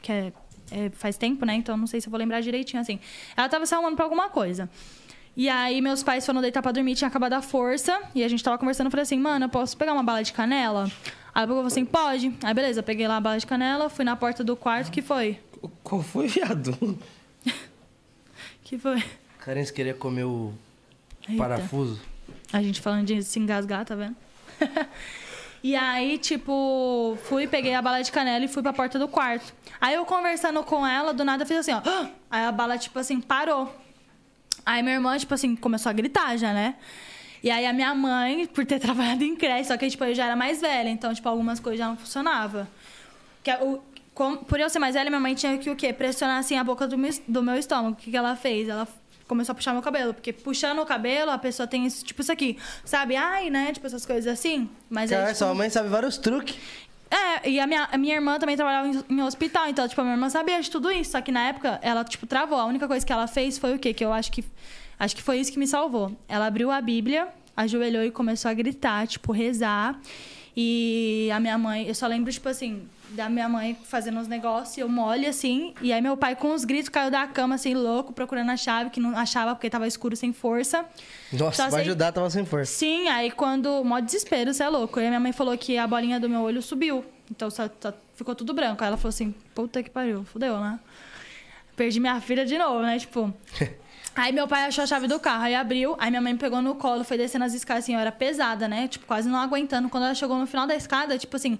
B: Que é, é, faz tempo, né? Então não sei se eu vou lembrar direitinho assim. Ela tava se arrumando pra alguma coisa. E aí meus pais foram deitar pra dormir, tinha acabado a força. E a gente tava conversando, eu falei assim, mano, eu posso pegar uma bala de canela? Aí eu falei assim, pode. Aí beleza, peguei lá a bala de canela, fui na porta do quarto, que foi?
C: Qual foi, viado?
B: Que foi?
A: Clarence queria comer o
B: Eita.
A: parafuso.
B: A gente falando de se engasgar, tá vendo? e aí, tipo, fui, peguei a bala de canela e fui pra porta do quarto. Aí eu conversando com ela, do nada eu fiz assim, ó. "Ah!" Aí a bala, tipo assim, parou. Aí minha irmã, tipo assim, começou a gritar já, né? E aí a minha mãe, por ter trabalhado em creche, só que, tipo, eu já era mais velha, então, tipo, algumas coisas já não funcionavam. Que a- o- com- por eu ser mais velha, minha mãe tinha que o quê? Pressionar assim a boca do meu, do meu estômago. O que, que ela fez? Ela começou a puxar meu cabelo, porque puxando o cabelo, a pessoa tem isso, tipo isso aqui, sabe? Ai, né? Tipo essas coisas assim. Mas aí,
A: Caralho,
B: tipo,
A: sua mãe sabe vários truques.
B: é, e a minha, a minha irmã também trabalhava em, em hospital, então, tipo, a minha irmã sabia de tudo isso. Só que na época, ela, tipo, travou. A única coisa que ela fez foi o quê? Que eu acho que. Acho que foi isso que me salvou. Ela abriu a Bíblia, ajoelhou e começou a gritar, tipo, rezar. E a minha mãe, eu só lembro, tipo assim, da minha mãe fazendo uns negócios, eu mole assim, e aí meu pai com os gritos caiu da cama, assim, louco, procurando a chave, que não achava porque tava escuro sem força.
A: Nossa,
B: Só
A: vai
B: sei-
A: ajudar, tava sem força.
B: Sim, aí quando. Mó desespero, você é louco. E a minha mãe falou que a bolinha do meu olho subiu. Então só, só ficou tudo branco. Aí ela falou assim: puta que pariu, fudeu, né? Perdi minha filha de novo, né? Tipo. Aí meu pai achou a chave do carro, aí abriu, aí minha mãe me pegou no colo, foi descendo as escadas, assim, eu era pesada, né? Tipo, quase não aguentando. Quando ela chegou no final da escada, tipo assim,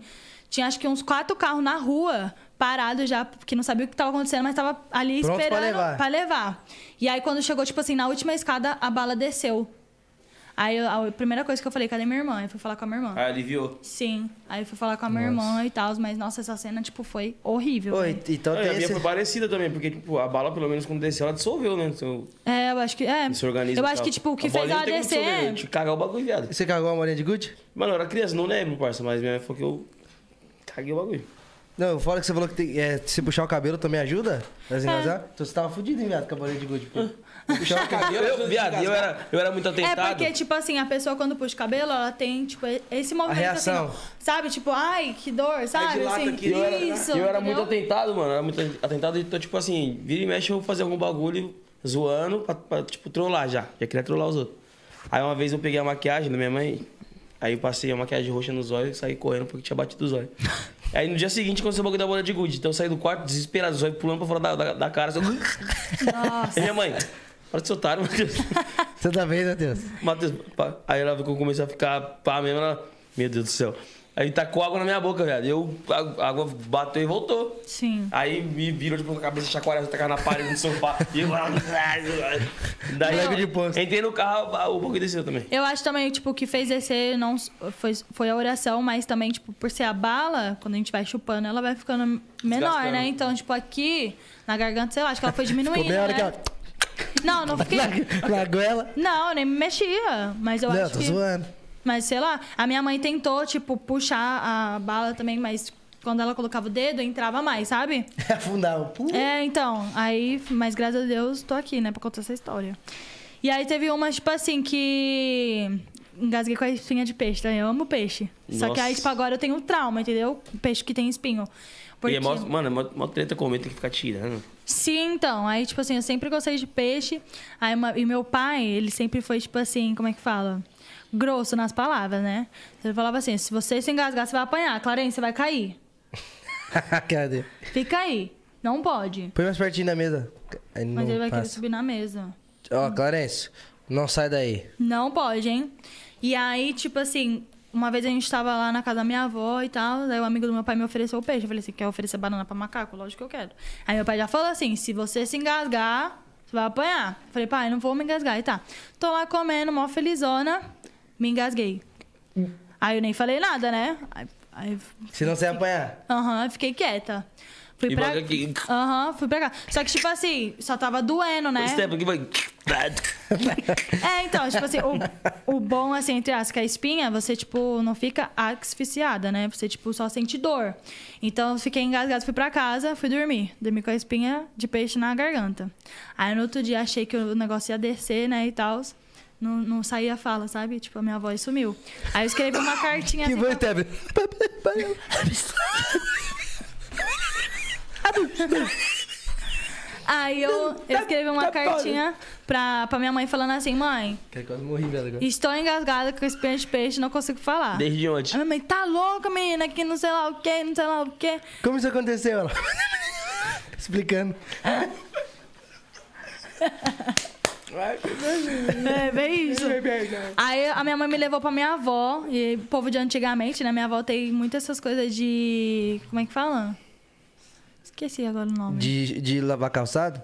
B: tinha acho que uns quatro carros na rua, parados já, que não sabia o que tava acontecendo, mas tava ali
A: Pronto pra
B: esperando
A: levar.
B: pra levar. E aí quando chegou, tipo assim, na última escada, a bala desceu. Aí eu- a primeira coisa que eu falei, cadê minha irmã? Eu fui falar com a minha irmã.
C: Ah, aliviou.
B: Sim. Aí eu fui falar com a minha irmã e tal, mas nossa, essa cena, tipo, foi horrível.
A: Oi,
B: velho.
A: então
E: Ah, e
A: tem
E: a minha
A: esse...
E: foi parecida também, porque tipo, a bala, pelo menos quando desceu, ela dissolveu, né? Então,
B: É, eu acho que. É.
E: esse organismo.
B: Eu acho
E: tá-
B: que, tipo, o que
E: a
B: fez
E: bolinha
B: ela
E: não tem como dissolver,
B: descer.
E: Te cagar o bagulho, viado.
A: Você cagou a morinha de Gucci?
E: Mano, eu era criança, não lembro, parça, mas minha mãe falou que eu caguei o bagulho.
A: Não, fora que você falou que tem- é, se puxar o cabelo também ajuda? Mas
B: É.
A: engasgar? Então você tava fudido, hein, viado, com a bolinha de Gucci. pô. Puxar o cabelo.
C: Eu, viado, eu era, eu era muito
B: É
C: atentado.
B: porque, tipo assim, a pessoa quando puxa o cabelo, ela tem, tipo, esse movimento
A: reação.
B: assim. ó, Sabe? Tipo, ai, que dor, sabe?
D: dilata
B: assim,
D: aqui, eu era-
B: isso.
E: eu era muito
B: entendeu?
E: atentado, mano. eu Era muito atentado. Então, tipo assim, vira e mexe eu fazer algum bagulho zoando pra, pra, tipo, trollar já. Já queria trollar os outros. Aí uma vez eu peguei a maquiagem da minha mãe. Aí eu passei a maquiagem roxa nos olhos e saí correndo porque tinha batido os olhos. Aí no dia seguinte aconteceu o bagulho da bola de gude. Então eu saí do quarto desesperado, os olhos pulando pra fora da, da, da cara. Assim,
B: Nossa.
E: e minha mãe, para de ser otário, Matheus.
A: Toda vez, tá Matheus.
E: Matheus, pá. aí ela ficou, começou a ficar pá mesmo, ela, meu Deus do céu. Aí tacou água na minha boca, velho. Eu, a a água bateu e voltou.
B: Sim.
E: Aí me viram, tipo, com a cabeça chacoalhando, tacar na parede do sofá. E eu...
A: Moleque de
E: Daí,
A: posto.
E: entrei no carro, a- o bagulho desceu também.
B: Eu acho também, tipo, o que fez descer não s- foi, foi a oração, mas também, tipo, por ser a bala, quando a gente vai chupando, ela vai ficando menor,
E: Desgastando.
B: né? Então, tipo, aqui, na garganta, sei lá, acho que ela foi diminuindo.
A: Ficou meia hora
B: né?
A: que ela...
B: Não, não fiquei.
A: Na, na goela.
B: Não, eu nem me mexia. Mas eu
A: Não,
B: acho
A: tô
B: que.
A: zoando.
B: Mas sei lá, a minha mãe tentou, tipo, puxar a bala também, mas quando ela colocava o dedo, entrava mais, sabe?
A: Afundar o pulo.
B: É, então. Aí, mas graças a Deus, tô aqui, né, pra contar essa história. E aí teve uma, tipo assim, que. Engasguei com a espinha de peixe, tá? Eu amo peixe. Só que aí,
E: Nossa.
B: tipo, agora eu tenho trauma, entendeu? Peixe que tem espinho.
E: E é mó, mano, é mó, mó treta comer, tem que ficar tirando.
B: Sim, então. Aí, tipo assim, eu sempre gostei de peixe. Aí, uma- e meu pai, ele sempre foi, tipo assim, como é que fala? Grosso nas palavras, né? Ele falava assim: se você se engasgar, você vai apanhar. Clarence, você vai cair.
A: Cadê?
B: Fica aí. Não pode.
A: Põe mais pertinho da mesa. Aí não
B: Mas ele vai querer
A: passa.
B: subir na mesa.
A: Ó, Clarence, não sai daí.
B: Não pode, hein? E aí, tipo assim, uma vez a gente tava lá na casa da minha avó e tal, daí o amigo do meu pai me ofereceu o peixe. Eu falei assim, quer oferecer banana pra macaco? Lógico que eu quero. Aí meu pai já falou assim, se você se engasgar, você vai apanhar. Eu falei, pai, não vou me engasgar. E tá, tô lá comendo, mó felizona, me engasguei. Aí eu nem falei nada, né? Aí- Aí,
A: Senão você ia apanhar.
B: aham, eu fiquei quieta. Fui
E: E
B: pra.
E: vai aqui.
B: Aham, fui pra cá. Só que, tipo assim, só tava doendo, né?
E: Stefano, que vai.
B: É, então, tipo assim, o, o bom, assim, entre aspas, que a espinha, você, tipo, não fica asfixiada, né? Você, tipo, só sente dor. Então, eu fiquei engasgada, fui pra casa, fui dormir. Dormi com a espinha de peixe na garganta. Aí, no outro dia, achei que o negócio ia descer, né, e tal. Não, não saía a fala, sabe? Tipo, a minha voz sumiu. Aí, eu escrevi uma cartinha
A: Que
B: assim.
A: bom,
B: pra-
A: Tebet.
B: Aí, eu eu escrevi uma cartinha pra, pra minha mãe, falando assim, mãe,
A: Cara, quase morri, velho. agora.
B: estou engasgada com a espinha de peixe, não consigo falar.
E: Desde
B: A
E: ontem.
B: minha mãe, tá louca, menina, que não sei lá o que, não sei lá o que.
A: Como isso aconteceu? Ela... Explicando.
B: É, bem isso. Aí a minha mãe me levou pra minha avó, e povo de antigamente, né? Minha avó tem muitas essas coisas de. Como é que fala? Esqueci agora o nome.
A: De, de lavar calçado?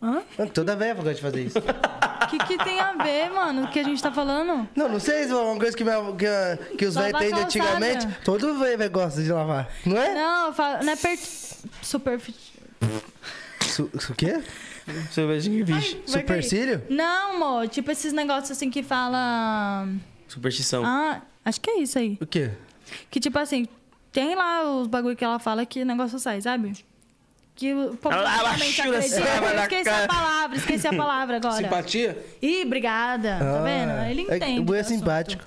B: Hã?
A: Mano, Toda velha gosta de fazer isso.
B: O que, que tem a ver, mano, o que a gente tá falando?
A: Não, não sei se é uma coisa que, minha- que, a- que os velhos
B: Lavar
A: têm de
B: calçado.
A: antigamente. Todo velho gosta de lavar, não é?
B: Não, eu falo, não é per... superfície.
A: Su- su- O quê?
E: Você vai assim, bicho.
B: Vai cair.
A: Supercílio?
B: Não, amor, tipo esses negócios assim que fala.
E: Superstição.
B: Ah, acho que é isso aí.
A: O quê?
B: Que tipo assim, tem lá os bagulho que ela fala que o negócio sai, sabe? Que o povo
E: Ela- ela
B: realmente
E: chura
B: acredita.
E: assim, ela
B: Eu
E: na
B: esqueci
E: cara.
B: a palavra, esqueci a palavra agora.
D: Simpatia?
B: Ih, obrigada. Tá
A: Ah,
B: vendo? Ele
A: é-
B: entende.
A: o boi é
B: do assunto.
A: simpático.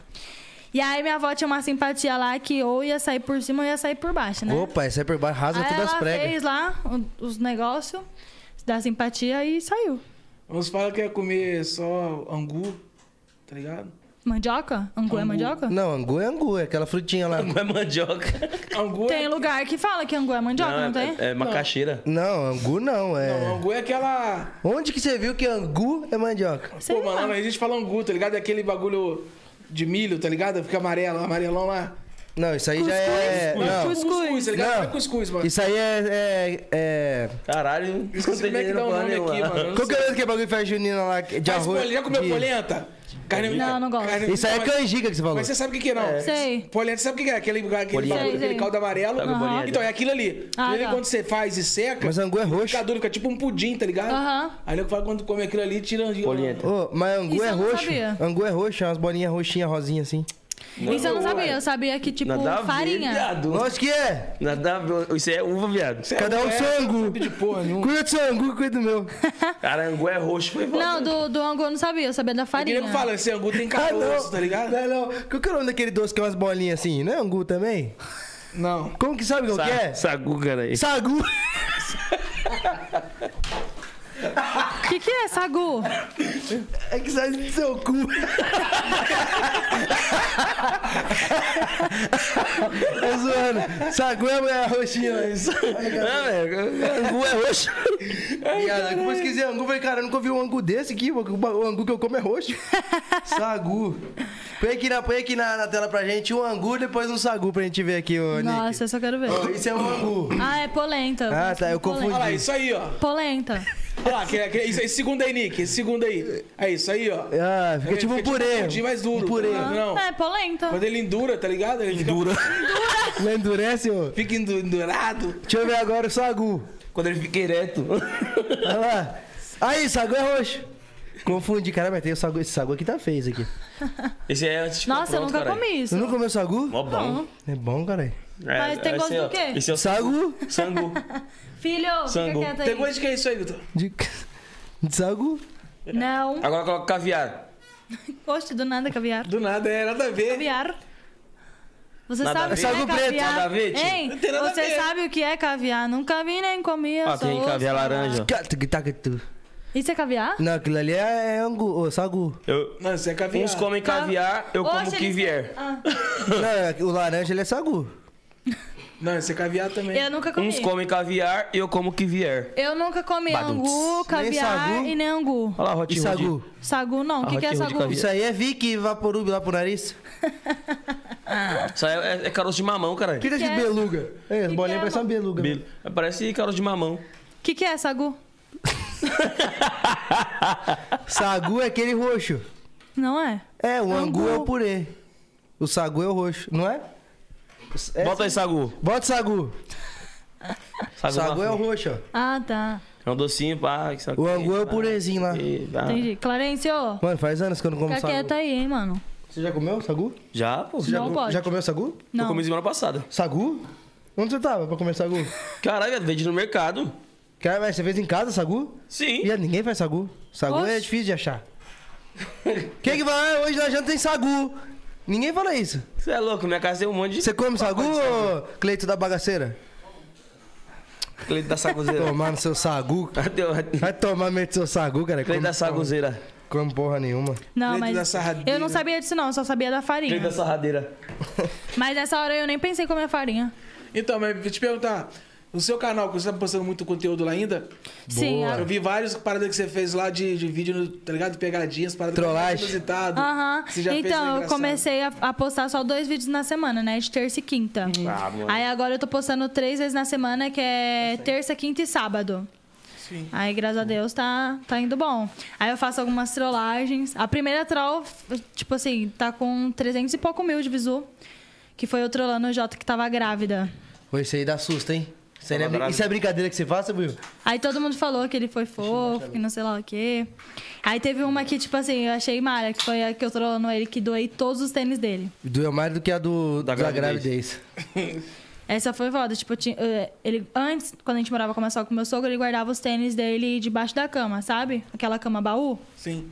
B: E aí minha avó tinha uma simpatia lá que ou ia sair por cima ou ia sair por baixo, né?
A: Opa, isso é por baixo, rasga
B: aí
A: todas as
B: ela
A: pregas.
B: fez lá o- os negócios da simpatia e saiu.
D: Uns falam que ia comer só angu, tá ligado?
B: Mandioca? Angu é mandioca?
A: Não, angu é angu, é aquela frutinha lá.
E: Não é mandioca.
D: Angu
B: Tem
D: é...
B: lugar que fala que angu é mandioca, não, tem?
E: é, é macaxeira.
A: Não, angu não, é.
D: Não, angu é aquela...
A: Onde que você viu que angu é mandioca?
B: Sei
D: Pô, mano,
B: lá.
D: a gente fala angu, tá ligado? É aquele bagulho de milho, tá ligado? Fica amarelo, amarelão lá.
A: Não, isso aí já é. Não.
B: Cuscuz.
D: Cuscuz, tá ligado?
A: Não.
D: Não. É cuscuz, mano.
A: Isso aí é. é, é...
E: Caralho,
D: Esqueci
E: não tem
D: como é que
E: dinheiro
D: dá o
E: pra
D: nome
E: nenhuma.
D: aqui, mano.
A: Qual que é aquele bagulho que faz junina lá? que- De
D: Mas
A: arroz.
D: polenta, já comeu
A: de-
D: polenta? Carne
B: Não, não gosto.
D: carne-
A: Isso aí é
D: mas-
A: canjica que você falou.
D: Mas você sabe o que que é, não?
B: Sei.
D: Polenta, sabe o que que é? Aquele, aquele,
E: Bolinha.
D: bagulho,
B: Sei,
D: aquele
B: sei.
D: caldo amarelo.
E: Sabe o
B: Aham.
E: bolinha?
D: Então, é aquilo ali.
B: Ah,
D: aquilo ali,
B: tá.
D: quando você faz e seca,
A: Mas angu é roxo.
D: fica duro, fica tipo um pudim, tá ligado?
B: Aham.
D: Aí nego fala quando come aquilo ali, tira... um-
E: Polenta.
A: Ô, mas angu
B: Isso
A: é
B: eu não
A: roxo.
B: sabia.
A: Angu é roxo, é umas bolinhas roxinhas, rosinhas assim.
B: Isso eu não sabia. Eu sabia que, tipo,
E: é Nada a ver,
B: farinha.
E: viado.
A: Lógico que é.
E: Nada a ver. Isso é uva, viado.
A: Cada um seu angu.
D: Sabe de porra nenhuma.
A: Cuida do seu angu, cuida do meu.
E: Carangu é roxo. Foi
B: Não, do, do angu eu não sabia, eu
E: É
B: sabia da
D: Aquele
B: farinha.
D: nego fala, esse angu tem
A: Ah,
D: caroço, tá ligado?
A: Não, não. Qual que é o nome daquele doce que é umas bolinhas assim? Não é angu também?
D: Não.
A: Como que sabe qual que é?
E: Sagu, cara aí.
A: Sagu.
B: O que, que é sagu?
A: É que sai do seu cu. é zoando. Sagu é é roxinha. mas-
E: Não, velho. Angu é roxo.
A: Viado, eu pesquisei angu, falei, cara, eu nunca vi um angu desse aqui, o o angu que eu como é roxo. sagu. Põe aqui, na, põe aqui na, na tela pra gente um angu, depois um sagu pra gente ver aqui, ô Nick.
B: Nossa, eu só quero ver.
A: Ó, Isso é um angu.
B: Ah, é polenta.
A: Ah, tá, eu
B: Polenta.
A: confundi.
D: Olha lá, isso aí, ó.
B: Polenta.
D: Olha lá, aquele, aquele, esse, esse segundo aí, Nick. Esse segundo aí. É isso aí, ó.
A: Ah, fica tipo um purê.
D: pudim mais duro.
A: Um purê.
D: tá ligado? Não.
B: É, polenta.
D: Quando ele endura, tá ligado? Ele fica,
A: Não endurece, ô.
D: fica endu- endurado.
A: Deixa eu ver agora o sagu.
E: Quando ele fica ereto.
A: Olha lá. Aí, sagu é roxo. Confundi, cara, mas tem o sagu. Esse sagu aqui tá feio, esse aqui.
E: Esse é antes de ficar
B: Nossa, eu
E: pronto,
B: nunca
E: caralho.
B: comi isso.
A: Você nunca comeu sagu?
E: Mó bom.
A: É bom, caralho.
E: É,
B: Mas tem
E: esse
B: gosto
E: aí,
B: do
E: ó.
B: quê?
E: Esse é o
A: Sagu
E: sangu.
B: Filho,
E: Sangu.
B: fica quieto aí.
D: Tem coisa de que é isso aí, Guto?
A: de, de sagu.
B: Não.
E: Agora coloca caviar.
B: Poxa, do nada, caviar.
D: Do nada, é nada a ver.
B: Caviar. Você
E: Nada a
B: sabe o que
E: ver.
B: é
E: Sagu
B: caviar?
E: preto, nada a ver, tio.
B: Hein?
D: Não tem nada a
B: Você
D: ver.
B: sabe o que é caviar? Nunca vi nem comi. eu
E: Ah,
B: só
E: tem
B: ouço
E: caviar
B: falar.
E: laranja.
B: Isso é caviar?
A: tá Não, aquilo ali é, é angu, ô, sagu.
E: Eu,
D: Não, isso é caviar.
E: uns comem caviar, eu como
B: Oxe,
E: o que
B: eles-
E: vier.
B: Ah,
A: Não, é- o laranja ele é sagu.
D: Não, isso é caviar também.
B: eu nunca comi.
E: Uns comem caviar, eu como o que vier.
B: Eu nunca comi
E: Badum.
B: angu, caviar
A: sagu.
B: e nem angu.
E: Olha lá,
A: E
E: Hot
A: é sagu.
E: Hood.
B: Sagu não. O que,
E: Ah,
B: que é
E: que ruim de
B: sagu?
E: caviar.
A: Isso aí é Vick e Vaporub lá pro nariz.
E: Isso aí é, é caroço de mamão, caralho.
A: Que tá
B: Que
A: de
B: é?
A: beluga? É, as
B: que
A: bolinhas
B: é,
A: parecem uma beluga.
E: Belo. Parece caroço de mamão.
B: O que, que é sagu?
A: Sagu é aquele roxo.
B: Não é?
A: É, o angu,
B: Angu.
A: é o purê. O sagu é o roxo, não é? É,
E: Bota aí, Sagu.
A: Bota o sagu. O sagu é
E: na
A: o
E: frente.
A: roxo, ó.
B: Ah, tá.
E: É um docinho, pá. que sabe
A: O
E: que
A: angu é o
E: pá,
A: purezinho lá.
E: e
C: Ah.
E: dá.
B: Entendi. Clarence, ô.
A: Mano, faz anos que eu não como
B: Fica
A: sagu.
B: quieto aí, hein, mano.
A: Você já comeu sagu?
E: Já, pô.
A: Você já,
B: Não
A: com-
B: pode.
A: já comeu sagu?
E: Eu
B: Não.
E: comi semana passada.
A: Sagu? Onde você tava pra comer sagu?
E: Caralho, velho, vende no mercado.
A: Cara, mas você fez em casa sagu?
E: Sim.
A: E ninguém faz sagu. Sagu é
B: Oxe.
A: difícil de achar. Quem que vai? "Ah, Hoje na janta tem sagu. Ninguém fala isso.
E: Você é louco, minha casa tem um monte de
A: Você come sagu, ô Cleito da bagaceira?
E: Cleito da Saguzeira. um
A: Tomando seu sagu.
E: Cadê o
A: Vai tomar medo do seu sagu, cara.
E: Cleito da
A: Come,
E: Saguzeira?
A: come porra nenhuma.
B: Não,
D: Leite
B: mas.
D: da sarradeira.
B: Eu não sabia disso, não, eu só sabia da
E: Cleito
B: farinha.
E: da Sarradeira.
B: Mas nessa hora eu nem pensei em comer farinha.
D: Então, mas eu te perguntar, no seu canal, que você tá postando muito conteúdo lá ainda,
B: Sim,
A: Ah.
B: a-
D: eu vi várias paradas que você fez lá de, de vídeo, no- tá ligado? Pegadinhas, paradas
A: Trollagem.
D: inusitado.
B: Aham.
D: Você já fez, é
B: Então, eu
D: engraçado.
B: comecei a, a postar só dois vídeos na semana, né? De terça e quinta.
D: Hum.
E: Ah, mano.
B: Aí agora eu tô postando três vezes na semana, que é terça, quinta e sábado.
D: Tá Sim.
B: Aí, graças a Deus, tá, tá indo bom. Aí eu faço algumas trollagens. A primeira troll, f- tipo assim, tá com 300 e pouco mil de visu. Que foi eu trollando o Jota que tava grávida.
A: Pô, Isso aí dá susto, hein? Isso, aí não é
E: Tava
A: brin-
E: grávida.
A: isso é brincadeira que você faz, você viu?
B: Aí todo mundo falou que ele foi fofo, que não sei lá o quê. Aí teve uma que, tipo assim, eu achei malha, que foi a que eu trollando ele, que doei todos os tênis dele.
A: Doeu mais do que a do, da,
E: Da
A: gravidez.
E: gravidez.
B: Essa foi foda. Tipo, eu tinha- eh, ele, antes, quando a gente morava com a minha sogra, com meu sogro, ele guardava os tênis dele debaixo da cama, sabe? Aquela cama baú.
D: Sim.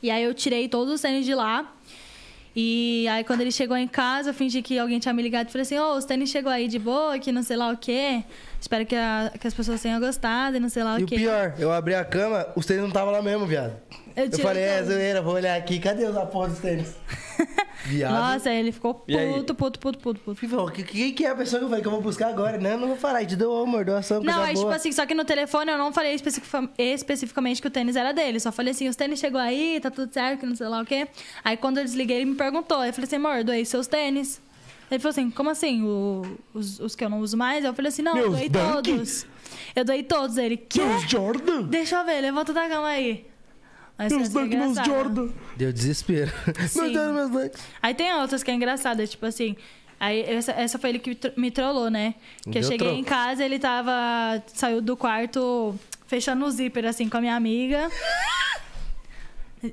B: E aí eu tirei todos os tênis de lá. E aí quando ele chegou em casa, eu fingi que alguém tinha me ligado e falei assim, ô, os tênis chegou aí de boa, que não sei lá o quê. Espero que, a- que as pessoas tenham gostado e não sei lá
A: E
B: o
A: o
B: quê.
A: pior, eu abri a cama, os tênis não estavam lá mesmo, viado.
B: Eu
A: Eu,
B: tirei
A: falei, é
B: todos.
A: zoeira, vou olhar aqui, cadê os a porra dos tênis? viado.
B: Nossa, aí ele ficou
E: E aí?
B: puto, puto, puto, puto, puto.
A: Fui falar, "Que- Quem que é a pessoa que eu falei que eu vou buscar agora? Não, eu não vou falar, e te deu amor, deu ação,
B: Não,
A: coisa
B: aí,
A: boa.
B: tipo assim, só que no telefone eu não falei especifica- especificamente que o tênis era dele. Só falei assim, os tênis chegou aí, tá tudo certo, que não sei lá o quê. Aí quando eu desliguei, ele me perguntou. Eu falei assim, amor, eu doei seus tênis. Ele falou assim, como assim? O- os, os que eu não uso mais? Eu falei assim, não, eu
A: Meus
B: doei
A: Dunk?
B: todos. Eu doei todos. Ele, quê?
A: Jordan?
B: Deixa eu ver, levanta da cama aí. Mas
A: Meus
B: essa é
A: Dunk, meus
B: engraçada.
A: Jordan. Deu desespero. Meu
B: Sim.
A: Deus, meus Dunk.
B: Aí tem outras que é engraçada, tipo assim. Aí essa, essa foi ele que tro- me trollou, né? Que
A: Deu
B: eu cheguei
A: troco.
B: em casa, ele tava. saiu do quarto fechando o zíper, assim, com a minha amiga.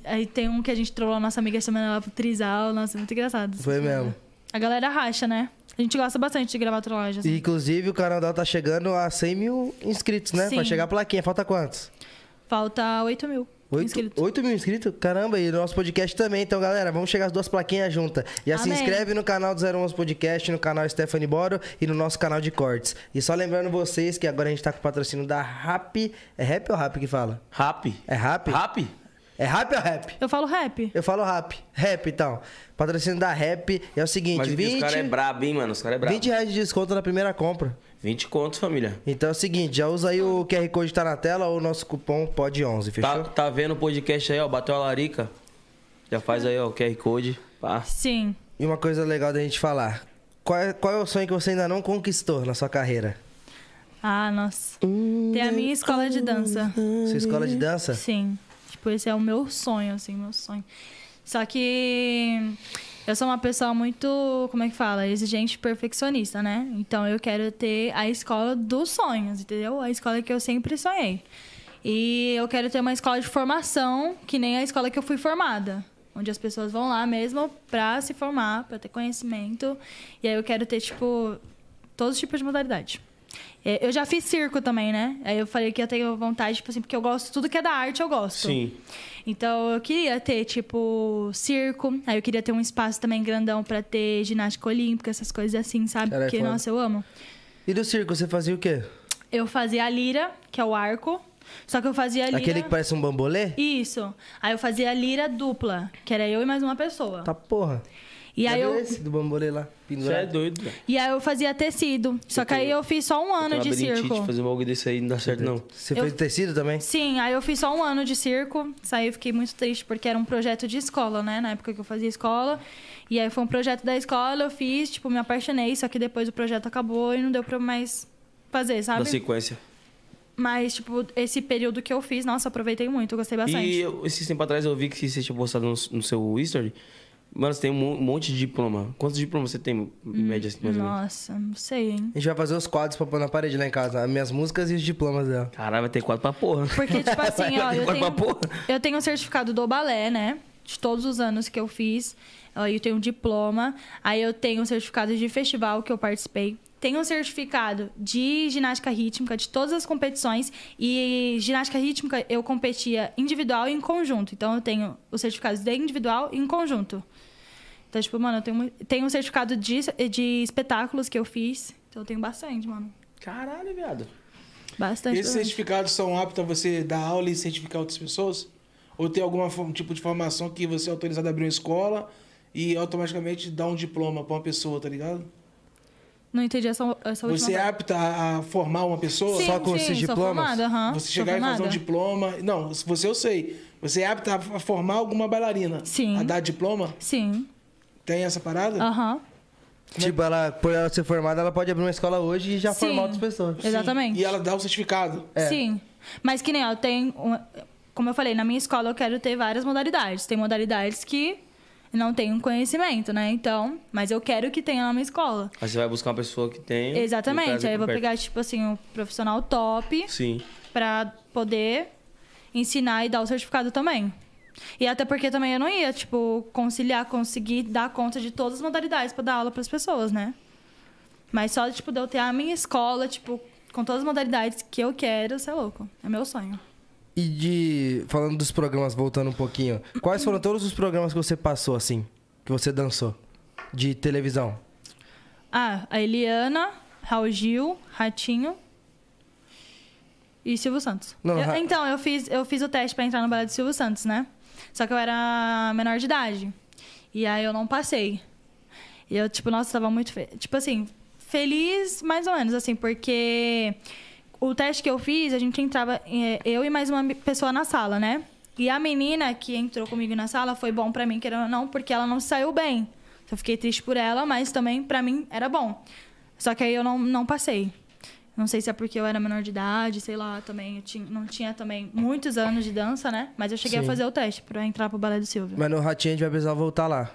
B: Aí tem um que a gente trollou a nossa amiga chamando ela pro Trisal. Nossa, muito engraçado.
A: Foi mesmo.
B: A galera racha, né? A gente gosta bastante de gravar trollagem. assim.
A: E, Inclusive, o canal dela tá chegando a 100 mil inscritos, né? Pra
B: Sim.
A: chegar a plaquinha, falta quantos?
B: Falta 8 mil
A: 8,
B: inscritos.
A: mil inscritos? Caramba, e nosso podcast também. Então, galera, vamos chegar as duas plaquinhas juntas. Já se
B: Amém.
A: inscreve no canal do 011 Podcast, no canal Stephanie Boro e no nosso canal de cortes. E só lembrando vocês que agora a gente tá com o patrocínio da Rap. É Rap ou Rap que fala?
E: Rap.
A: É Rap?
E: Rap?
A: É Rap ou Rap?
B: Eu falo rap.
A: Eu falo Rap. Rap, então. Patrocínio da Rap. E é o seguinte,
E: Mas
A: 20,
E: os caras é brabo, hein, mano? Os caras é brabo.
A: 20 reais de desconto na primeira compra.
E: 20 contos, família.
A: Então é o seguinte, já usa aí o QR Code que tá na tela ou o nosso cupom POD11, fechou?
E: Tá, tá vendo o podcast aí, ó? Bateu a larica. Já faz aí, ó, o QR Code. Pá.
B: Sim.
A: E uma coisa legal da gente falar. Qual é, qual é o sonho que você ainda não conquistou na sua carreira?
B: Ah, nossa. Tem a minha escola de dança.
A: Sua escola de dança?
B: Sim. Tipo, esse é o meu sonho, assim, meu sonho. Só que eu sou uma pessoa muito, como é que fala? Exigente e perfeccionista, né? Então eu quero ter a escola dos sonhos, entendeu? A escola que eu sempre sonhei. E eu quero ter uma escola de formação, que nem a escola que eu fui formada. Onde as pessoas vão lá mesmo pra se formar, pra ter conhecimento. E aí eu quero ter, tipo, todos os tipos de modalidade. É, Eu já fiz circo também, né? Aí eu falei que eu tenho vontade, tipo assim, porque eu gosto, tudo que é da arte eu gosto.
E: Sim.
B: Então eu queria ter, tipo, circo. Aí eu queria ter um espaço também grandão pra ter ginástica olímpica, essas coisas assim, sabe?
A: Caralho,
B: porque,
A: foda.
B: nossa, eu amo.
A: E do circo, você fazia o quê?
B: Eu fazia a lira, que é o arco. Só que eu fazia a lira.
A: Aquele que parece um bambolê?
B: Isso. Aí eu fazia a lira dupla, que era eu e mais uma pessoa.
A: Tá porra.
B: E aí
A: Cadê
B: eu.
A: esse do bambolê lá?
E: Você é
A: Pendurado.
E: doido, velho.
B: E aí eu fazia tecido. Só que aí eu fiz só um ano
E: Tem
B: de
E: labirintite,
B: circo.
E: Fazer um bagulho desse aí não dá certo,
C: é
E: não.
A: Você
B: Eu-
A: fez tecido também?
B: Sim, aí eu fiz só um ano de circo, saí eu fiquei muito triste, porque era um projeto de escola, né? Na época que eu fazia escola. E aí foi um projeto da escola, eu fiz, tipo, me apaixonei, só que depois o projeto acabou e não deu pra eu mais fazer,
E: Da
B: sabe?
E: sequência.
B: Mas, tipo, esse período que eu fiz, nossa, aproveitei muito, eu gostei bastante.
E: E eu- esses tempos atrás eu vi que você tinha postado no, no seu history Mano, você tem um mon- monte de diploma. Quantos diplomas você tem, em média, assim, mais ou menos?
B: Hum, Nossa, não sei, hein?
A: A gente vai fazer os quadros pra pôr na parede lá em casa. As minhas músicas e os diplomas dela.
E: Caralho, vai ter quatro pra porra.
B: Porque, tipo assim, ó, eu
E: Vai pra
B: tenho,
E: porra.
B: eu tenho um certificado do balé, né? De todos os anos que eu fiz. Aí eu tenho um diploma. Aí eu tenho um certificado de festival que eu participei. Tenho um certificado de ginástica rítmica de todas as competições. E ginástica rítmica eu competia individual e em conjunto. Então eu tenho os certificados de individual e em conjunto. Então, tipo, mano, eu tenho, mu- tenho um certificado de, de espetáculos que eu fiz. Então eu tenho bastante, mano.
E: Caralho, viado.
B: Bastante. bastante.
D: Esses certificados são aptos a você dar aula e certificar outras pessoas? Ou tem algum tipo de formação que você é autorizado a abrir uma escola e automaticamente dá um diploma pra uma pessoa, tá ligado?
B: Não entendi essa, essa última
D: Você é apto a, a formar uma pessoa?
A: Só com esses
B: sou
A: diplomas?
B: formada, aham.
D: Você
B: Sou
D: chegar e fazer um
B: formada.
D: diploma. Não, se você eu sei. Você é apto a a formar alguma bailarina?
B: Sim. Ah,
D: A dar diploma?
B: Sim,
D: Tem essa parada?
B: aham.
A: Tipo, ela, por ela ser formada, ela pode abrir uma escola hoje e já
B: Sim.
A: formar outras pessoas.
D: Sim.
B: Exatamente.
D: E ela dá o certificado.
B: Sim. Mas que nem, ó, tem... um- como eu falei, na minha escola eu quero ter várias modalidades. Tem modalidades que não tenho conhecimento, né? Então, mas eu quero que tenha na minha escola.
E: Aí você vai buscar uma pessoa que tem. e traz
B: Exatamente. Aí eu vou
E: pra perto.
B: pegar, tipo assim, um profissional top
E: Sim.
B: pra poder ensinar e dar o certificado também. E até porque também eu não ia, tipo, conciliar, conseguir dar conta de todas as modalidades pra dar aula pras pessoas, né? Mas só, tipo, de eu ter a minha escola, tipo, com todas as modalidades que eu quero, você é louco. É meu sonho.
A: E de. Falando dos programas, voltando um pouquinho. Quais foram todos os programas que você passou, assim? Que você dançou? De televisão?
B: Ah, a Eliana, Raul Gil, Ratinho e Silvio Santos.
A: Não,
B: Eu-
A: Ra-
B: então, eu fiz, eu fiz o teste pra entrar no balé do Silvio Santos, né? Só que eu era menor de idade. E aí eu não passei. E eu, tipo, nossa, tava muito. Fe... Tipo assim, feliz mais ou menos, assim, porque o teste que eu fiz, a gente entrava, eh, eu e mais uma mi- pessoa na sala, né? E a menina que entrou comigo na sala foi bom pra mim, querendo ou não, porque ela não se saiu bem. Eu fiquei triste por ela, mas também pra mim era bom. Só que aí eu não, não passei. Não sei se é porque eu era menor de idade, sei lá, também. Eu tinha, não tinha também muitos anos de dança, né? Mas eu cheguei
A: Sim.
B: a fazer o teste pra entrar pro Balé do Silvio.
A: Mas no Ratinho a gente vai precisar voltar lá.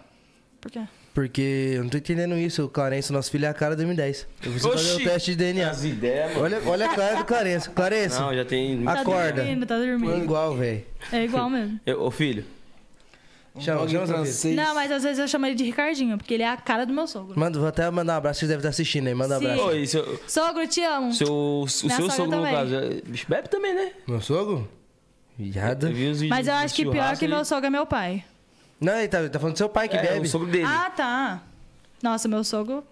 B: Por quê?
A: Porque eu não tô entendendo isso. O Clarence, nosso filho, é a cara do M10. Eu preciso fazer
E: Oxi!
A: o teste de DNA.
E: As ideias, mano.
A: Olha, olha a cara do Clarence. Clarence,
E: Não, já tem.
A: Ah, Acorda.
B: Tá dormindo, tá
A: pô, é
B: dormindo.
A: igual, velho.
B: É igual mesmo.
E: Eu- Ô, filho.
A: Chama,
D: dog
A: chama seu filho.
D: francês.
B: Não, mas às vezes eu chamo ele de Ricardinho, porque ele é a cara do meu sogro.
A: Manda, vou até mandar um abraço, vocês devem estar assistindo aí. Manda um
B: Sim.
A: abraço.
E: Ô, e seu,
B: Sogro, te amo.
E: seu, o seu
B: sogra
E: sogro, no
B: também.
E: caso. é- Bicho, bebe também, né?
A: Meu sogro? Viado.
E: Eu vi os vídeos
B: Mas eu
E: do
B: acho que pior
E: churrasco,
B: que
E: ele-
B: meu sogro é meu pai.
A: Não, ele tá, ele tá falando do seu pai que
E: É, o
A: bebe.
E: sogro dele.
B: Ah, tá. Nossa, meu sogro.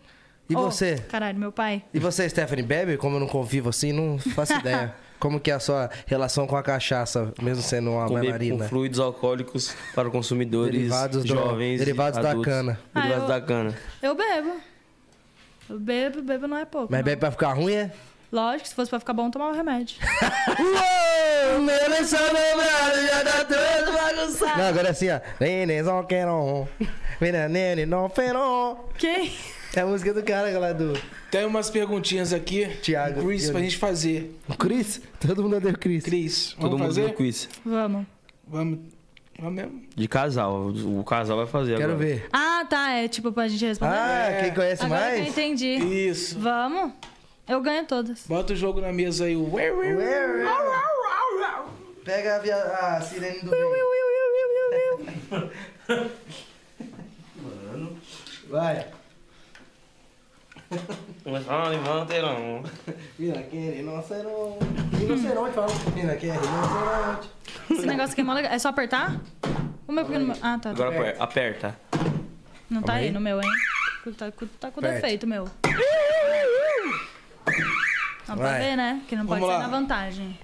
A: E
B: Oh,
A: você?
B: Caralho, meu pai.
A: E você, Stephanie, bebe? Como eu não convivo assim, não faço ideia. Como que é a sua relação com a cachaça, mesmo sendo uma né?
E: com, be- com
A: bailarina?
E: fluidos alcoólicos para consumidores
A: Derivados do-
E: jovens. e
A: derivados da
E: adultos.
A: cana.
B: Ah,
E: Derivados
B: eu-
E: da cana.
B: Eu bebo. Eu bebo, bebo não é pouco.
A: Mas
B: não.
A: bebe pra ficar ruim, é?
B: Lógico, se fosse pra ficar bom, tomar o remédio.
A: Uou, meu Deus, seu namorado já tá todo bagunçado. Não, agora é assim, ó. Nenes on queron, vira nene no feron.
B: Quem?
A: É a música do cara lá do
D: Tem umas perguntinhas aqui.
A: Thiago,
D: Chris, pra
A: Yuri.
D: gente fazer.
A: o Cris. Todo mundo odeia o Cris.
D: Cris, vamos
E: Todo mundo
D: fazer?
E: no quiz.
B: Vamos.
D: Vamos. Vamos mesmo.
E: De casal. O casal vai fazer
A: Quero
E: agora.
A: ver.
B: Ah, tá. É tipo pra gente responder.
A: Ah, quem conhece
B: Agora que eu
A: mais?
B: entendi.
D: Isso.
B: Vamos? Eu ganho todas.
D: Bota o jogo na mesa aí. Ué, ué, ué.
A: Pega a, via- a sirene do bem. Vai.
E: Mas fala, levanta, não.
A: Vira aquele rinoceronte. Rinoceronte, fala. Vira aquele rinoceronte.
B: Esse negócio aqui é mó legal. É só apertar? O meu porque no meu. Ah, tá.
E: Agora aper- aperta.
B: Não tá
A: Calma
B: aí
A: aí.
B: no meu, hein? Tá, com- tá com
A: Aperta.
B: defeito, meu. Não pra
A: Vai.
B: ver, né? Que não pode
D: Vamos
B: ser
D: lá.
B: na vantagem.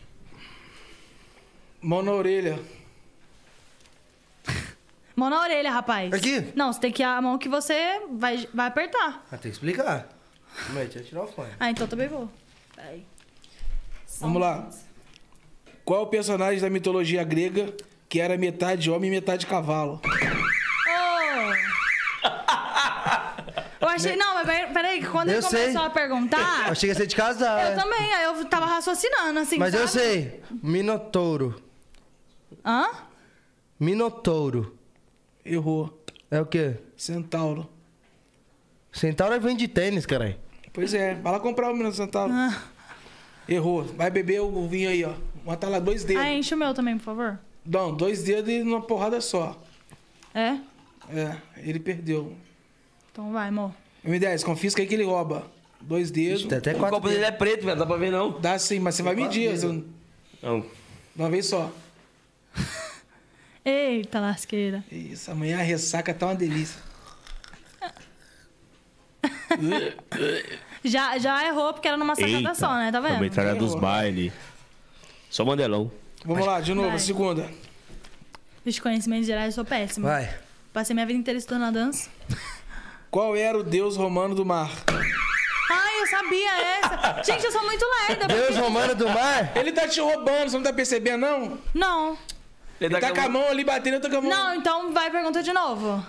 D: Mão na orelha.
B: Mão na orelha, rapaz.
A: Aqui?
B: Não, você tem que ir a mão que você vai, vai apertar.
A: Ah, tem que explicar. Mãe, deixa eu tirar o fone.
B: Ah, então também vou. Peraí. um
D: Vamos lá. Qual o personagem da mitologia grega que era metade homem e metade cavalo?
B: Oh! Eu achei. Não, mas pera- peraí, que quando
A: Eu
B: ele começou
A: sei.
B: a perguntar,
A: Eu cheguei a ser de casal,
B: eu
A: é.
B: também. Aí eu tava raciocinando, assim.
A: Mas eu
B: sabe?
A: sei. Minotouro.
B: Hã?
A: Minotouro.
D: Errou.
A: É o quê?
D: Centauro.
A: Centauro é vende tênis, caralho.
D: Pois é, vai lá comprar o menino Centauro.
B: Ah.
D: Errou. Vai beber o vinho aí, ó. Matar lá dois dedos.
B: Ah, enche o meu também, por favor.
D: Não, dois dedos e numa porrada só.
B: É?
D: É, ele perdeu.
B: Então vai, amor.
D: M10, confisca aí que ele rouba. Dois dedos.
A: Tem até
E: O
A: quatro.
E: copo dele é preto, velho. Dá pra ver, não.
D: Dá sim, mas você vai medir. você não-
E: Não.
D: De uma vez só.
B: Eita, lasqueira.
D: Isso, amanhã a ressaca tá uma delícia.
B: Já, já errou porque era numa sacada
F: Eita,
B: só, né? Tá
F: A
B: vendo?
F: metralha dos baile.
E: Só Mandelão.
D: Vamos lá, de novo,
B: Vai.
D: a segunda.
B: Os conhecimentos gerais eu sou péssima.
A: Vai.
B: Passei minha vida inteira estudando a dança.
D: Qual era o deus romano do mar?
B: Ai, eu sabia essa. Gente, eu sou muito lerda.
A: Deus Romano do Mar?
D: Ele tá te roubando, você não tá percebendo, não?
B: Não.
E: Ele
D: Ele tá com a mão ali batendo, eu tô com a mão.
B: Não, então vai pergunta de novo.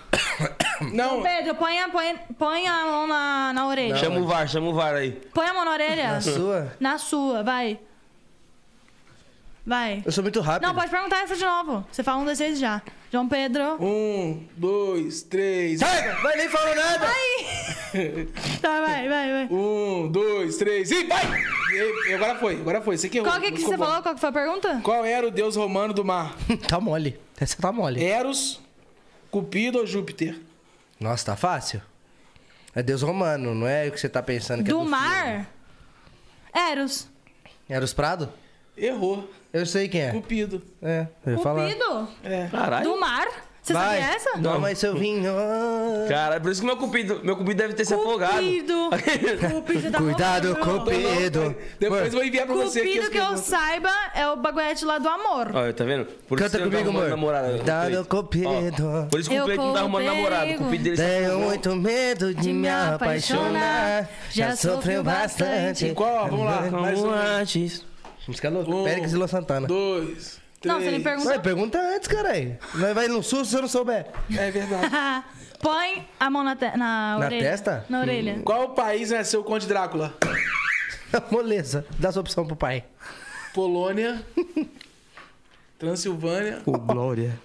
D: não.
B: Pedro, põe a, põe, põe a mão na, na orelha.
E: Chama o VAR, chama o VAR aí.
B: Põe a mão na orelha.
A: A sua?
B: Na sua, vai. Vai.
A: Eu sou muito rápido.
B: Não, pode perguntar essa de novo. Você fala um desses já. João Pedro.
D: Um, dois, três.
A: Sai! Vai, nem falou nada!
B: Tá, vai, vai, vai.
D: Um, dois, três e vai! E agora foi, agora foi. Você que errou.
B: Qual que, que
D: ficou
B: você
D: bom.
B: falou? Qual que foi a pergunta?
D: Qual era o deus romano do mar?
A: tá mole. Essa tá
B: É.
A: mole.
D: Eros, Cupido ou Júpiter?
A: Nossa, tá fácil? É Deus Romano, não é o que você tá pensando que é
B: Do
A: do
B: mar? Eros.
A: Era os Prado?
D: Errou.
A: Eu sei quem é.
D: Cupido.
A: É, eu ia falar.
B: Cupido?
D: É.
E: Caralho.
B: Do mar? Você
A: Vai.
B: sabia essa?
A: Não, mas seu vinho.
E: Caralho, é por isso que meu cupido, meu cupido deve ter se afogado.
B: Cupido. Cupido tá
A: Cuidado,
B: horrível.
A: Cupido.
D: Depois eu
A: Mano,
D: vou enviar pra você aqui.
B: Cupido
D: as
B: que eu
D: perguntas.
B: saiba é o bagulhete lá do amor.
E: Olha, tá vendo? Por
A: Canta
E: isso que ele
A: comigo,
E: não tá arrumando
A: amor.
E: namorada, o
A: Dado
E: Cleito.
A: cupido.
E: Ó, Por isso que
B: Eu
E: o Cleito não tá arrumando
B: corro
E: namorado. O
B: perigo.
E: cupido dele tá se
A: Tenho
E: afogou.
A: muito medo de me apaixonar. Já sofreu bastante.
D: Qual? Vamos lá. Mais
E: Como
D: um.
E: antes.
A: Música louca.
D: Um,
A: Péricles e Lua Santana.
D: Dois. Três.
B: Não, você me perguntou.
A: Ué, pergunta antes, caralho. Não vai no susto se eu não souber.
D: É verdade.
B: Põe a mão na, te- na,
A: Na
B: orelha.
A: testa? Hum.
B: Na orelha.
D: Qual país nasceu o Conde Drácula?
A: Moleza. Dá sua opção pro pai.
D: Polônia, Transilvânia,
E: O Glória.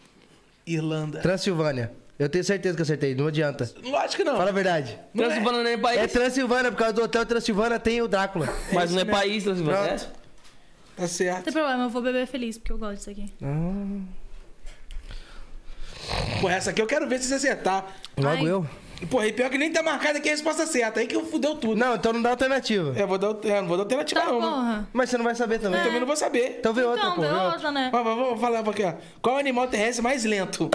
D: Irlanda.
A: Transilvânia. Eu tenho certeza que eu acertei, não adianta.
D: Lógico que não.
A: Fala a verdade.
E: Transilvânia não é
A: É
E: país.
A: Transilvânia, por causa do hotel Transilvânia tem o Drácula.
E: Mas não é país, Transilvânia.
A: Pronto.
E: é?
D: Tá
B: Não
D: certo.
B: tem problema, eu vou beber feliz, porque eu gosto disso aqui.
D: Porra, essa aqui eu quero ver se você acertar.
A: Logo
B: Ai.
A: eu.
D: E, porra, e pior que nem tá marcada aqui a resposta certa. Aí que eu fudeu tudo.
A: Não, então não dá alternativa.
D: É, vou dar, o- é, não vou dar alternativa
B: Tá,
D: não. né?
B: porra.
A: Mas você não vai saber também.
D: Também não vou saber.
A: Então vê outra,
B: então,
A: pô.
B: deu
A: vê outra.
B: outra, né?
D: Mas, mas vamos falar aqui, ó. Qual é o animal terrestre mais lento?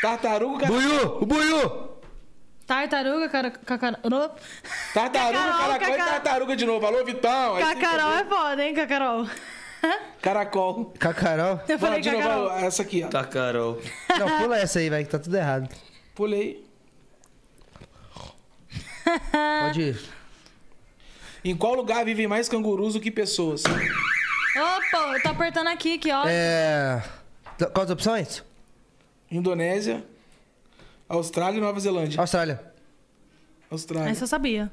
D: Tartaruga, cara...
A: Buiu! O Buiu!
B: Tartaruga, cara, cacara... Ô,
D: tartaruga,
B: Cacarol,
D: caracol e
B: cacarol.
D: tartaruga de novo. Alô, Vitão. Aí sim,
B: Cacarol é foda, hein, Cacarol?
D: Caracol.
A: Cacarol.
B: Eu
D: Fala
B: falei
D: de novo
B: Cacarol.
D: ó, essa aqui, ó.
E: Tá, Carol.
A: Não, pula essa aí, vai, que tá tudo errado.
D: Pulei.
A: Pode ir.
D: Em qual lugar vivem mais cangurus do que pessoas?
B: Opa, eu tô apertando aqui, aqui, ó.
A: É. t- Quais as opções?
D: Indonésia, Austrália e Nova Zelândia.
A: Austrália.
D: Austrália.
B: Essa eu sabia.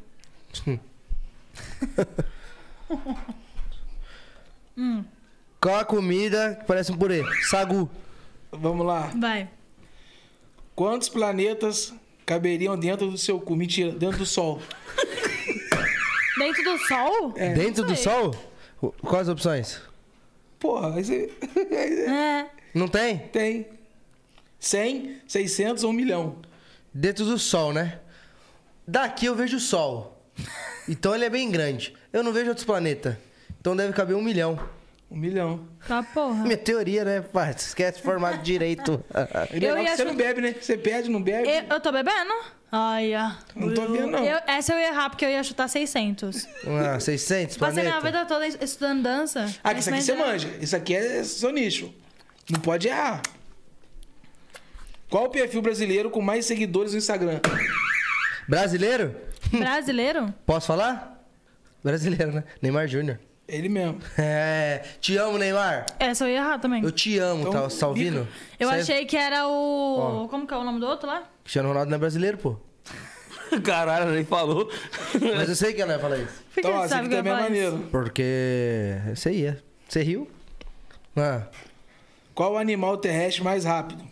A: Qual a comida que parece um purê? Sagu.
D: Vamos lá.
B: Vai.
D: Quantos planetas caberiam dentro do seu cu? Mentira, dentro do Sol.
B: Dentro do sol?
A: Dentro do
B: sei.
A: sol? O- Quais as opções?
D: Porra, aí você... aí você-
B: É.
A: Não tem?
D: tem. 100, 600 ou 1 milhão.
A: Dentro do sol, né? Daqui eu vejo o sol. Então ele é bem grande. Eu não vejo outros planetas. Então deve caber um milhão.
D: 1 milhão.
B: Tá porra.
A: Minha teoria, né, parça? Esquece formato direito.
D: É legal
B: Eu
D: que
B: ia
D: você
B: chu-
D: não bebe, né? Você perde, não bebe.
B: Eu, eu tô bebendo? Ai, ah.
D: Não tô vendo, não.
B: Eu- essa eu ia errar porque eu ia chutar 600.
A: Ah, 600
B: Passei minha
A: planeta.
B: vida toda estudando dança.
D: Ah, que isso aqui
B: Mas-
D: você manja. Isso aqui é seu nicho. Não pode errar. Qual o perfil brasileiro com mais seguidores no Instagram?
A: Brasileiro?
B: é Brasileiro?
A: Posso falar? Brasileiro, né? Neymar Júnior.
D: Ele mesmo.
A: É, te amo, Neymar.
B: Essa eu ia errar também.
A: Eu te amo,
D: Então,
A: tá, tá ouvindo?
B: Eu
A: Cê-
B: achei que era o. Como que é o nome do outro lá?
A: Cristiano Ronaldo não é brasileiro, pô.
E: né? Caralho, nem falou.
A: Mas eu sei que ela ia falar isso.
B: Por que
D: Então, ó,
B: você
D: esse
B: sabe
D: aqui
B: que eu ia
D: também é
B: falar isso?
D: maneiro.
A: Porque. Você ia. Você riu? Ah,
D: Qual o animal terrestre mais rápido?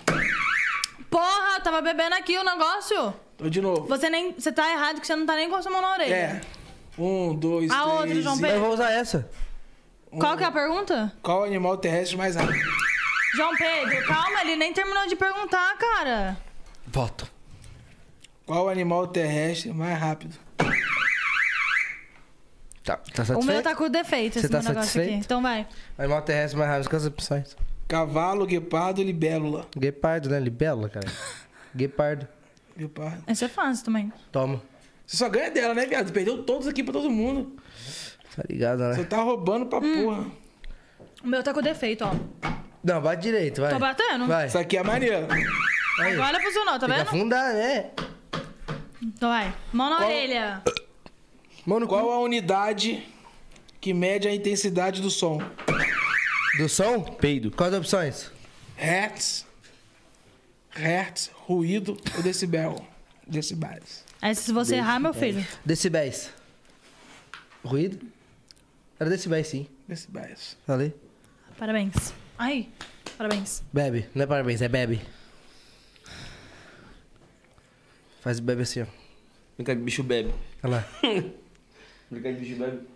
B: Porra, eu tava bebendo aqui o negócio.
D: Então, de novo.
B: Você nem. Você tá errado que você não tá nem com a sua mão na orelha.
D: É. Um, dois,
B: A
D: três.
B: outra, João
D: e-
A: Mas
B: Pedro.
A: eu vou usar essa.
B: Qual que é a pergunta?
D: Qual animal terrestre mais rápido?
B: João Pedro, calma, ele nem terminou de perguntar, cara.
A: Voto.
D: Qual animal terrestre mais rápido?
A: Tá, tá
B: O meu
A: satisfeito?
B: tá com defeito,
A: Você
B: esse
A: tá
B: meu negócio aqui.
A: satisfeito?
B: Então vai.
A: Animal terrestre mais rápido, quais as opções?
D: Cavalo, guepardo, libélula.
A: Guepardo, né? Libélula, cara. Guepardo.
D: Guepardo.
B: Esse é fácil também.
A: Toma.
D: Você só ganha dela, né, viado? Perdeu todos aqui pra todo mundo.
A: Tá ligado,
D: Você
A: né?
D: tá roubando pra
B: Hum.
D: porra.
B: O meu tá com defeito, ó.
A: Não, bate direito, vai.
B: Tô batendo?
A: Vai.
D: Isso aqui é maneiro.
A: Aí.
B: Agora funcionou, tá
A: Tem que
B: vendo?
A: afundar, né?
B: Então vai. Mão na orelha.
A: Mão no cu.
D: Qual a unidade que mede a intensidade do som?
A: Do som?
E: Peido.
A: Quais as opções?
D: Hertz, hertz, ruído ou decibel? Decibéis.
B: Aí se você errar, meu filho.
A: Decibéis. Ruído? Era decibéis, sim.
D: Decibéis.
A: Falei.
B: Parabéns. Ai, parabéns.
A: Bebe. Não é parabéns, é bebe. Faz bebe assim, ó.
E: Brincar de bicho bebe.
A: Olha lá.
E: Brincar de bicho bebe.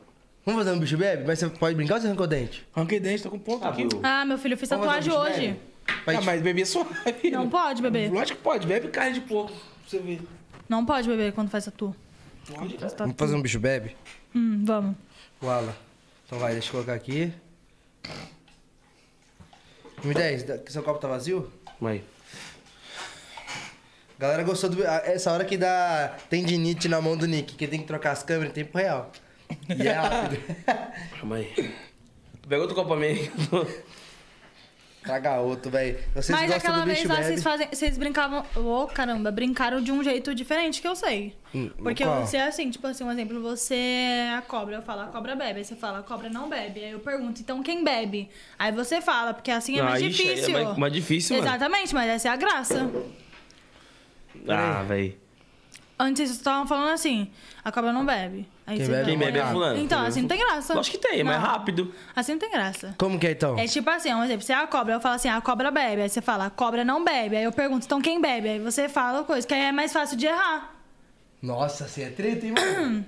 A: Vamos fazer um bicho bebe? Mas você pode brincar ou você arrancou o dente?
D: Arranquei dente, tô com um ponto
E: Ah,
D: aqui.
E: bro.
B: Ah, meu filho, eu fiz tatuagem
A: um
B: hoje.
A: Vai,
D: Ah, mas bebê suave.
B: Não pode beber.
D: Lógico que pode, bebe carne de porco. Pra você ver.
B: Não pode beber quando faz tatu.
D: Pode.
B: Faz tatu.
A: Vamos fazer um bicho bebe?
B: Hum, vamos.
A: O Alan. Então vai, deixa eu colocar aqui. Me 10, da- que seu copo tá vazio?
E: Mãe.
A: Galera gostou do. a- Essa hora que dá tendinite na mão do Nick, que tem que trocar as câmeras em tempo real. E é rápido.
E: Mãe. Pega outro copo pra mim.
A: Traga outro, velho. Vocês
B: Mas
A: gostam
B: aquela
A: do
B: vez
A: bicho
B: lá,
A: bebe?
B: vocês, fazem, vocês brincavam... Ô, caramba, brincaram de um jeito diferente que eu sei.
A: Hum,
B: Porque
A: qual?
B: você é assim, tipo assim, um exemplo, você é a cobra, eu falo, a cobra bebe. Aí você fala, a cobra não bebe. Aí eu pergunto, então quem bebe? Aí você fala, porque assim é mais
E: Aí,
B: difícil.
E: É mais, mais difícil, mano.
B: Exatamente, mas essa é a graça.
E: Ah, velho.
B: Antes vocês estavam falando assim, a cobra não bebe. Aí
A: Quem bebe
B: você não,
A: é
E: Quem bebe é
A: Não.
E: fulano.
B: Então, assim não tem graça.
E: Lógico que tem, é mais
B: Não.
E: rápido.
B: Assim não tem graça.
A: Como que é então?
B: É tipo assim, um exemplo, você é a cobra, eu falo assim, a cobra bebe. Aí você fala, a cobra não bebe. Aí eu pergunto, então quem bebe? Aí você fala coisa, que aí é mais fácil de errar.
A: Nossa, você é treta, hein, mano?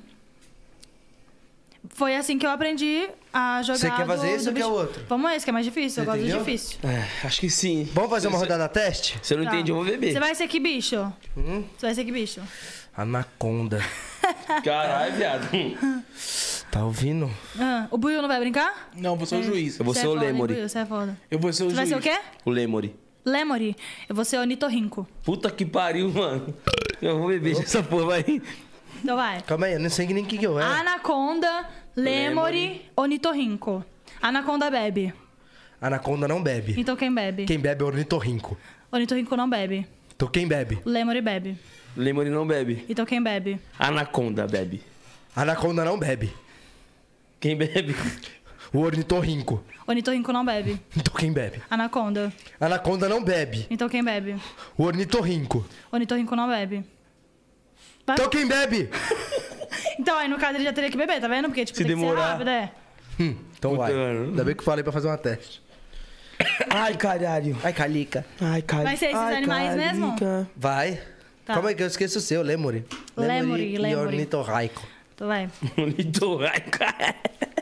B: Foi assim que eu aprendi a jogar.
A: Você quer fazer
B: do-
A: esse
B: do
A: ou quer
B: bicho-
A: outro?
B: Vamos esse, que é mais difícil. Eu
A: Você
B: gosto do
A: entendeu?
B: difícil.
E: É, acho que sim.
A: Vamos fazer uma rodada teste?
E: Se eu não
B: Tá.
E: entendi, eu vou beber. Hum?
B: Você vai ser que bicho? Você vai ser que bicho?
A: Anaconda.
E: Caralho, viado.
A: Tá ouvindo?
B: Ah, o Buiu não vai brincar?
D: Não, você é o juiz.
E: Eu vou
B: Você
E: ser
B: é
E: o
B: foda, hein,
E: Lemuri.
B: Buiu? Você é foda.
D: Eu vou ser o
B: Você vai
D: juiz.
B: ser o quê?
E: O Lemuri.
B: Lemuri. Eu vou ser o Nitorrinco.
E: Puta que pariu, mano. Eu vou beber essa porra, vai.
B: Então vai.
A: Calma aí, eu não sei nem o que, que eu é.
B: Ah.
A: era.
B: Anaconda, Lemuri, Onitorrinco. Anaconda bebe.
A: Anaconda não bebe.
B: Então quem bebe?
A: Quem bebe é ornitorrinco.
B: Onitorrinco não bebe.
A: Então quem bebe?
B: Lemuri bebe.
E: Lemuri não bebe.
B: Então quem bebe?
E: Anaconda bebe.
A: Anaconda não bebe.
E: Quem bebe?
A: O ornitorrinco.
B: Onitorrinco não bebe.
A: Então quem bebe?
B: Anaconda.
A: Anaconda não bebe.
B: Então quem bebe?
A: O ornitorrinco.
B: Onitorrinco não bebe. Vai.
A: Então quem bebe?
B: Então, aí no caso ele já teria que beber, tá vendo? Porque, tipo,
E: Se
B: tem que ser
E: demorar.
B: rápido, é.
A: Hum, então vai.
E: Puta,
A: Ainda bem que eu falei pra fazer uma teste.
E: Ai, caralho.
A: Vai, Calica.
E: Ai, caralho.
B: Vai ser esses
E: Ai,
B: animais mesmo?
E: carica.
A: Vai.
B: Tá.
A: Calma aí que eu esqueço o seu, Lemuri.
B: Lemuri,
A: E
B: Lemuri.
A: ornitorraico.
B: Então vai.
E: Bonito, ai, caralho.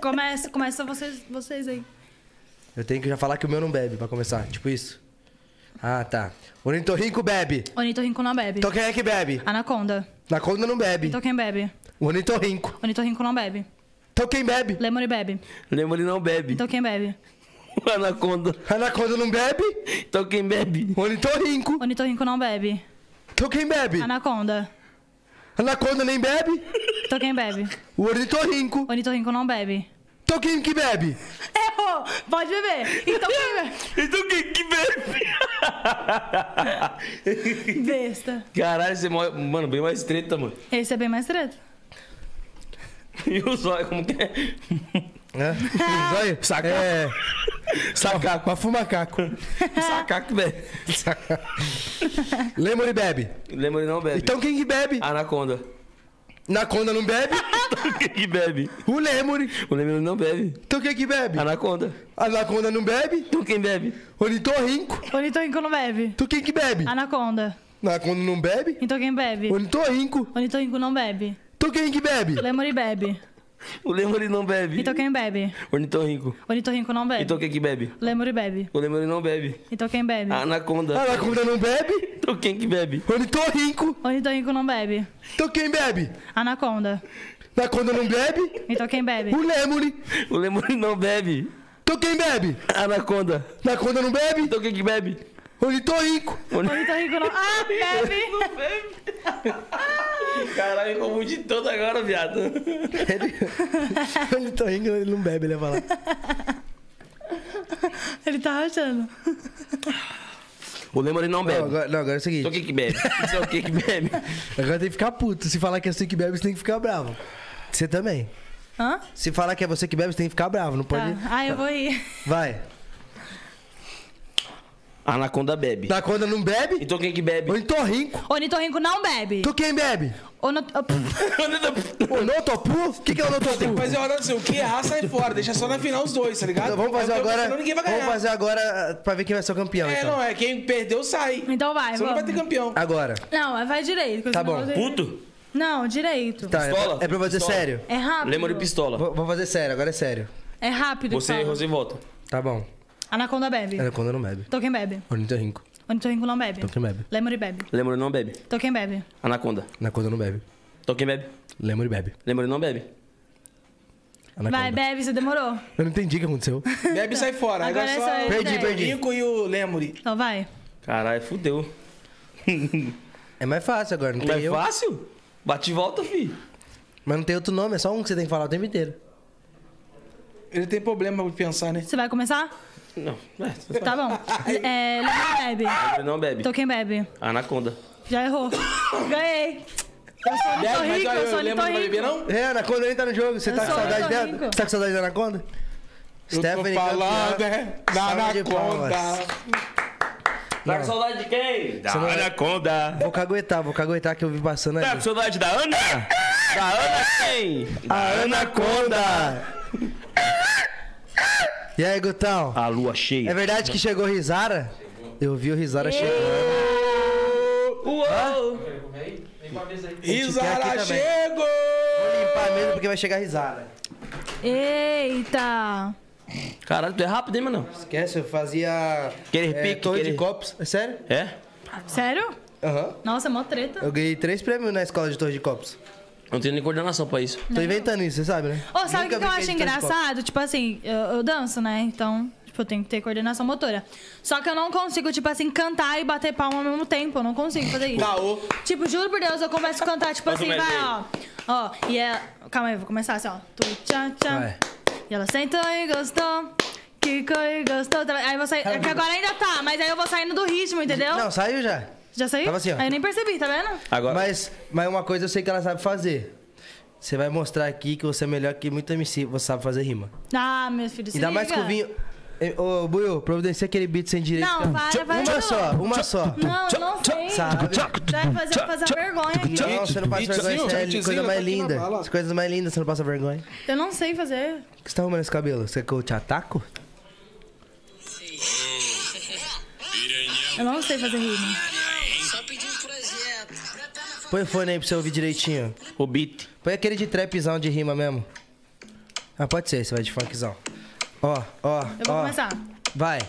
B: Começa, começa vocês, vocês aí.
A: Eu tenho que já falar que o meu não bebe pra começar. Tipo isso. Ah, tá. Ornitorrinco bebe.
B: Onitorrinco não bebe.
A: Então quem é que bebe?
B: Anaconda.
A: Anaconda não bebe.
B: Então quem bebe?
A: O ornitorrinco.
B: Onitorrinco não bebe.
A: Então quem bebe?
B: Lemuri bebe.
E: Lemuri não bebe.
B: Então quem bebe?
E: Anaconda.
A: Anaconda não bebe?
E: Então quem bebe?
A: O ornitorrinco.
B: Onitorrinco não bebe.
A: Então quem bebe?
B: Anaconda.
A: Anaconda nem bebe?
B: Então quem bebe?
A: O ornitorrinco.
B: Onitorrinco não bebe.
A: Então quem que bebe?
B: Errou! Pode beber! Então quem
E: Então quem que bebe?
B: bebe? Besta.
E: Caralho, você morre. Mano, bem mais treta, mano.
B: Esse é bem mais treta.
E: E o zóio, como que é?
A: É. Zóio.
E: Saca.
A: É.
E: Sacaco.
A: Mafumacaco.
E: Sacaco bebe.
A: Lemuri bebe.
E: Lemuri não bebe.
A: Então quem que bebe?
E: Anaconda.
A: Anaconda não bebe?
C: O que que bebe?
A: O Lemuri.
C: O Lemur não bebe.
A: Então quem que bebe?
C: Anaconda.
A: Anaconda não bebe?
C: Então quem bebe?
A: Ornitorrinco.
B: Ornitorrinco não bebe.
A: Então quem que bebe?
B: Anaconda.
A: Anaconda não bebe?
B: Então quem bebe?
A: Ornitorrinco.
B: Ornitorrinco não bebe.
A: Então quem que bebe?
B: Lemuri bebe.
C: O Lemur não bebe.
B: Então quem bebe?
C: Ornitorrinco.
B: Ornitorrinco não bebe.
C: Então quem que bebe?
B: Lemuri bebe.
C: O Lemur não bebe.
B: Então quem bebe?
C: Anaconda.
A: Anaconda Ah, não bebe?
C: Então quem que bebe?
A: Ornitorrinco.
B: Ornitorrinco não bebe.
A: Então quem bebe?
B: Anaconda.
A: Anaconda não bebe?
B: Então quem bebe?
A: O Lemuri.
C: O Lemur não bebe.
A: Então quem bebe?
C: Anaconda.
A: Anaconda não bebe?
C: Então quem que bebe?
A: Ornitorrinco.
B: Ornitorrinco não... Ah, bebe!
E: Caralho, eu confundi todo agora, viado.
A: Ornitorrinco ele não bebe, ele ia falar.
B: Ele tá rachando.
C: O Lemur não
A: Não,
C: bebe.
A: agora, não, agora é o seguinte.
C: Então quem que bebe? Então quem que bebe?
A: Agora tem que ficar puto. Se falar que é você que bebe, você tem que ficar bravo. Você também.
B: Hã?
A: Se falar que é você que bebe, você tem que ficar bravo. Não pode.
B: Tá. Ah, eu vou rir.
A: Vai.
C: Anaconda bebe.
A: Anaconda Tá, não bebe?
C: Então quem que bebe?
A: Ornitorrinco.
B: Ornitorrinco não bebe.
A: Tu quem bebe?
B: Ono- op-
A: O Notopu? O que, que é o Notopu?
D: Mas é hora assim, o que errar sai fora, deixa só na final os dois, tá ligado?
A: Então, Vamos fazer
D: Aí,
A: agora.
D: Senão ninguém vai ganhar.
A: Vamos fazer agora ah, pra ver quem vai ser o campeão,
D: É,
A: então.
D: não, é quem perdeu sai.
B: Então vai,
D: Senão não vai
B: vamos.
D: ter campeão.
A: Agora.
B: Não, é, vai direito. que
A: Tá
B: senão
A: bom.
B: eu vou-
E: Puto?
B: Não, direito.
A: Tá, é pra-
E: Pistola?
A: é pra fazer
E: Pistola.
A: sério.
B: É rápido.
E: Lemur e pistola.
A: V- Vamos fazer sério, agora é sério.
B: É rápido. que
E: Você,
B: fala.
E: você volta.
A: Tá bom.
B: Anaconda bebe.
A: Anaconda não bebe.
B: Então quem bebe?
A: Ornitorrinco.
B: Ornitorrinco não bebe.
A: Então quem bebe?
B: Lemuri bebe.
C: Lemur não bebe.
B: Então quem bebe?
C: Anaconda.
A: Anaconda não bebe.
C: Então quem bebe?
A: Lemur bebe.
C: Lemur não bebe.
A: Anaconda.
B: Vai, bebe, você demorou.
A: Eu não entendi o que aconteceu.
D: Bebe e sai fora. Agora,
B: Agora é só eu.
D: é só
A: Perdi,
B: É.
D: o
A: perdi.
D: Nico e o Lemuri.
B: Então vai.
C: Caralho, fudeu.
A: É mais fácil agora, não
C: Não
A: tem
C: é
A: eu.
C: fácil? Bate e volta, fi.
A: Mas não tem outro nome, é só um que você tem que falar o tempo inteiro.
D: Ele tem problema pra pensar, né?
B: Você vai começar?
C: Não, é.
B: Tá bom. É, Lemuri bebe.
C: Lemur não bebe.
B: Então quem bebe?
C: Anaconda.
B: Já errou. Ganhei. Eu sou
D: mas
B: ornitorrinco,
D: olha,
B: eu sou então
D: o Lemuri não vai beber,
B: ornitorrinco.
D: não?
A: É, a Anaconda nem tá no jogo. Você tá
B: Eu
A: com
B: sou
A: saudade dela?
B: ornitorrinco.
A: Você tá com saudade da Anaconda? Stephanie
D: eu tô falando,
A: campeã.
D: é, da
A: Salva de palmas.
D: Anaconda.
E: Tá com saudade de quem? Da
A: Você não é-
E: Anaconda.
A: Vou caguetar, vou caguetar que eu vi passando
E: Tá
C: É,
A: ali.
E: com saudade da Ana? Da Ana quem?
A: A Anaconda! E aí, Gutão?
C: Ah.
E: A lua
A: É
E: cheia.
A: verdade que chegou Risara? Eu vi o Risara chegando.
E: Uou!
A: aqui
D: Isara
A: também.
D: chegou!
A: Vou limpar mesmo porque vai chegar Risara.
B: Eita.
C: Caralho, tu é rápido, hein, mano?
A: Esquece, eu fazia.
C: Aquele
A: é,
C: pique,
A: torre
C: aquele-
A: de copos. É sério?
C: É?
B: Sério?
A: Aham.
B: Nossa, mó treta.
A: Eu ganhei três prêmios na escola de torre de copos.
C: Não tenho nem coordenação pra isso.
A: Tô inventando isso, você sabe, né?
B: Ô, sabe o que,
A: Nunca
B: que eu
A: brinquei
B: acho
A: de torre de copos.
B: engraçado? Tipo assim, eu, eu danço, né? Então, tipo, eu tenho que ter coordenação motora. Só que eu não consigo, tipo assim, cantar e bater palma ao mesmo tempo. Eu não consigo fazer isso.
A: Tá,
D: Caô.
B: Tipo, juro por Deus, eu começo a cantar, tipo
E: Faz
B: assim,
E: mais
B: vai,
E: aí.
B: ó. Ó, e é. Calma aí, eu vou começar assim, ó. Tu, tchan, tchan.
A: Vai.
B: E ela sentou e gostou. Kiko e gostou. Aí eu vou sair. É que agora ainda tá, mas aí eu vou saindo do ritmo, entendeu?
A: Não, saiu já.
B: Já saiu?
A: Tava assim, ó.
B: Aí eu nem percebi, tá vendo?
C: Agora.
A: Mas, mas uma coisa eu sei que ela sabe fazer. Você vai mostrar aqui que você é melhor que muito MC, você sabe fazer rima.
B: Ah, meu filho, se
A: Ainda mais
B: liga.
A: que o vinho. Eh, Ô, Buiu, providencia aquele beat sem direito.
B: Não, para, vai
A: Uma
B: de
A: só,
B: novo.
A: uma só.
B: Não, eu não sei.
A: Sabe?
B: Deve fazer, fazer vergonha aqui.
A: Não, você não passa vergonha,
D: Beatzinho,
A: isso é
D: beatzinho,
A: coisa
D: tá
A: mais
D: aqui na
A: linda.
D: bala.
A: As coisas mais lindas, você não passa vergonha.
B: Eu não sei fazer.
A: O que você tá arrumando esse cabelo? Você quer que eu te ataco?
B: Eu não sei fazer rima.
F: Só pediu um projeto. Pra tá na
A: Põe o fone aí pra você ouvir direitinho.
C: O beat.
A: Põe aquele de trapzão de rima mesmo. Ah, pode ser, esse vai de funkzão. Ó, ó,
B: Eu vou
A: ó.
B: começar.
A: Vai.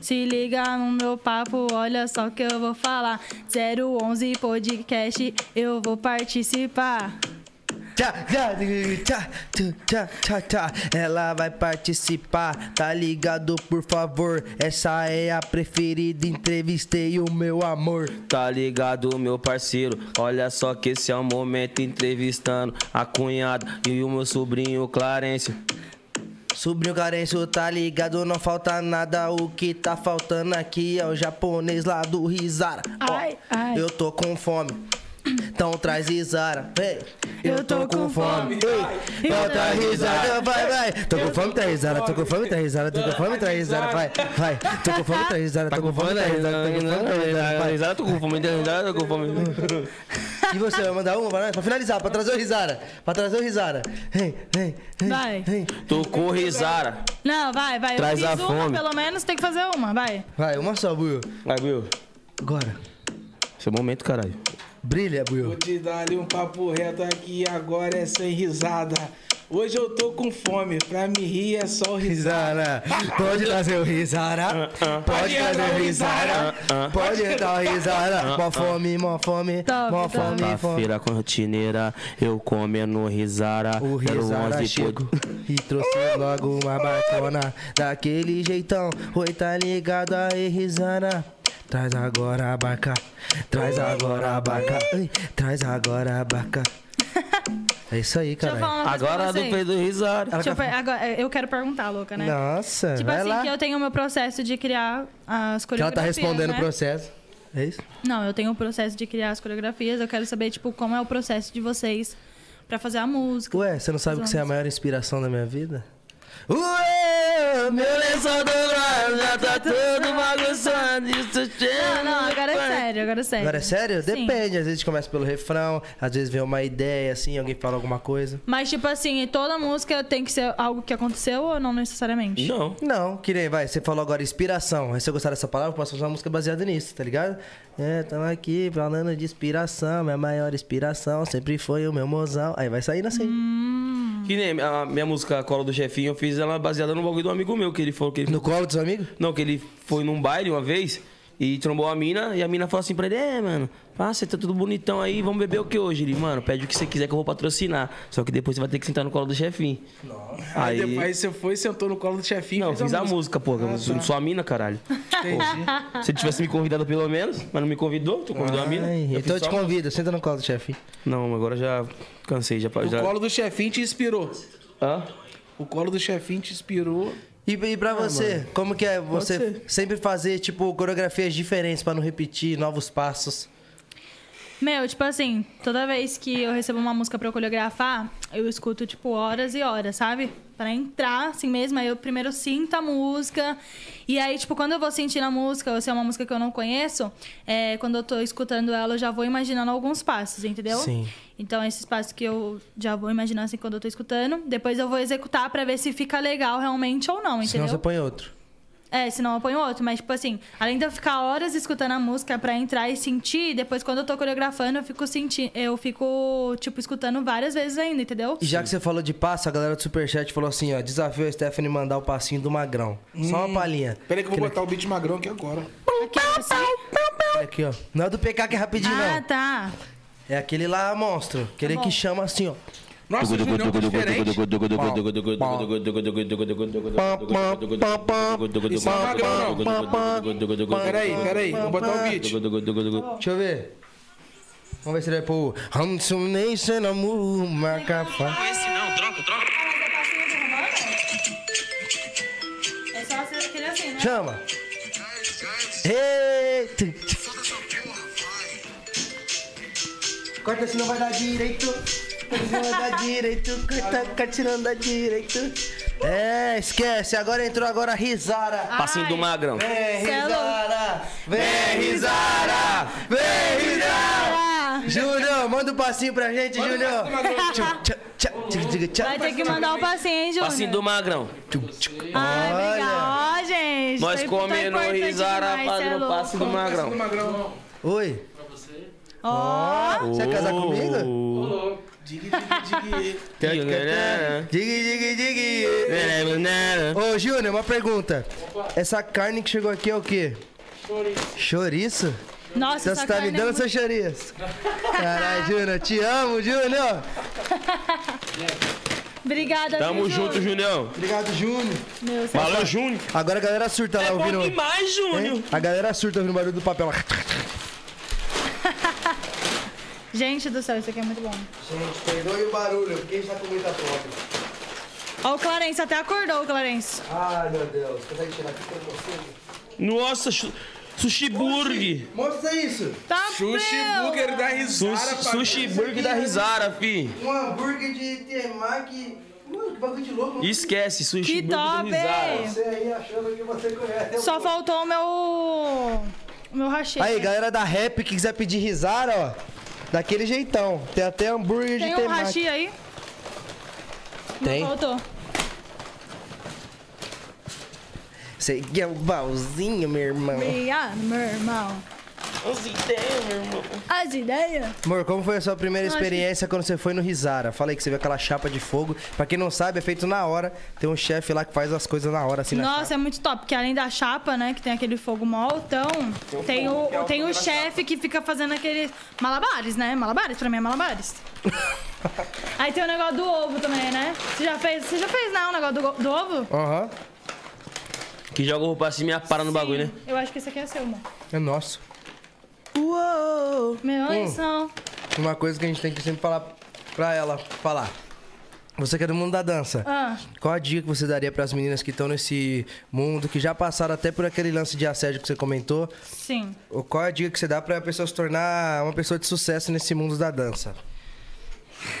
B: Se liga no meu papo, olha só que eu vou falar. 011 podcast, eu vou participar.
A: Tchá, tchá, tchá, tchá, tchá, tchá. Ela vai participar, tá ligado, por favor? Essa é a preferida, entrevistei o meu amor.
C: Tá ligado, meu parceiro? Olha só que esse é o momento entrevistando a cunhada e o meu sobrinho Clarence.
A: Sobrinho Carencio, tá ligado, não falta nada. O que tá faltando aqui é o japonês lá do Rizara. Ó,
B: Ai, ai.
A: Eu tô com fome. Então traz risada, ei. Eu tô com fome, ei. Então traz risada, vai, vai. Tô com fome, traz risada, tô com fome, traz risada, tô com fome, traz risada, vai, vai. Tô com fome, traz risada,
E: Tá
A: tô Tá com
E: né?
A: fome, traz risada, tô com fome, traz risada, vai.
E: Risada, tô com fome, risada, tô né? Tá com fome. né?
A: E você vai mandar uma pra nós? Pra finalizar, pra trazer o risada. Pra trazer o risada. Ei, ei, ei,
B: Vai.
A: ei.
E: Tô com risada.
B: Não, vai, vai.
E: Traz
B: eu fiz
E: a
B: uma,
E: fome.
B: pelo menos tem que fazer uma, vai.
A: Vai, uma só, Buiu.
E: Vai, Will.
A: Agora.
E: Seu momento, caralho.
A: Brilha,
D: Vou
A: Buiu.
D: te dar ali um papo reto aqui agora é sem risada. Hoje eu tô com fome, pra me rir é só risada.
A: Risada, pode trazer o risada, pode trazer o risada, pode dar o risada. Mó fome, mó fome,
B: Top,
A: mó
B: top.
A: fome, fome.
E: Feira cortineira, eu comendo risada.
A: O risada chegou um e trouxe logo uma bacana Daquele jeitão, oi tá ligado aí risada Traz agora a baca, traz agora a baca Ei, Traz agora a baca É isso aí,
B: Deixa eu falar
A: cara
B: uma coisa
E: Agora
B: pra
E: do
B: vocês.
E: peito risada.
B: Deixa eu, fa- agora, é, eu quero perguntar, louca, né?
A: Nossa,
B: Tipo
A: vai
B: assim,
A: lá
B: que eu tenho o meu processo de criar as
A: Que ela
B: coreografias.
A: tá respondendo o
B: né?
A: processo É isso?
B: Não, eu tenho o processo de criar as coreografias. Eu quero saber, tipo, como é o processo de vocês pra fazer a música.
A: Ué, você não sabe que você é a maior inspiração da minha vida? Ué, meu lençol dobrado já tá todo bagunçado Isso
B: Não, não, agora é sério, agora é sério.
A: Agora é sério?
B: Sim.
A: Depende. Às vezes começa pelo refrão, às vezes vem uma ideia, assim, alguém fala alguma coisa.
B: Mas, tipo assim, toda música tem que ser algo que aconteceu ou não necessariamente?
E: Não.
A: Não, que nem, vai, você falou agora inspiração. Aí se eu gostar dessa palavra, eu posso fazer uma música baseada nisso, tá ligado? É, tamo aqui falando de inspiração, minha maior inspiração sempre foi o meu mozão. Aí vai saindo assim.
E: Que nem a minha música Cola do Chefinho, eu fiz ela baseada no bagulho de um amigo meu, que ele falou que ele
A: No colo dos amigos?
E: Não, que ele foi num baile uma vez e trombou a mina, e a mina falou assim pra ele, é, mano, ah, você tá tudo bonitão aí, vamos beber o que hoje? Ele, mano, pede o que você quiser que eu vou patrocinar. Só que depois você vai ter que sentar no colo do chefinho.
D: Aí
E: Aí,
D: depois você foi, sentou no colo do chefinho.
E: Não,
D: fez
E: fiz a música, pô.
D: Ah,
E: eu
D: tá.
E: Sou a mina, caralho.
D: Entendi.
E: Se tivesse me convidado pelo menos, mas não me convidou, tu convidou a mina.
A: Ai,
E: eu
A: então eu
E: fiz
A: te
E: só-
A: convido, senta no colo do chefe.
E: Não, agora já cansei, já.
D: O
E: já...
D: colo do chefinho te inspirou.
E: Hã?
D: O colo do chefinho te inspirou.
A: E, e pra você, como que é você
E: ser.
A: sempre fazer, tipo, coreografias diferentes pra não repetir, novos passos?
B: Meu, tipo assim, toda vez que eu recebo uma música pra eu coreografar, eu escuto, tipo, horas e horas, sabe? Pra entrar, assim mesmo, aí eu primeiro sinto a música. E aí, tipo, quando eu vou sentindo a música, ou se é uma música que eu não conheço, é, quando eu tô escutando ela, eu já vou imaginando alguns passos, entendeu?
A: Sim.
B: Então, esses passos que eu já vou imaginar, assim, quando eu tô escutando, depois eu vou executar pra ver se fica legal realmente ou não, entendeu?
A: Senão você põe outro.
B: É, senão eu ponho outro. Mas, tipo assim, além de eu ficar horas escutando a música pra entrar e sentir, depois quando eu tô coreografando, eu fico sentindo. Eu fico, tipo, escutando várias vezes ainda, entendeu?
A: E já que você falou de passo, a galera do Superchat falou assim, ó, desafio a Stephanie mandar o passinho do Magrão. Só uma palhinha.
D: Peraí que eu vou botar o beat magrão aqui agora.
B: Aquela assim.
A: Aqui, ó. Não é do PK que é rapidinho,
B: Ah,
A: não.
B: tá.
A: É aquele lá, monstro. Aquele que chama assim, ó.
D: Nossa, o Julião tá diferente. Isso não é magrão, não. Peraí, peraí. Vou botar o beat.
A: Deixa eu ver. Vamos ver se ele vai pôr o... Hansunei Senamu Macapá.
F: Esse não, troca, troca.
B: É só aquele assim, né?
A: Chama. Eita. Corta se não vai dar direito. Corta se não vai dar direito. Corta, corta se não dá direito. É, esquece. Agora entrou agora a risada.
E: Passinho do magrão.
A: Vem
B: cê é louco.
A: risada. Vem risada. Vem risada. Júnior, manda um passinho pra gente, Júnior. Tchau, tchau, tchau, tchau, tchau, tchau.
B: Vai ter que mandar o passinho, hein, Júnior?
E: Passinho do magrão.
B: Ai,
A: Olha.
B: legal. Ó, gente.
E: Nós
B: tô- tô
E: comendo
B: importante
E: risada,
B: demais, cê é
E: fazendo
B: louco.
E: passe do magrão.
D: Magrão.
A: Oi.
B: Ó,
A: Você quer casar comigo?
D: Dig, dig, dig.
A: Digue, digue, digue. Ô, Júnior, uma pergunta. Essa carne que chegou aqui é o quê? Chouriço. Chouriço?
B: nossa,
A: Então
B: essa
A: você tá me
B: carne é
A: dando
B: muito-
A: seu chouriço. Caralho, Júnior, te amo, Júnior.
B: Obrigada,
E: Tamo
B: viu,
E: junto,
B: Júnior.
E: Junião.
A: Obrigado, Júnior.
B: Meu, cê-
E: Valeu, Júnior.
A: Agora a galera surta
B: É
A: lá tá ouvindo.
E: Bom demais, Júnior.
A: hein? A galera surta ouvindo o barulho do papel. lá.
B: Gente do céu, isso aqui é muito bom.
A: Gente, perdoe o barulho, porque a gente tá com muita fome.
B: Ó, o Clarence até acordou, o Clarence.
A: Ai, meu Deus. Consegue tirar aqui pra você?
E: Nossa, chu-
C: Sushi Burg.
A: Mostra isso.
B: Tá
D: Sushi
B: meu.
D: Burger da risada.
C: Sushi,
D: pra-
C: sushi Burg da Risara, fi.
A: Um hambúrguer de temaki. Mano, que bagulho de louco.
C: Esquece, sushi
B: Que
C: Burg da
B: top,
C: Risara.
B: hein?
A: Você aí achando que você conhece.
B: Só faltou o meu. O meu recheio.
A: Aí, galera da rap que quiser pedir risada, ó. Daquele jeitão. Tem até hambúrguer de
B: Tem um
A: temaki.
B: hashi aí?
A: Tem.
B: Não faltou.
A: Você é um baúzinho, meu irmão.
B: Obrigado, meu irmão. As ideias, meu irmão. As ideias?
A: Amor, como foi a sua primeira
B: Eu acho
A: experiência quando você foi no Risara? Falei que você viu aquela chapa de fogo. Pra quem não sabe, é feito na hora. Tem um chefe lá que faz as coisas na hora, assim, na
B: Nossa, é muito top, porque além da chapa, né, que tem aquele fogo moltão, tem um é o, tem o chefe que fica fazendo aqueles malabares, né? Malabares, pra mim é malabares. Aí tem o negócio do ovo também, né? Você já fez, você já fez, não, o negócio do, go- do ovo?
A: chapa. Aham.
C: Que joga o roupa assim e me apara no bagulho, né?
B: Eu acho que esse aqui é seu, amor.
A: É nosso.
B: Meu, olha isso.
A: Uma coisa que a gente tem que sempre falar pra ela falar. Você que é do mundo da dança.
B: Ah.
A: Qual a dica que você daria pras meninas que estão nesse mundo, que já passaram até por aquele lance de assédio que você comentou?
B: Sim.
A: Ou Qual é a dica que você dá pra pessoa se tornar uma pessoa de sucesso nesse mundo da dança?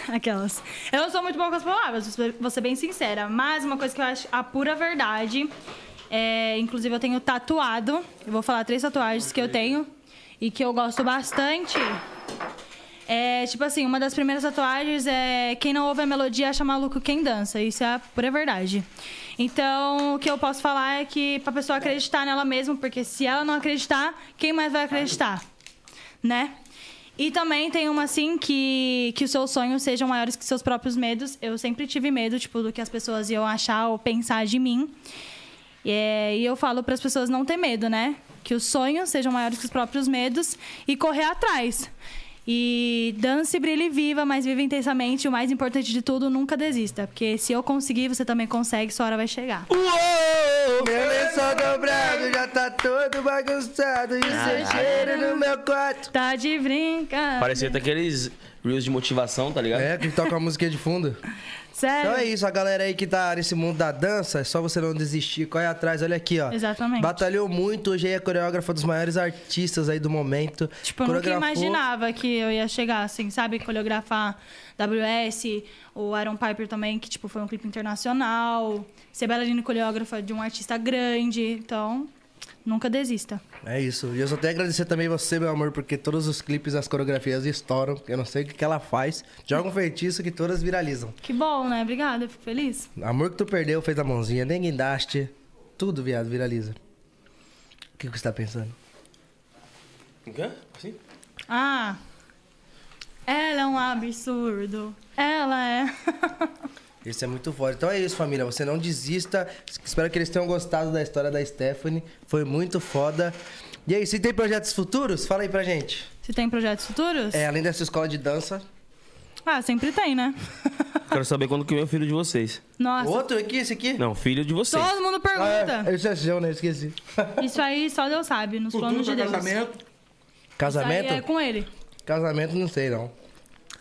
B: Aquelas. Eu não sou muito boa com as palavras, vou ser- vou ser bem sincera. Mas uma coisa que eu acho a pura verdade. É, inclusive, eu tenho tatuado. Eu vou falar três tatuagens que eu tenho e que eu gosto bastante. É, tipo assim, uma das primeiras tatuagens é quem não ouve a melodia acha maluco quem dança. Isso é a pura verdade. Então, o que eu posso falar é que pra pessoa acreditar nela mesma, porque se ela não acreditar, quem mais vai acreditar? né? E também tem uma assim que, que os seus sonhos sejam maiores que seus próprios medos. Eu sempre tive medo, tipo, do que as pessoas iam achar ou pensar de mim. E, é, e eu falo para as pessoas não ter medo, né? Que os sonhos sejam maiores que os próprios medos e correr atrás. E dance, brilhe e viva, mas viva intensamente. O mais importante de tudo, nunca desista. Porque se eu conseguir, você também consegue, sua hora vai chegar.
A: Uou! Meu lençol dobrado já tá todo bagunçado e seu cheiro no meu quarto.
B: Tá de brinca.
C: Parecia até aqueles reels de motivação, tá ligado?
A: É, que toca a música de fundo.
B: Sério.
A: Então é isso, a galera aí que tá nesse mundo da dança, é só você não desistir, corre atrás, olha aqui, ó.
B: Exatamente.
A: Batalhou muito, hoje aí é coreógrafa dos maiores artistas aí do momento.
B: Tipo, eu nunca
A: Coreografou-
B: imaginava que eu ia chegar, assim, sabe? Coreografar WS, o Aaron Piper também, que, tipo, foi um clipe internacional. Ser bailarina e coreógrafa de um artista grande. Então, nunca desista.
A: É isso. E eu só tenho a agradecer também você, meu amor, porque todos os clipes, as coreografias estouram. Eu não sei o que, que ela faz. Joga um feitiço que todas viralizam.
B: Que bom, né? Obrigada, eu fico feliz.
A: Amor que tu perdeu, fez a mãozinha, nem guindaste. Tudo, viado, viraliza. O que, que você tá pensando?
E: Assim?
B: Ah, ela é um absurdo. Ela é...
A: Isso é muito forte. Então é isso, família. Você não desista. Espero que eles tenham gostado da história da Stephanie. Foi muito foda. E aí, se tem projetos futuros? Fala aí pra gente.
B: Você tem projetos futuros?
A: É, além dessa escola de dança.
B: Ah, sempre tem, né?
C: Quero saber quando que vem o filho de vocês.
B: Nossa,
A: Outro aqui, esse aqui?
C: Não, filho de vocês. Ah, é.
B: todo mundo
A: Ah,
B: pergunta.
A: é, esse é seu, né? Esqueci.
B: Isso aí só Deus sabe, nos
D: Futuro
B: planos de
D: pra
B: Deus.
D: casamento.
B: Isso aí
A: Casamento?
B: é com ele.
A: Casamento, não sei, não.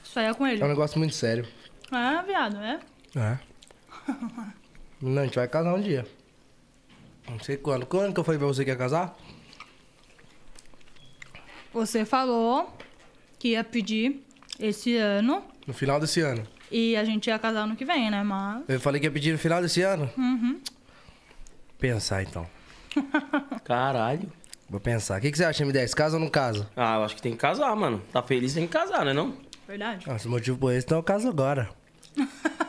B: Isso aí é com ele.
A: É um negócio muito sério.
B: Ah, viado, é?
A: É. Não, a gente vai casar um dia. Não sei quando. Quando que eu falei pra você que ia casar?
B: Você falou que ia pedir esse ano
A: No final desse ano.
B: e a gente ia casar ano que vem, né? Mas.
A: Eu falei que ia pedir no final desse ano? Uhum. Pensar, então.
E: Caralho.
A: Vou pensar. O que, que você acha, M10? Casa ou não casa?
E: Ah, eu acho que tem que casar, mano. Tá feliz, tem que casar, né não?
B: Verdade?
A: Ah, se o motivo por esse, então eu caso agora.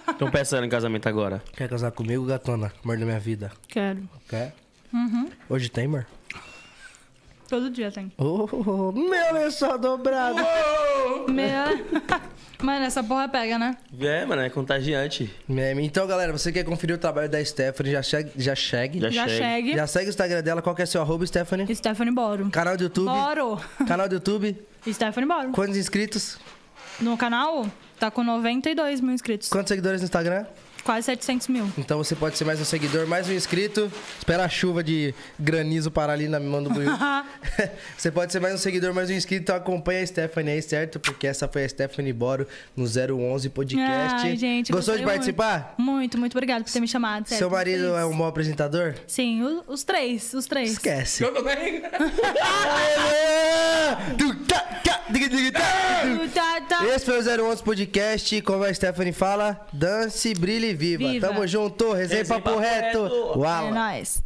E: Estão pensando em casamento agora.
A: Quer casar comigo, gatona? Amor da minha vida.
B: Quero.
A: Quer? Hoje tem, amor?
B: Todo dia tem.
A: Oh, oh, oh, meu lençol dobrado!
B: Meu... Mano, essa porra pega, né?
E: É, mano, é contagiante.
A: Meme. Então, galera, você quer conferir o trabalho da Stephanie, já chegue. Já, chegue.
E: Já
A: É já,
B: Já
E: chega.
B: chegue.
A: segue o Instagram dela. Qual que é seu arroba, Stephanie?
B: Stephanie Boro.
A: Canal do YouTube.
B: Boro!
A: Canal do YouTube.
B: Stephanie Boro.
A: Quantos inscritos?
B: No canal tá com 92 mil inscritos.
A: Quantos seguidores no Instagram?
B: Quase 700 mil.
A: Então você pode ser mais um seguidor, mais um inscrito. Espera a chuva de granizo parar ali na mão do Buiu. você pode ser mais um seguidor, mais um inscrito. Então acompanha a Stephanie aí, certo? Porque essa foi a Stephanie Boro no 011 Podcast.
B: Ai, gente,
A: Gostou
B: gostei
A: de
B: muito.
A: participar?
B: Muito, muito obrigado por ter me chamado. sério,
A: Seu
B: tô
A: marido
B: feliz.
A: é um bom apresentador?
B: Sim, o- os três, os três.
A: Esquece.
B: O tá- tá-
A: Esse foi o 011 Podcast. Como a Stephanie fala, dance, brilhe e viva.
B: Viva.
A: Tamo junto, resenha papo, reto. Uau.
B: É nóis.